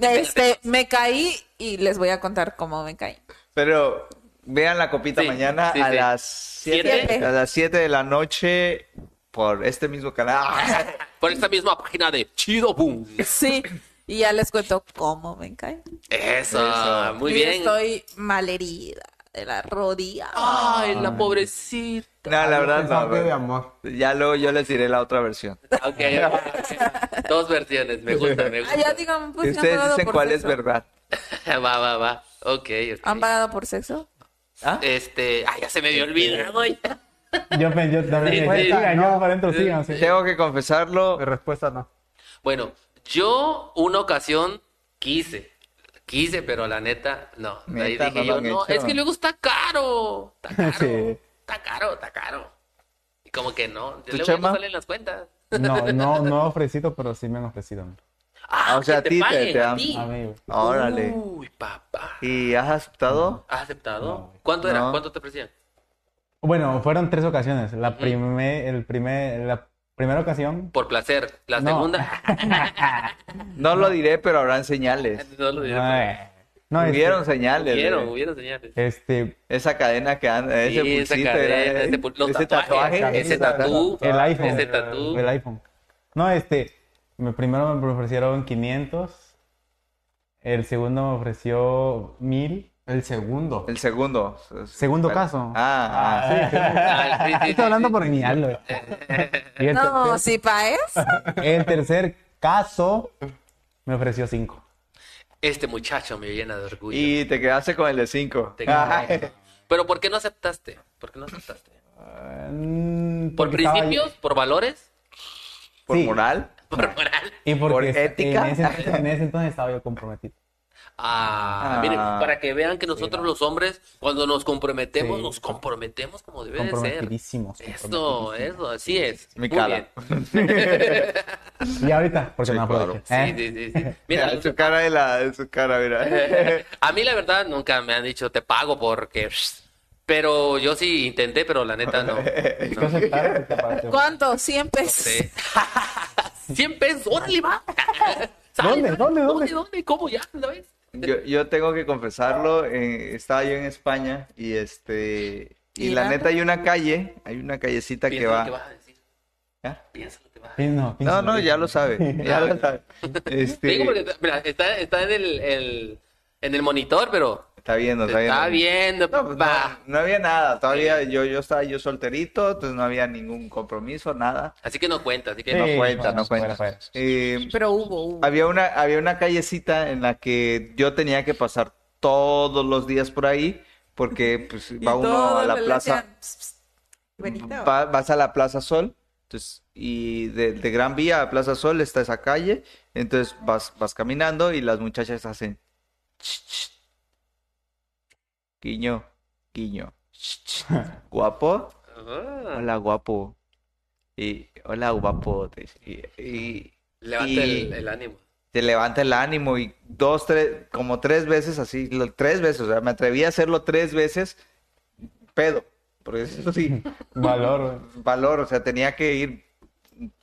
Speaker 4: Este, me caí y les voy a contar cómo me caí.
Speaker 6: Pero vean la copita
Speaker 2: Sí,
Speaker 6: mañana
Speaker 2: sí,
Speaker 6: a
Speaker 2: sí.
Speaker 6: las 7
Speaker 4: Siete.
Speaker 6: a las 7 de la noche por este mismo canal.
Speaker 2: Por esta misma página de Chido Boom.
Speaker 4: Sí. Y ya les cuento cómo me caí.
Speaker 2: Eso,
Speaker 6: Eso.
Speaker 2: muy
Speaker 4: Yo
Speaker 2: bien.
Speaker 4: Estoy malherida de la rodilla.
Speaker 3: Ah.
Speaker 2: Ay,
Speaker 6: Ah.
Speaker 2: la pobrecita.
Speaker 6: No, la verdad no.
Speaker 5: Mensaje de
Speaker 6: pero-
Speaker 5: amor.
Speaker 6: Ya luego yo les diré la otra versión.
Speaker 2: Ok, ok. dos versiones, me gusta, me
Speaker 4: Ah, ya
Speaker 2: gusta.
Speaker 4: digan, pues,
Speaker 6: Y
Speaker 4: ¿han
Speaker 6: ustedes
Speaker 4: pagado
Speaker 6: dicen
Speaker 4: por
Speaker 6: cuál es
Speaker 4: sexo?
Speaker 6: verdad.
Speaker 2: Va, va, va. Ok, ok.
Speaker 4: ¿Han pagado por sexo?
Speaker 6: ¿Ah?
Speaker 2: Este, ay, ya se me había olvidado. ya.
Speaker 3: Yo, me- yo también.
Speaker 2: Sí,
Speaker 3: me-
Speaker 2: sí,
Speaker 3: sigan,
Speaker 5: no.
Speaker 3: yo para adentro, sigan, sí.
Speaker 6: Tengo que confesarlo.
Speaker 5: Mi respuesta no.
Speaker 2: Bueno, yo una ocasión quise, quise, pero la neta, no. De ahí
Speaker 6: Neta,
Speaker 2: dije
Speaker 6: no lo
Speaker 2: yo,
Speaker 6: han
Speaker 2: no,
Speaker 6: hecho.
Speaker 2: es que luego está caro, está caro,
Speaker 3: Sí.
Speaker 2: está caro, está caro. Y como que no, luego ya
Speaker 6: Chema?
Speaker 2: no salen las cuentas.
Speaker 3: No, no, no he ofrecido, pero sí me han ofrecido.
Speaker 2: Ah,
Speaker 6: o sea,
Speaker 2: que
Speaker 6: a ti te-
Speaker 2: paguen,
Speaker 6: te
Speaker 2: a
Speaker 6: dan-
Speaker 2: ti.
Speaker 3: A mí, güey.
Speaker 6: Órale.
Speaker 2: Uy, papá.
Speaker 6: ¿Y has aceptado?
Speaker 2: ¿Has aceptado? ¿Cuánto era?
Speaker 6: No.
Speaker 2: ¿Cuánto te ofrecían?
Speaker 3: Bueno, fueron tres ocasiones. La, primer, el primer, la primera ocasión,
Speaker 2: Por placer. La
Speaker 3: No.
Speaker 2: segunda.
Speaker 6: No lo diré, pero habrán señales.
Speaker 2: no lo diré.
Speaker 3: eh, no, este-
Speaker 6: Hubieron señales.
Speaker 2: Hubieron,
Speaker 6: eh.
Speaker 2: hubieron señales.
Speaker 3: este,
Speaker 6: Esa cadena que anda, ese
Speaker 2: Sí, esa
Speaker 6: pulsito
Speaker 2: cadena,
Speaker 6: era-
Speaker 2: ese pul- los
Speaker 6: ese
Speaker 2: tatuajes,
Speaker 6: tatuaje,
Speaker 2: ese tatú,
Speaker 3: el iPhone.
Speaker 2: ese tatú.
Speaker 3: El iPhone. No, este, me- primero me ofrecieron 500. El segundo me ofreció 1000.
Speaker 5: El segundo.
Speaker 6: El segundo.
Speaker 3: Segundo
Speaker 6: Bueno.
Speaker 3: caso.
Speaker 6: Ah, ah,
Speaker 2: Ah, sí, sí, sí,
Speaker 3: Estoy hablando
Speaker 2: sí.
Speaker 3: por niñarlo. Y el,
Speaker 4: No,
Speaker 3: tercer,
Speaker 4: si pa' eso.
Speaker 6: Ah.
Speaker 3: el tercer caso me ofreció 5.
Speaker 2: Este muchacho me llena de orgullo.
Speaker 6: Y te quedaste con el de 5.
Speaker 2: Te quedaste. Pero ¿por qué no aceptaste? ¿Por qué no aceptaste?
Speaker 3: Mm,
Speaker 2: ¿Por principios? ¿Por valores?
Speaker 6: ¿Por
Speaker 3: Sí.
Speaker 6: moral?
Speaker 2: ¿Por moral?
Speaker 3: Y porque
Speaker 6: ¿Por
Speaker 3: en ese-
Speaker 6: ética?
Speaker 3: En ese, en ese entonces estaba yo comprometido.
Speaker 6: Ah.
Speaker 2: Ah, miren, para que vean que nosotros los hombres, cuando nos comprometemos, nos comprometemos como debe de ser.
Speaker 3: Comprometidísimos.
Speaker 2: Esto, eso, así es.
Speaker 6: Mi
Speaker 2: Muy
Speaker 6: cara.
Speaker 2: bien.
Speaker 3: Y ahorita, porque
Speaker 6: Sí,
Speaker 3: me aproveché.
Speaker 2: Sí,
Speaker 3: ¿eh?
Speaker 2: sí, sí, sí.
Speaker 6: Mira,
Speaker 2: Mira,
Speaker 6: su cara de la, de su cara, mira.
Speaker 2: A mí la verdad nunca me han dicho te pago porque... Pero yo sí intenté, pero la neta no.
Speaker 3: Es que aceptaron que te pareció.
Speaker 4: ¿Cuánto? 100 pesos.
Speaker 2: Sí. 100 pesos, órale, va.
Speaker 3: ¿Dónde? ¿Dónde?
Speaker 2: Sale, ¿Dónde?
Speaker 3: ¿Dónde?
Speaker 2: ¿Dónde? ¿Cómo ya? ¿Lo ves?
Speaker 6: Yo, yo tengo que confesarlo, eh, estaba yo en España y este y la
Speaker 4: Mira.
Speaker 6: neta hay una calle, hay una callecita que
Speaker 2: Piensa lo
Speaker 6: va.
Speaker 2: que vas a decir.
Speaker 6: ¿Ah?
Speaker 2: Piensa lo que vas a decir.
Speaker 3: Sí, No,
Speaker 6: No,
Speaker 3: piénsalo,
Speaker 6: no, ya lo sabe, ya lo sabe.
Speaker 2: Te digo porque
Speaker 6: Este,
Speaker 2: está- mira, está, está en el, el- en el monitor, pero
Speaker 6: está viendo,
Speaker 2: te
Speaker 6: está viendo.
Speaker 2: está viendo,
Speaker 6: No, pues,
Speaker 2: papá.
Speaker 6: no, no había nada, todavía yo, yo estaba yo solterito, entonces no había ningún compromiso, nada.
Speaker 2: Así que no cuenta, así que
Speaker 3: Sí.
Speaker 2: no.
Speaker 6: No cuenta,
Speaker 3: bueno,
Speaker 6: no
Speaker 3: fuera,
Speaker 6: cuenta.
Speaker 3: fuera.
Speaker 6: Eh,
Speaker 4: Pero hubo, hubo.
Speaker 6: había una, había una callecita en la que yo tenía que pasar todos los días por ahí, porque pues
Speaker 4: Y
Speaker 6: va uno a
Speaker 4: todos
Speaker 6: la
Speaker 4: me le
Speaker 6: plaza,
Speaker 4: hacían, "Ps, ps, Benito".
Speaker 6: va- vas a la Plaza Sol, entonces, y de, de Gran Vía a Plaza Sol está esa calle, entonces vas, vas caminando y las muchachas hacen ch, ch, guiño, guiño, ch, ch, guapo,
Speaker 2: Ah,
Speaker 6: hola guapo, y hola guapo, te dice, y- y
Speaker 2: levanta
Speaker 6: Y-
Speaker 2: el, el ánimo.
Speaker 6: te levanta el ánimo y dos, tres, como tres veces así, lo- tres veces, o sea, me atreví a hacerlo tres veces, pedo, porque eso sí,
Speaker 3: Valor, güey.
Speaker 6: valor, o sea, tenía que ir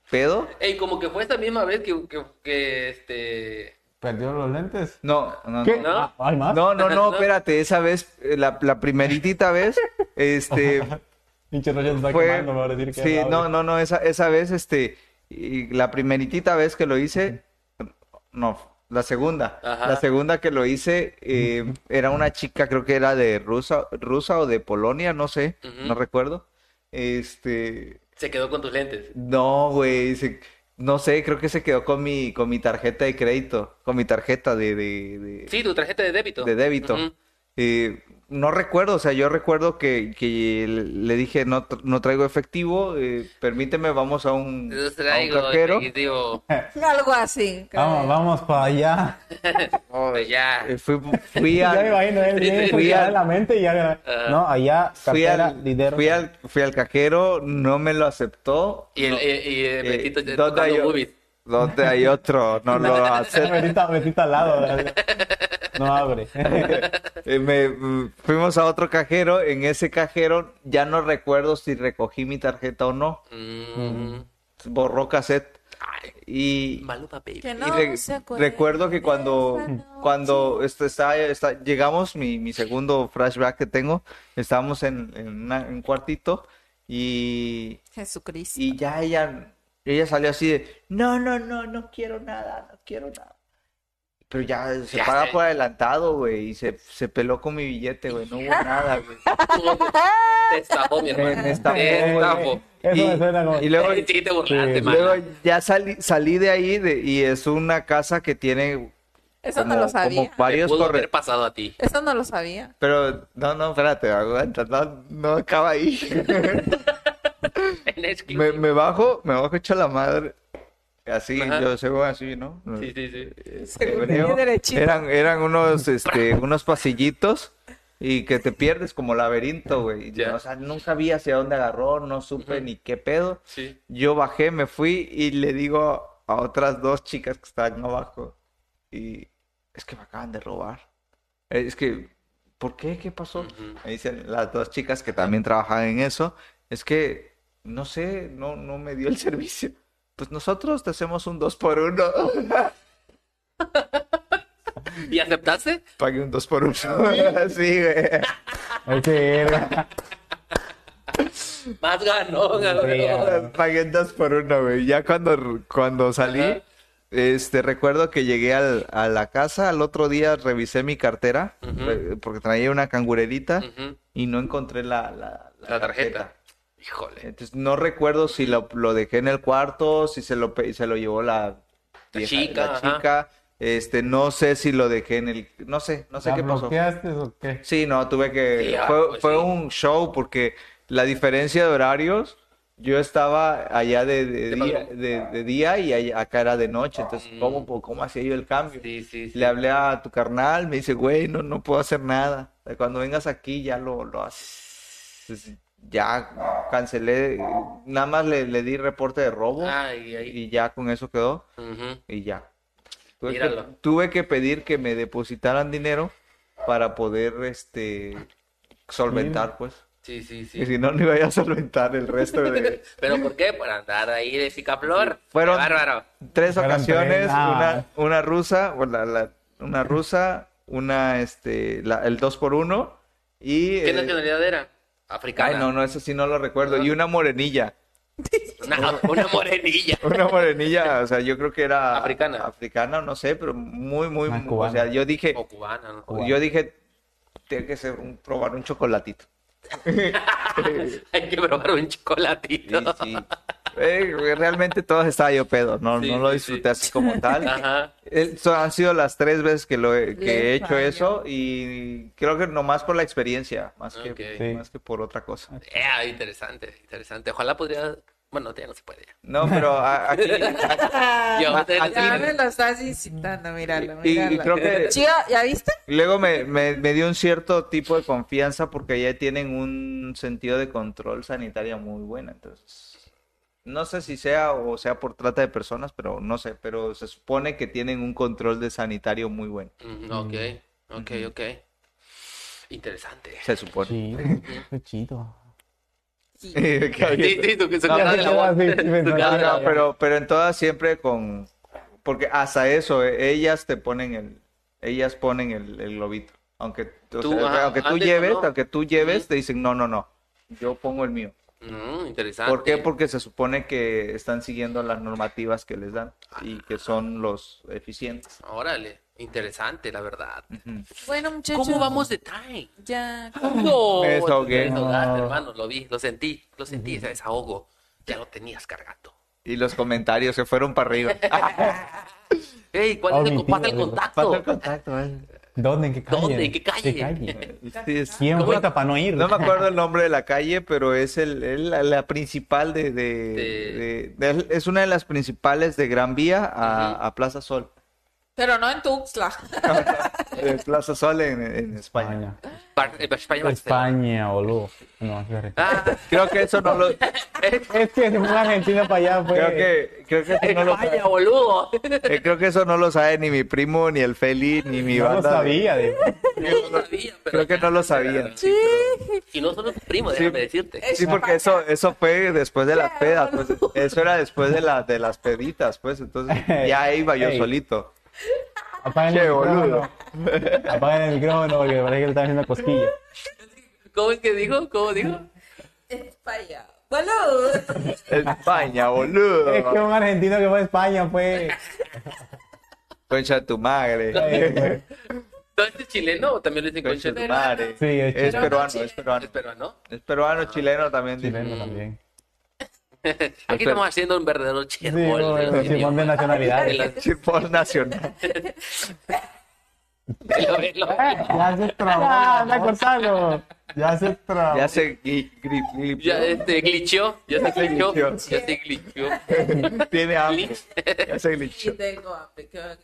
Speaker 6: pedo,
Speaker 2: Ey, como que fue esta misma vez que, que- que, este,
Speaker 5: ¿Perdió los lentes?
Speaker 6: No, no,
Speaker 3: ¿Qué? Ah,
Speaker 6: no.
Speaker 2: ¿No?
Speaker 3: ¿Hay más?
Speaker 6: No, no, no, espérate, esa vez, eh, la, la primeritita vez, este,
Speaker 5: Pinche Roger está
Speaker 6: fue-
Speaker 5: quemando, me va a decir que
Speaker 6: sí,
Speaker 5: era
Speaker 6: no,
Speaker 5: audio.
Speaker 6: no, no, esa, esa vez, este, y la primeritita vez que lo hice, no, la segunda,
Speaker 2: Ajá.
Speaker 6: la segunda que lo hice, eh, era una chica, creo que era de Rusa, Rusa o de Polonia, no sé,
Speaker 2: Ujú.
Speaker 6: no recuerdo, este,
Speaker 2: Se quedó con tus lentes.
Speaker 6: no, güey, se- no sé, creo que se quedó con mi, con mi tarjeta de crédito, con mi tarjeta de, de, de-
Speaker 2: Sí, tu tarjeta de débito.
Speaker 6: de débito.
Speaker 2: Ujú.
Speaker 6: Eh, no recuerdo, o sea, yo recuerdo que, que le dije, no, tr- no traigo efectivo, eh, permíteme, vamos a un, a
Speaker 2: Los
Speaker 6: un
Speaker 2: traigo,
Speaker 6: cajero.
Speaker 2: y digo,
Speaker 4: Algo así. creo.
Speaker 3: Vamos, vamos para allá.
Speaker 2: pues ya.
Speaker 6: Eh, fui, fui
Speaker 3: Ya me
Speaker 6: al,
Speaker 3: imagino, él viene
Speaker 6: Fui
Speaker 3: ya
Speaker 6: al-
Speaker 3: en la mente y ya.
Speaker 2: Ah.
Speaker 3: No, allá,
Speaker 6: fui
Speaker 3: cartera,
Speaker 6: al-
Speaker 3: dinero.
Speaker 6: fui al- fui al cajero, no me lo aceptó.
Speaker 2: Y el, y- y el
Speaker 6: Eh,
Speaker 2: Betito ya
Speaker 6: ¿dónde hay
Speaker 2: tocando
Speaker 6: o-
Speaker 2: movies.
Speaker 6: ¿Dónde hay otro? No lo acepto.
Speaker 3: Metita, metita al lado. ¿verdad? No abre.
Speaker 6: Eh, me- mm, fuimos a otro cajero. En ese cajero ya no recuerdo si recogí mi tarjeta o no.
Speaker 2: Mm.
Speaker 6: Borró cassette. Y,
Speaker 2: Maluma, baby.
Speaker 4: Que
Speaker 6: y
Speaker 4: no
Speaker 6: re-
Speaker 4: se acuerde
Speaker 6: recuerdo que cuando,
Speaker 4: de esa
Speaker 6: cuando
Speaker 4: noche.
Speaker 6: este, está, está- llegamos, mi, mi segundo flashback que tengo, estábamos en, en una- en un cuartito y,
Speaker 4: Jesucristo.
Speaker 6: y ya ella, ella salió así de, no, no, no, no quiero nada, no quiero nada. Pero ya se
Speaker 2: Ya
Speaker 6: paga
Speaker 2: sé.
Speaker 6: por adelantado, güey, y se, se peló con mi billete, güey, no hubo nada, güey.
Speaker 2: Te estafó, mi hermano.
Speaker 6: Me estafó,
Speaker 2: Te
Speaker 6: güey.
Speaker 2: estafó.
Speaker 3: Eso
Speaker 6: Y-
Speaker 3: me eh, suena como.
Speaker 6: y luego,
Speaker 2: Sí, te burlaste,
Speaker 3: Sí.
Speaker 2: mano.
Speaker 6: luego ya salí, salí de ahí de- y es una casa que tiene
Speaker 4: Eso
Speaker 6: como,
Speaker 4: no lo
Speaker 6: como
Speaker 4: sabía.
Speaker 6: varios
Speaker 2: Pudo
Speaker 6: corre-
Speaker 2: haber pasado a ti.
Speaker 4: Eso no lo sabía.
Speaker 6: Pero, no, no, espérate, aguanta, no, no acaba ahí.
Speaker 2: En exclusiva.
Speaker 6: Me, me bajo, me bajo hecho la madre. Así,
Speaker 2: Ajá.
Speaker 6: yo según así, ¿no?
Speaker 2: Sí, sí, sí.
Speaker 6: Hebreo.
Speaker 4: Bien derechito.
Speaker 6: Eran, eran unos, este, unos pasillitos y que te pierdes como laberinto, güey.
Speaker 2: Ya.
Speaker 6: O sea, nunca vi hacia dónde agarró, no supe
Speaker 2: Ujú.
Speaker 6: ni qué pedo.
Speaker 2: Sí.
Speaker 6: Yo bajé, me fui y le digo a otras dos chicas que estaban abajo. Y es que me acaban de robar. Eh, Es que, ¿por qué? ¿Qué pasó?
Speaker 2: Ujú.
Speaker 6: Me dicen las dos chicas que también trabajan en eso. Es que, no sé, no, no me dio el servicio. Pues nosotros te hacemos un dos por uno.
Speaker 2: ¿Y aceptaste?
Speaker 6: Pagué un dos por uno. Sí, güey.
Speaker 3: Ay, sí, verga.
Speaker 2: Más ganó, ganó.
Speaker 3: Sí,
Speaker 6: Pagué un dos por uno, güey. Ya cuando, cuando salí,
Speaker 2: Ajá.
Speaker 6: este, recuerdo que llegué al- a la casa, al otro día revisé mi cartera,
Speaker 2: Ujú.
Speaker 6: re- porque traía una cangurerita
Speaker 2: Ujú.
Speaker 6: y no encontré la, la- la
Speaker 2: La tarjeta. Híjole.
Speaker 6: Entonces, no recuerdo si lo, lo dejé en el cuarto, si se lo, pe- se lo llevó la,
Speaker 2: La
Speaker 6: vieja-
Speaker 2: chica,
Speaker 6: la
Speaker 2: ajá.
Speaker 6: chica. Este, no sé si lo dejé en el... No sé, no sé
Speaker 5: ¿La
Speaker 6: qué pasó.
Speaker 5: bloqueaste o qué?
Speaker 6: Sí, no, tuve que...
Speaker 2: Sí, ah,
Speaker 6: fue
Speaker 2: pues
Speaker 6: fue
Speaker 2: sí.
Speaker 6: un show porque la diferencia de horarios, yo estaba allá de, de
Speaker 2: De
Speaker 6: día,
Speaker 2: madrugada.
Speaker 6: de, de día y allá- acá era de
Speaker 2: Ah,
Speaker 6: noche. Entonces, ¿cómo, po- cómo hacía yo el cambio?
Speaker 2: Sí, sí, sí.
Speaker 6: Le hablé a tu carnal, me dice, güey, no, no puedo hacer nada. Cuando vengas aquí ya lo, lo haces. Entonces, ya cancelé, nada más le, le di reporte de robo
Speaker 2: Ay, ay.
Speaker 6: y ya con eso quedó
Speaker 2: Ujú.
Speaker 6: y ya. Tuve que,
Speaker 2: Míralo.
Speaker 6: tuve que pedir que me depositaran dinero para poder este solventar, pues.
Speaker 2: Sí, sí,
Speaker 6: Y
Speaker 2: sí.
Speaker 6: si no, no iba yo a solventar el resto de...
Speaker 2: ¿Pero por qué? Por andar ahí de picaflor.
Speaker 6: Fueron-
Speaker 2: Qué bárbaro.
Speaker 6: Tres
Speaker 3: Fueron
Speaker 6: ocasiones,
Speaker 3: tres, ah.
Speaker 6: una, una rusa, o la- la- una rusa, una, este, la- el 2 por 1 y...
Speaker 2: ¿Qué
Speaker 6: eh,
Speaker 2: nacionalidad era? Africana.
Speaker 6: ay, no, no, eso sí no lo recuerdo.
Speaker 2: Ah.
Speaker 6: Y una morenilla,
Speaker 2: Una, una morenilla.
Speaker 6: una morenilla, o sea, yo creo que era...
Speaker 2: Africana.
Speaker 6: Africana, no sé, pero muy, muy...
Speaker 3: Una
Speaker 6: o sea,
Speaker 3: cubana.
Speaker 6: yo dije,
Speaker 2: O Oh, cubana, ¿no?
Speaker 3: cubana.
Speaker 6: yo dije, tiene que ser un- probar un chocolatito.
Speaker 2: Hay que probar un chocolatito.
Speaker 6: Sí, sí. Eh, realmente todos estaba yo pedo, no,
Speaker 2: Sí,
Speaker 6: no lo
Speaker 2: sí,
Speaker 6: disfruté
Speaker 2: sí.
Speaker 6: así como tal.
Speaker 2: Ajá.
Speaker 6: Eh, son- han sido las tres veces que, lo he, que
Speaker 4: Le
Speaker 6: he hecho
Speaker 4: falló.
Speaker 6: eso y creo que nomás por la experiencia, más que,
Speaker 2: Ok.
Speaker 3: Sí.
Speaker 6: más que por otra cosa.
Speaker 2: Eh, interesante, interesante. Ojalá podría. Bueno, ya no se puede.
Speaker 6: No, pero a- aquí,
Speaker 2: Ya,
Speaker 6: a-
Speaker 2: ustedes-
Speaker 4: Ya
Speaker 6: aquí-
Speaker 4: me lo estás incitando, míralo,
Speaker 6: Y- y
Speaker 4: míralo.
Speaker 6: creo que-
Speaker 4: Chica, ¿ya viste?
Speaker 6: luego me, me- me dio un cierto tipo de confianza porque ya tienen un sentido de control sanitario muy bueno, entonces... No sé si sea o sea por trata de personas, pero no sé, pero se supone que tienen un control de sanitario muy bueno,
Speaker 2: Mm, ok, ok, ok. Interesante.
Speaker 6: se supone.
Speaker 5: Chido, qué chido.
Speaker 4: Sí.
Speaker 2: Eh,
Speaker 6: Que-
Speaker 2: Sí, sí, tu- su
Speaker 6: No,
Speaker 2: cara
Speaker 3: se
Speaker 2: de la
Speaker 3: quedó
Speaker 2: voz.
Speaker 3: así, sí,
Speaker 2: Su
Speaker 3: me-
Speaker 6: No,
Speaker 2: cara de la
Speaker 6: no,
Speaker 2: voz.
Speaker 6: pero, pero en todas siempre con, Porque hasta eso, eh, ellas te ponen el, ellas ponen el, el globito. Aunque, tú- o
Speaker 2: Tú,
Speaker 6: sea,
Speaker 2: ajá,
Speaker 6: aunque tú
Speaker 2: antes,
Speaker 6: lleves,
Speaker 2: ¿no?
Speaker 6: aunque tú lleves, te dicen, no, no, no, yo pongo el mío.
Speaker 2: Mm, interesante.
Speaker 6: ¿Por qué? Porque se supone que están siguiendo las normativas que les dan y que son los eficientes.
Speaker 2: Órale, interesante, la verdad.
Speaker 4: Bueno, muchachos.
Speaker 2: ¿Cómo vamos de time?
Speaker 4: Ya.
Speaker 2: No,
Speaker 6: Me desahogué.
Speaker 2: te desahogaste, hermano, lo vi, lo sentí, lo sentí, ese desahogo. Ya lo tenías cargando.
Speaker 6: Y los comentarios se fueron para arriba.
Speaker 2: Ey, ¿cuál
Speaker 6: Oh,
Speaker 2: es el
Speaker 5: Omitido,
Speaker 2: compás del
Speaker 5: ¿verdad?
Speaker 2: contacto?
Speaker 6: eh.
Speaker 3: ¿Dónde? ¿En qué calle?
Speaker 2: ¿Dónde? ¿En qué calle?
Speaker 6: Sí, sí.
Speaker 3: ¿Quién
Speaker 2: No,
Speaker 3: fue
Speaker 2: bueno.
Speaker 3: para no ir?
Speaker 6: No me acuerdo el nombre de la calle, pero es el, es la, la principal de, de-
Speaker 2: De-
Speaker 6: de- de- Es una de las principales de Gran Vía a,
Speaker 2: Ujú.
Speaker 6: a Plaza Sol.
Speaker 4: Pero no en Tuxtla.
Speaker 6: De Plaza Sol en, en España.
Speaker 3: España.
Speaker 2: Bar- eh, España, Barcelona.
Speaker 3: Ah, España, boludo. No, es verdad.
Speaker 2: Ah,
Speaker 6: Creo que eso no lo...
Speaker 3: Es que se fue a Argentina para allá, pues.
Speaker 6: Creo que, creo que eso no lo
Speaker 2: España, boludo.
Speaker 6: eh, creo que eso no lo sabe ni mi primo, ni el Feli, ni mi
Speaker 3: No lo
Speaker 6: banda. de-
Speaker 3: sabía, digo.
Speaker 2: No lo sabía, pero
Speaker 6: Creo que no lo sabía. Sí,
Speaker 2: Y no solo tu primo, déjame decirte.
Speaker 6: Sí, porque eso, eso fue después de las pedas, pues, eso era después de, la, de las peditas, pues, entonces ya iba yo
Speaker 3: Ey.
Speaker 6: solito.
Speaker 3: Apaguen
Speaker 6: Che,
Speaker 3: el
Speaker 6: boludo.
Speaker 3: micrófono. Apaguen el micrófono porque parece que le están haciendo cosquillas.
Speaker 2: ¿Cómo es que dijo? ¿Cómo dijo?
Speaker 4: España. Boludo.
Speaker 6: España, boludo.
Speaker 3: Es que un argentino que fue a España, pues.
Speaker 6: Concha de tu madre.
Speaker 3: Ay, pues.
Speaker 2: ¿Todo este chileno o también lo dicen
Speaker 6: Concha de
Speaker 2: concha?
Speaker 6: tu madre.
Speaker 3: Sí, es
Speaker 6: es
Speaker 3: chileno.
Speaker 6: peruano, es peruano.
Speaker 2: Es peruano.
Speaker 6: Es peruano, chileno también. dice.
Speaker 3: Chileno también.
Speaker 2: Aquí estamos haciendo un verdadero chirbol.
Speaker 3: bueno,
Speaker 2: de los
Speaker 3: chirbol de
Speaker 2: idiomas.
Speaker 3: nacionalidades.
Speaker 2: De los-
Speaker 6: Chipol nacional.
Speaker 2: de los- de los-
Speaker 5: Ya se trabó.
Speaker 3: ¡Ah,
Speaker 5: la
Speaker 3: anda
Speaker 5: voz,
Speaker 3: cortando!
Speaker 5: Ya se trabó.
Speaker 6: Ya se gui- gri- gri-
Speaker 2: Ya este glitchó, ya se glitchó, ya se glitchó. Pues,
Speaker 6: tiene hambre. Ya se glitchó.
Speaker 4: Y tengo hambre. qué va-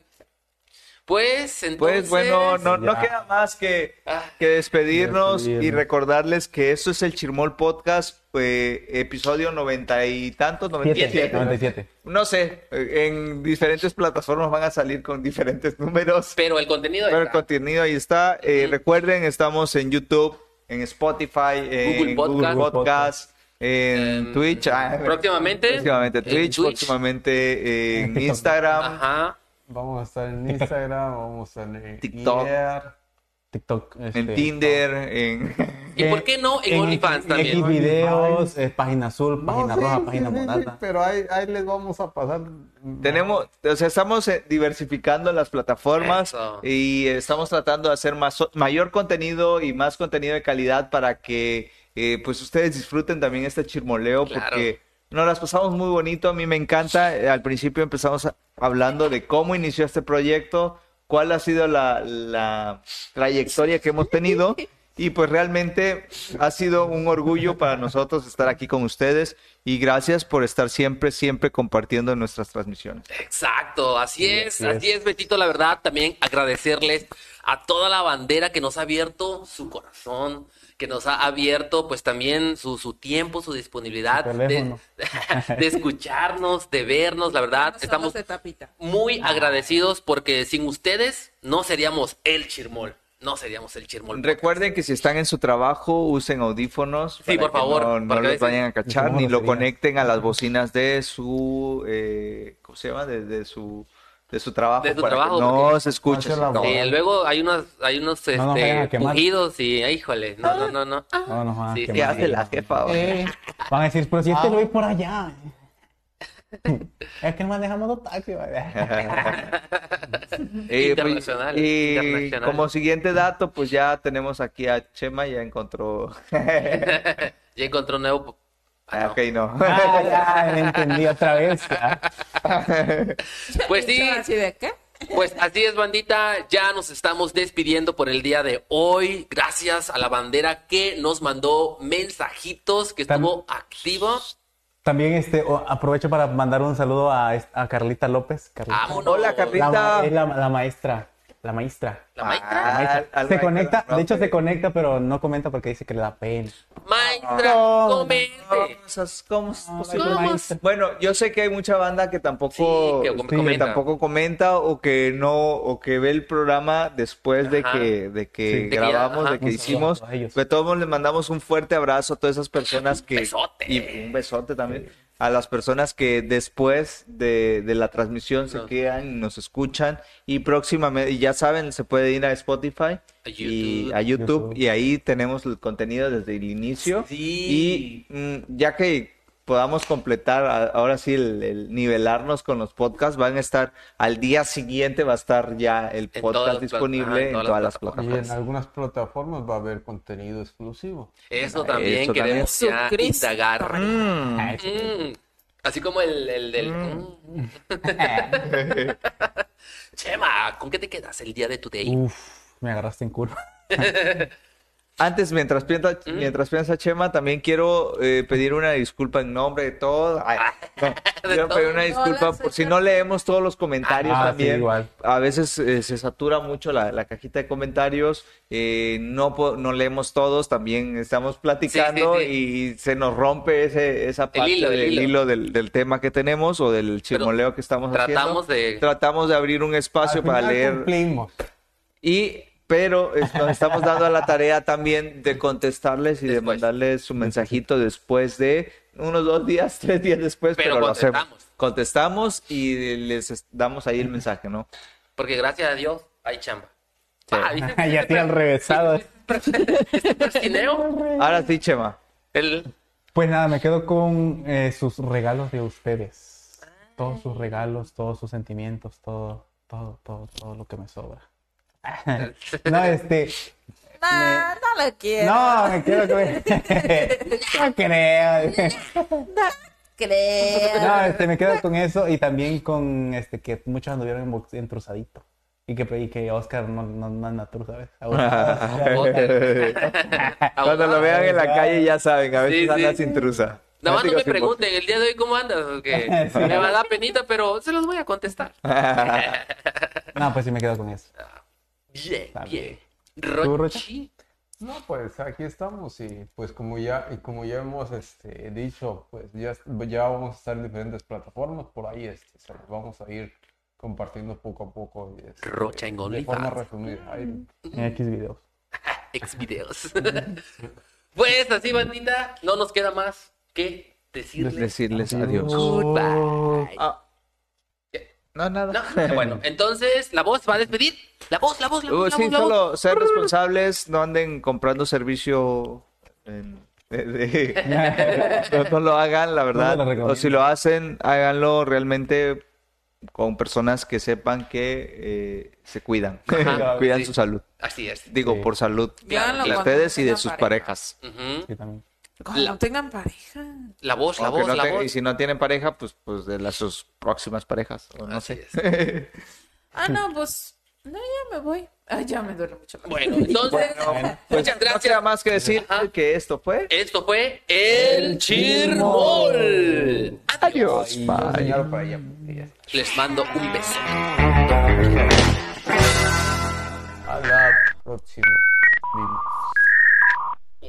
Speaker 2: Pues
Speaker 6: Pues
Speaker 2: entonces
Speaker 6: bueno, no, no
Speaker 3: Ya.
Speaker 6: queda más que,
Speaker 2: Ah.
Speaker 6: que despedirnos y
Speaker 5: Despedirnos.
Speaker 6: recordarles que esto es el Chirmol Podcast, eh, episodio noventa y tantos, noventa y
Speaker 3: Siete,
Speaker 6: siete.
Speaker 3: 97.
Speaker 6: No sé, eh, en diferentes plataformas van a salir con diferentes números.
Speaker 2: pero el contenido
Speaker 6: Pero el
Speaker 2: está.
Speaker 6: contenido ahí está. Eh,
Speaker 2: Ujú.
Speaker 6: Recuerden, estamos en YouTube, en Spotify, en
Speaker 2: Google
Speaker 6: Google
Speaker 2: Podcast.
Speaker 6: Podcast, en
Speaker 2: Em,
Speaker 6: Twitch. ah,
Speaker 2: próximamente.
Speaker 6: próximamente
Speaker 2: en
Speaker 6: Twitch, próximamente en Instagram.
Speaker 2: Ajá.
Speaker 5: Vamos a estar en Instagram, vamos a estar en
Speaker 6: TikTok.
Speaker 5: Gear.
Speaker 3: TikTok.
Speaker 6: En
Speaker 3: este,
Speaker 6: Tinder, en...
Speaker 2: ¿Y por qué no en OnlyFans también?
Speaker 3: X videos,
Speaker 5: OnlyFans.
Speaker 3: eh, página azul,
Speaker 5: No,
Speaker 3: página
Speaker 5: sí,
Speaker 3: roja,
Speaker 5: sí,
Speaker 3: página
Speaker 5: sí, sí,
Speaker 3: morada.
Speaker 5: pero ahí, ahí les vamos a pasar.
Speaker 6: Tenemos, o sea, estamos eh, diversificando las plataformas
Speaker 2: Eso.
Speaker 6: y estamos tratando de hacer más, mayor contenido y más contenido de calidad para que eh, pues ustedes disfruten también este chirmoleo
Speaker 2: Claro.
Speaker 6: porque nos las pasamos muy bonito, a mí me encanta. Eh, Al principio empezamos a- hablando de cómo inició este proyecto, cuál ha sido la, la trayectoria que hemos tenido y pues realmente ha sido un orgullo para nosotros estar aquí con ustedes y gracias por estar siempre, siempre compartiendo nuestras transmisiones.
Speaker 2: Exacto, así es, así es, Betito, la verdad, también agradecerles a toda la bandera que nos ha abierto su corazón, que nos ha abierto pues también su, su tiempo, su disponibilidad
Speaker 5: Su
Speaker 2: de,
Speaker 5: teléfono.
Speaker 2: de escucharnos, de vernos, la
Speaker 4: No
Speaker 2: verdad,
Speaker 4: somos
Speaker 2: Ah, estamos
Speaker 4: de tapita.
Speaker 2: muy agradecidos porque sin ustedes no seríamos el chirmol, no seríamos el chirmol.
Speaker 6: Recuerden que si están en su trabajo, usen audífonos. para
Speaker 2: por
Speaker 6: que
Speaker 2: favor,
Speaker 6: No, no
Speaker 2: para que
Speaker 6: los vayan a cachar
Speaker 3: Dijimos
Speaker 6: ni lo
Speaker 3: groserías.
Speaker 6: conecten a las bocinas de su. eh, ¿Cómo se llama? De, de su, de su trabajo.
Speaker 2: De su
Speaker 6: para que
Speaker 2: trabajo,
Speaker 6: no
Speaker 2: porque-
Speaker 6: se escuche.
Speaker 5: No se la
Speaker 6: no.
Speaker 2: Eh, luego hay unos, hay unos
Speaker 3: No nos vayan
Speaker 2: este,
Speaker 3: a quemar.
Speaker 2: pujidos y, eh, híjole, no, no, no, no.
Speaker 3: No, no, ah,
Speaker 2: Sí,
Speaker 3: qué
Speaker 6: ¿Qué
Speaker 3: mal.
Speaker 6: hace la jefa? ahora?
Speaker 5: Eh,
Speaker 3: Van a decir, pero si este
Speaker 5: Ah.
Speaker 3: lo vi por allá. es que manejamos dos taxis, ¿verdad?
Speaker 6: Eh, pues,
Speaker 2: Internacional,
Speaker 6: y
Speaker 2: internacional.
Speaker 6: como siguiente dato, pues ya tenemos aquí a Chema, ya encontró.
Speaker 2: Ya encontré un nuevo... Ah,
Speaker 6: Ah,
Speaker 2: no.
Speaker 6: ok, no.
Speaker 3: Ah, ya, le entendí otra vez. ah.
Speaker 2: Pues sí.
Speaker 4: Yo así de, ¿qué?
Speaker 2: Pues así es, bandita. Ya nos estamos despidiendo por el día de hoy. Gracias a la bandera que nos mandó mensajitos, que
Speaker 3: Tam-
Speaker 2: estuvo activo.
Speaker 3: También este, o- aprovecho para mandar un saludo a, est- a Carlita López. Carlita.
Speaker 2: Vámonos.
Speaker 6: Hola,
Speaker 3: La, ma-
Speaker 6: Carlita.
Speaker 3: es la, la maestra. La maestra.
Speaker 2: La maestra.
Speaker 6: Ah, al-
Speaker 3: se
Speaker 6: al-
Speaker 3: conecta,
Speaker 6: al-
Speaker 3: de hecho se conecta, pero no comenta porque dice que le da pena.
Speaker 2: Maestra,
Speaker 3: No,
Speaker 2: comente.
Speaker 6: Cosas, ¿cómo es
Speaker 3: No,
Speaker 6: posible?
Speaker 3: la
Speaker 2: ¿Cómo?
Speaker 3: maestra.
Speaker 6: Bueno, yo sé que hay mucha banda que tampoco,
Speaker 2: Sí, que com-
Speaker 6: que
Speaker 2: comenta.
Speaker 6: tampoco comenta o que no o que ve el programa después de
Speaker 2: Ajá.
Speaker 6: que de
Speaker 3: Sí.
Speaker 6: que
Speaker 2: De que ya,
Speaker 6: grabamos,
Speaker 2: ajá.
Speaker 6: de que
Speaker 3: Un saludo
Speaker 6: hicimos.
Speaker 3: a ellos.
Speaker 6: De todos modos les mandamos un fuerte abrazo a todas esas personas que
Speaker 2: besote.
Speaker 6: y un besote también a las personas que después de, de la transmisión se
Speaker 2: No.
Speaker 6: quedan y nos escuchan. Y próximamente, y ya saben, se puede ir a Spotify
Speaker 2: A
Speaker 6: y
Speaker 2: YouTube.
Speaker 6: a YouTube.
Speaker 5: YouTube.
Speaker 6: Y ahí tenemos el contenido desde el inicio.
Speaker 2: Sí.
Speaker 6: Y mm, ya que podamos completar a- ahora sí el, el nivelarnos con los podcasts, van a estar al día siguiente, va a estar ya el
Speaker 2: En todas
Speaker 6: podcast
Speaker 2: las plat- ajá,
Speaker 6: disponible en todas las
Speaker 5: Y
Speaker 6: plataformas.
Speaker 5: en algunas plataformas va a haber contenido exclusivo.
Speaker 2: Eso
Speaker 6: Ah,
Speaker 2: también
Speaker 6: eso
Speaker 2: queremos ya
Speaker 4: Jesucristo.
Speaker 2: indagar.
Speaker 6: Mm.
Speaker 2: Mm. Así como el, el del... Mm. Chema, ¿con qué te quedas el día de tu
Speaker 3: Uh,
Speaker 2: day?
Speaker 3: Uf, me agarraste en curva.
Speaker 6: Antes, mientras piensa, mientras piensa Chema, también quiero eh, pedir una disculpa en nombre de todos. Ay, no, quiero
Speaker 2: Ah, todo.
Speaker 6: pedir una
Speaker 4: No,
Speaker 6: disculpa
Speaker 4: las
Speaker 6: por si
Speaker 4: otras-
Speaker 6: no leemos todos los comentarios
Speaker 5: Ah, sí,
Speaker 6: también.
Speaker 5: igual.
Speaker 6: A veces eh, se satura mucho la, la cajita de comentarios, eh, no, po- no leemos todos, también estamos platicando
Speaker 2: sí.
Speaker 6: y se nos rompe ese, esa parte
Speaker 2: hilo, el
Speaker 6: del
Speaker 2: hilo.
Speaker 6: del, del tema que tenemos o del chimoleo que estamos
Speaker 2: tratamos
Speaker 6: haciendo.
Speaker 2: de-
Speaker 6: Tratamos de abrir un espacio
Speaker 5: Al
Speaker 6: para
Speaker 5: final
Speaker 6: leer.
Speaker 5: cumplimos.
Speaker 6: Y, pero es- nos estamos dando a la tarea también de contestarles y de
Speaker 2: Después.
Speaker 6: mandarles su mensajito después de unos dos días, tres días después,
Speaker 2: Pero
Speaker 6: pero, lo hacemos.
Speaker 2: contestamos.
Speaker 6: Contestamos y les es- damos ahí el mensaje, ¿no?
Speaker 2: Porque gracias a Dios hay chamba.
Speaker 6: Sí.
Speaker 2: Ah, ¿viste?
Speaker 3: ya tiene al revésado.
Speaker 2: Chineo.
Speaker 6: Ahora sí, Chema.
Speaker 2: El...
Speaker 3: Pues nada, me quedo con eh, sus regalos de ustedes. Todos sus regalos, todos sus sentimientos, todo, todo, todo, todo lo que me sobra. No, este,
Speaker 4: Nah, no la quiero.
Speaker 3: no, me quedo con... No creo.
Speaker 4: Creo.
Speaker 3: No, este, me quedo con eso y también con este que muchos anduvieron embu- entrusadito. Y que, y que Oscar no, no, no anda tru, ¿sabes? A Oscar.
Speaker 6: Cuando lo vean en la calle ya saben, a veces
Speaker 2: Sí, sí.
Speaker 6: andas intrusa.
Speaker 2: Nada más no
Speaker 6: Digo,
Speaker 2: me
Speaker 6: sin
Speaker 2: pregunten el día de hoy cómo andas, porque
Speaker 3: Sí.
Speaker 2: me va a dar penita, pero se los voy a contestar.
Speaker 6: Ah,
Speaker 3: No, pues sí me quedo con eso.
Speaker 2: Bien,
Speaker 3: Está
Speaker 2: bien.
Speaker 3: bien. ¿Tú, Rocha?
Speaker 2: Rochi.
Speaker 5: No, pues aquí estamos y pues como ya, y como ya hemos este, dicho, pues ya, ya vamos a estar en diferentes plataformas, por ahí este, se los vamos a ir compartiendo poco a poco. y, este,
Speaker 2: Rocha en
Speaker 5: de forma
Speaker 2: OnlyFans.
Speaker 5: resumida. Ahí-
Speaker 3: En X videos.
Speaker 2: Ex videos. pues así, bandita, no nos queda más que decirles.
Speaker 6: Decirles adiós.
Speaker 2: Goodbye.
Speaker 6: Ah. No, nada.
Speaker 2: No, bueno, entonces, ¿la voz va a despedir? La voz, la voz, la
Speaker 6: Uh,
Speaker 2: voz, la
Speaker 6: sí,
Speaker 2: voz, la voz.
Speaker 6: solo ser responsables, no anden comprando servicio. en- de- de- no, no lo hagan, la verdad.
Speaker 3: No lo recomiendo.
Speaker 6: o si lo hacen, háganlo realmente con personas que sepan que eh, se cuidan,
Speaker 2: Ajá,
Speaker 6: cuidan
Speaker 2: sí.
Speaker 6: su salud.
Speaker 2: Así es.
Speaker 6: Digo,
Speaker 3: Sí.
Speaker 6: por salud
Speaker 4: Háganlo
Speaker 6: de
Speaker 4: cuando
Speaker 6: ustedes y de
Speaker 4: tengan
Speaker 6: sus
Speaker 4: pareja.
Speaker 6: parejas.
Speaker 2: Ujú.
Speaker 3: Sí, también.
Speaker 4: Cuando
Speaker 2: La-
Speaker 4: tengan pareja.
Speaker 2: La voz, la
Speaker 6: Aunque
Speaker 2: voz,
Speaker 6: no
Speaker 2: la
Speaker 6: te- Y
Speaker 2: voz.
Speaker 6: si no tienen pareja, pues, pues de las sus próximas parejas. o No
Speaker 2: Así
Speaker 6: sé.
Speaker 2: es.
Speaker 4: Ah, no, pues. No, ya me voy. Ay, ya me duele mucho. la
Speaker 2: Bueno,
Speaker 4: cabeza.
Speaker 2: entonces,
Speaker 6: Pues,
Speaker 2: muchas
Speaker 6: No queda
Speaker 2: gracias.
Speaker 6: más que decir
Speaker 2: Ajá.
Speaker 6: que esto fue.
Speaker 2: Esto fue El Chirmol.
Speaker 6: Adiós.
Speaker 5: y yo
Speaker 6: bye.
Speaker 5: señalo para allá, porque ya está.
Speaker 2: Les mando un beso.
Speaker 5: A la próxima. Vimos.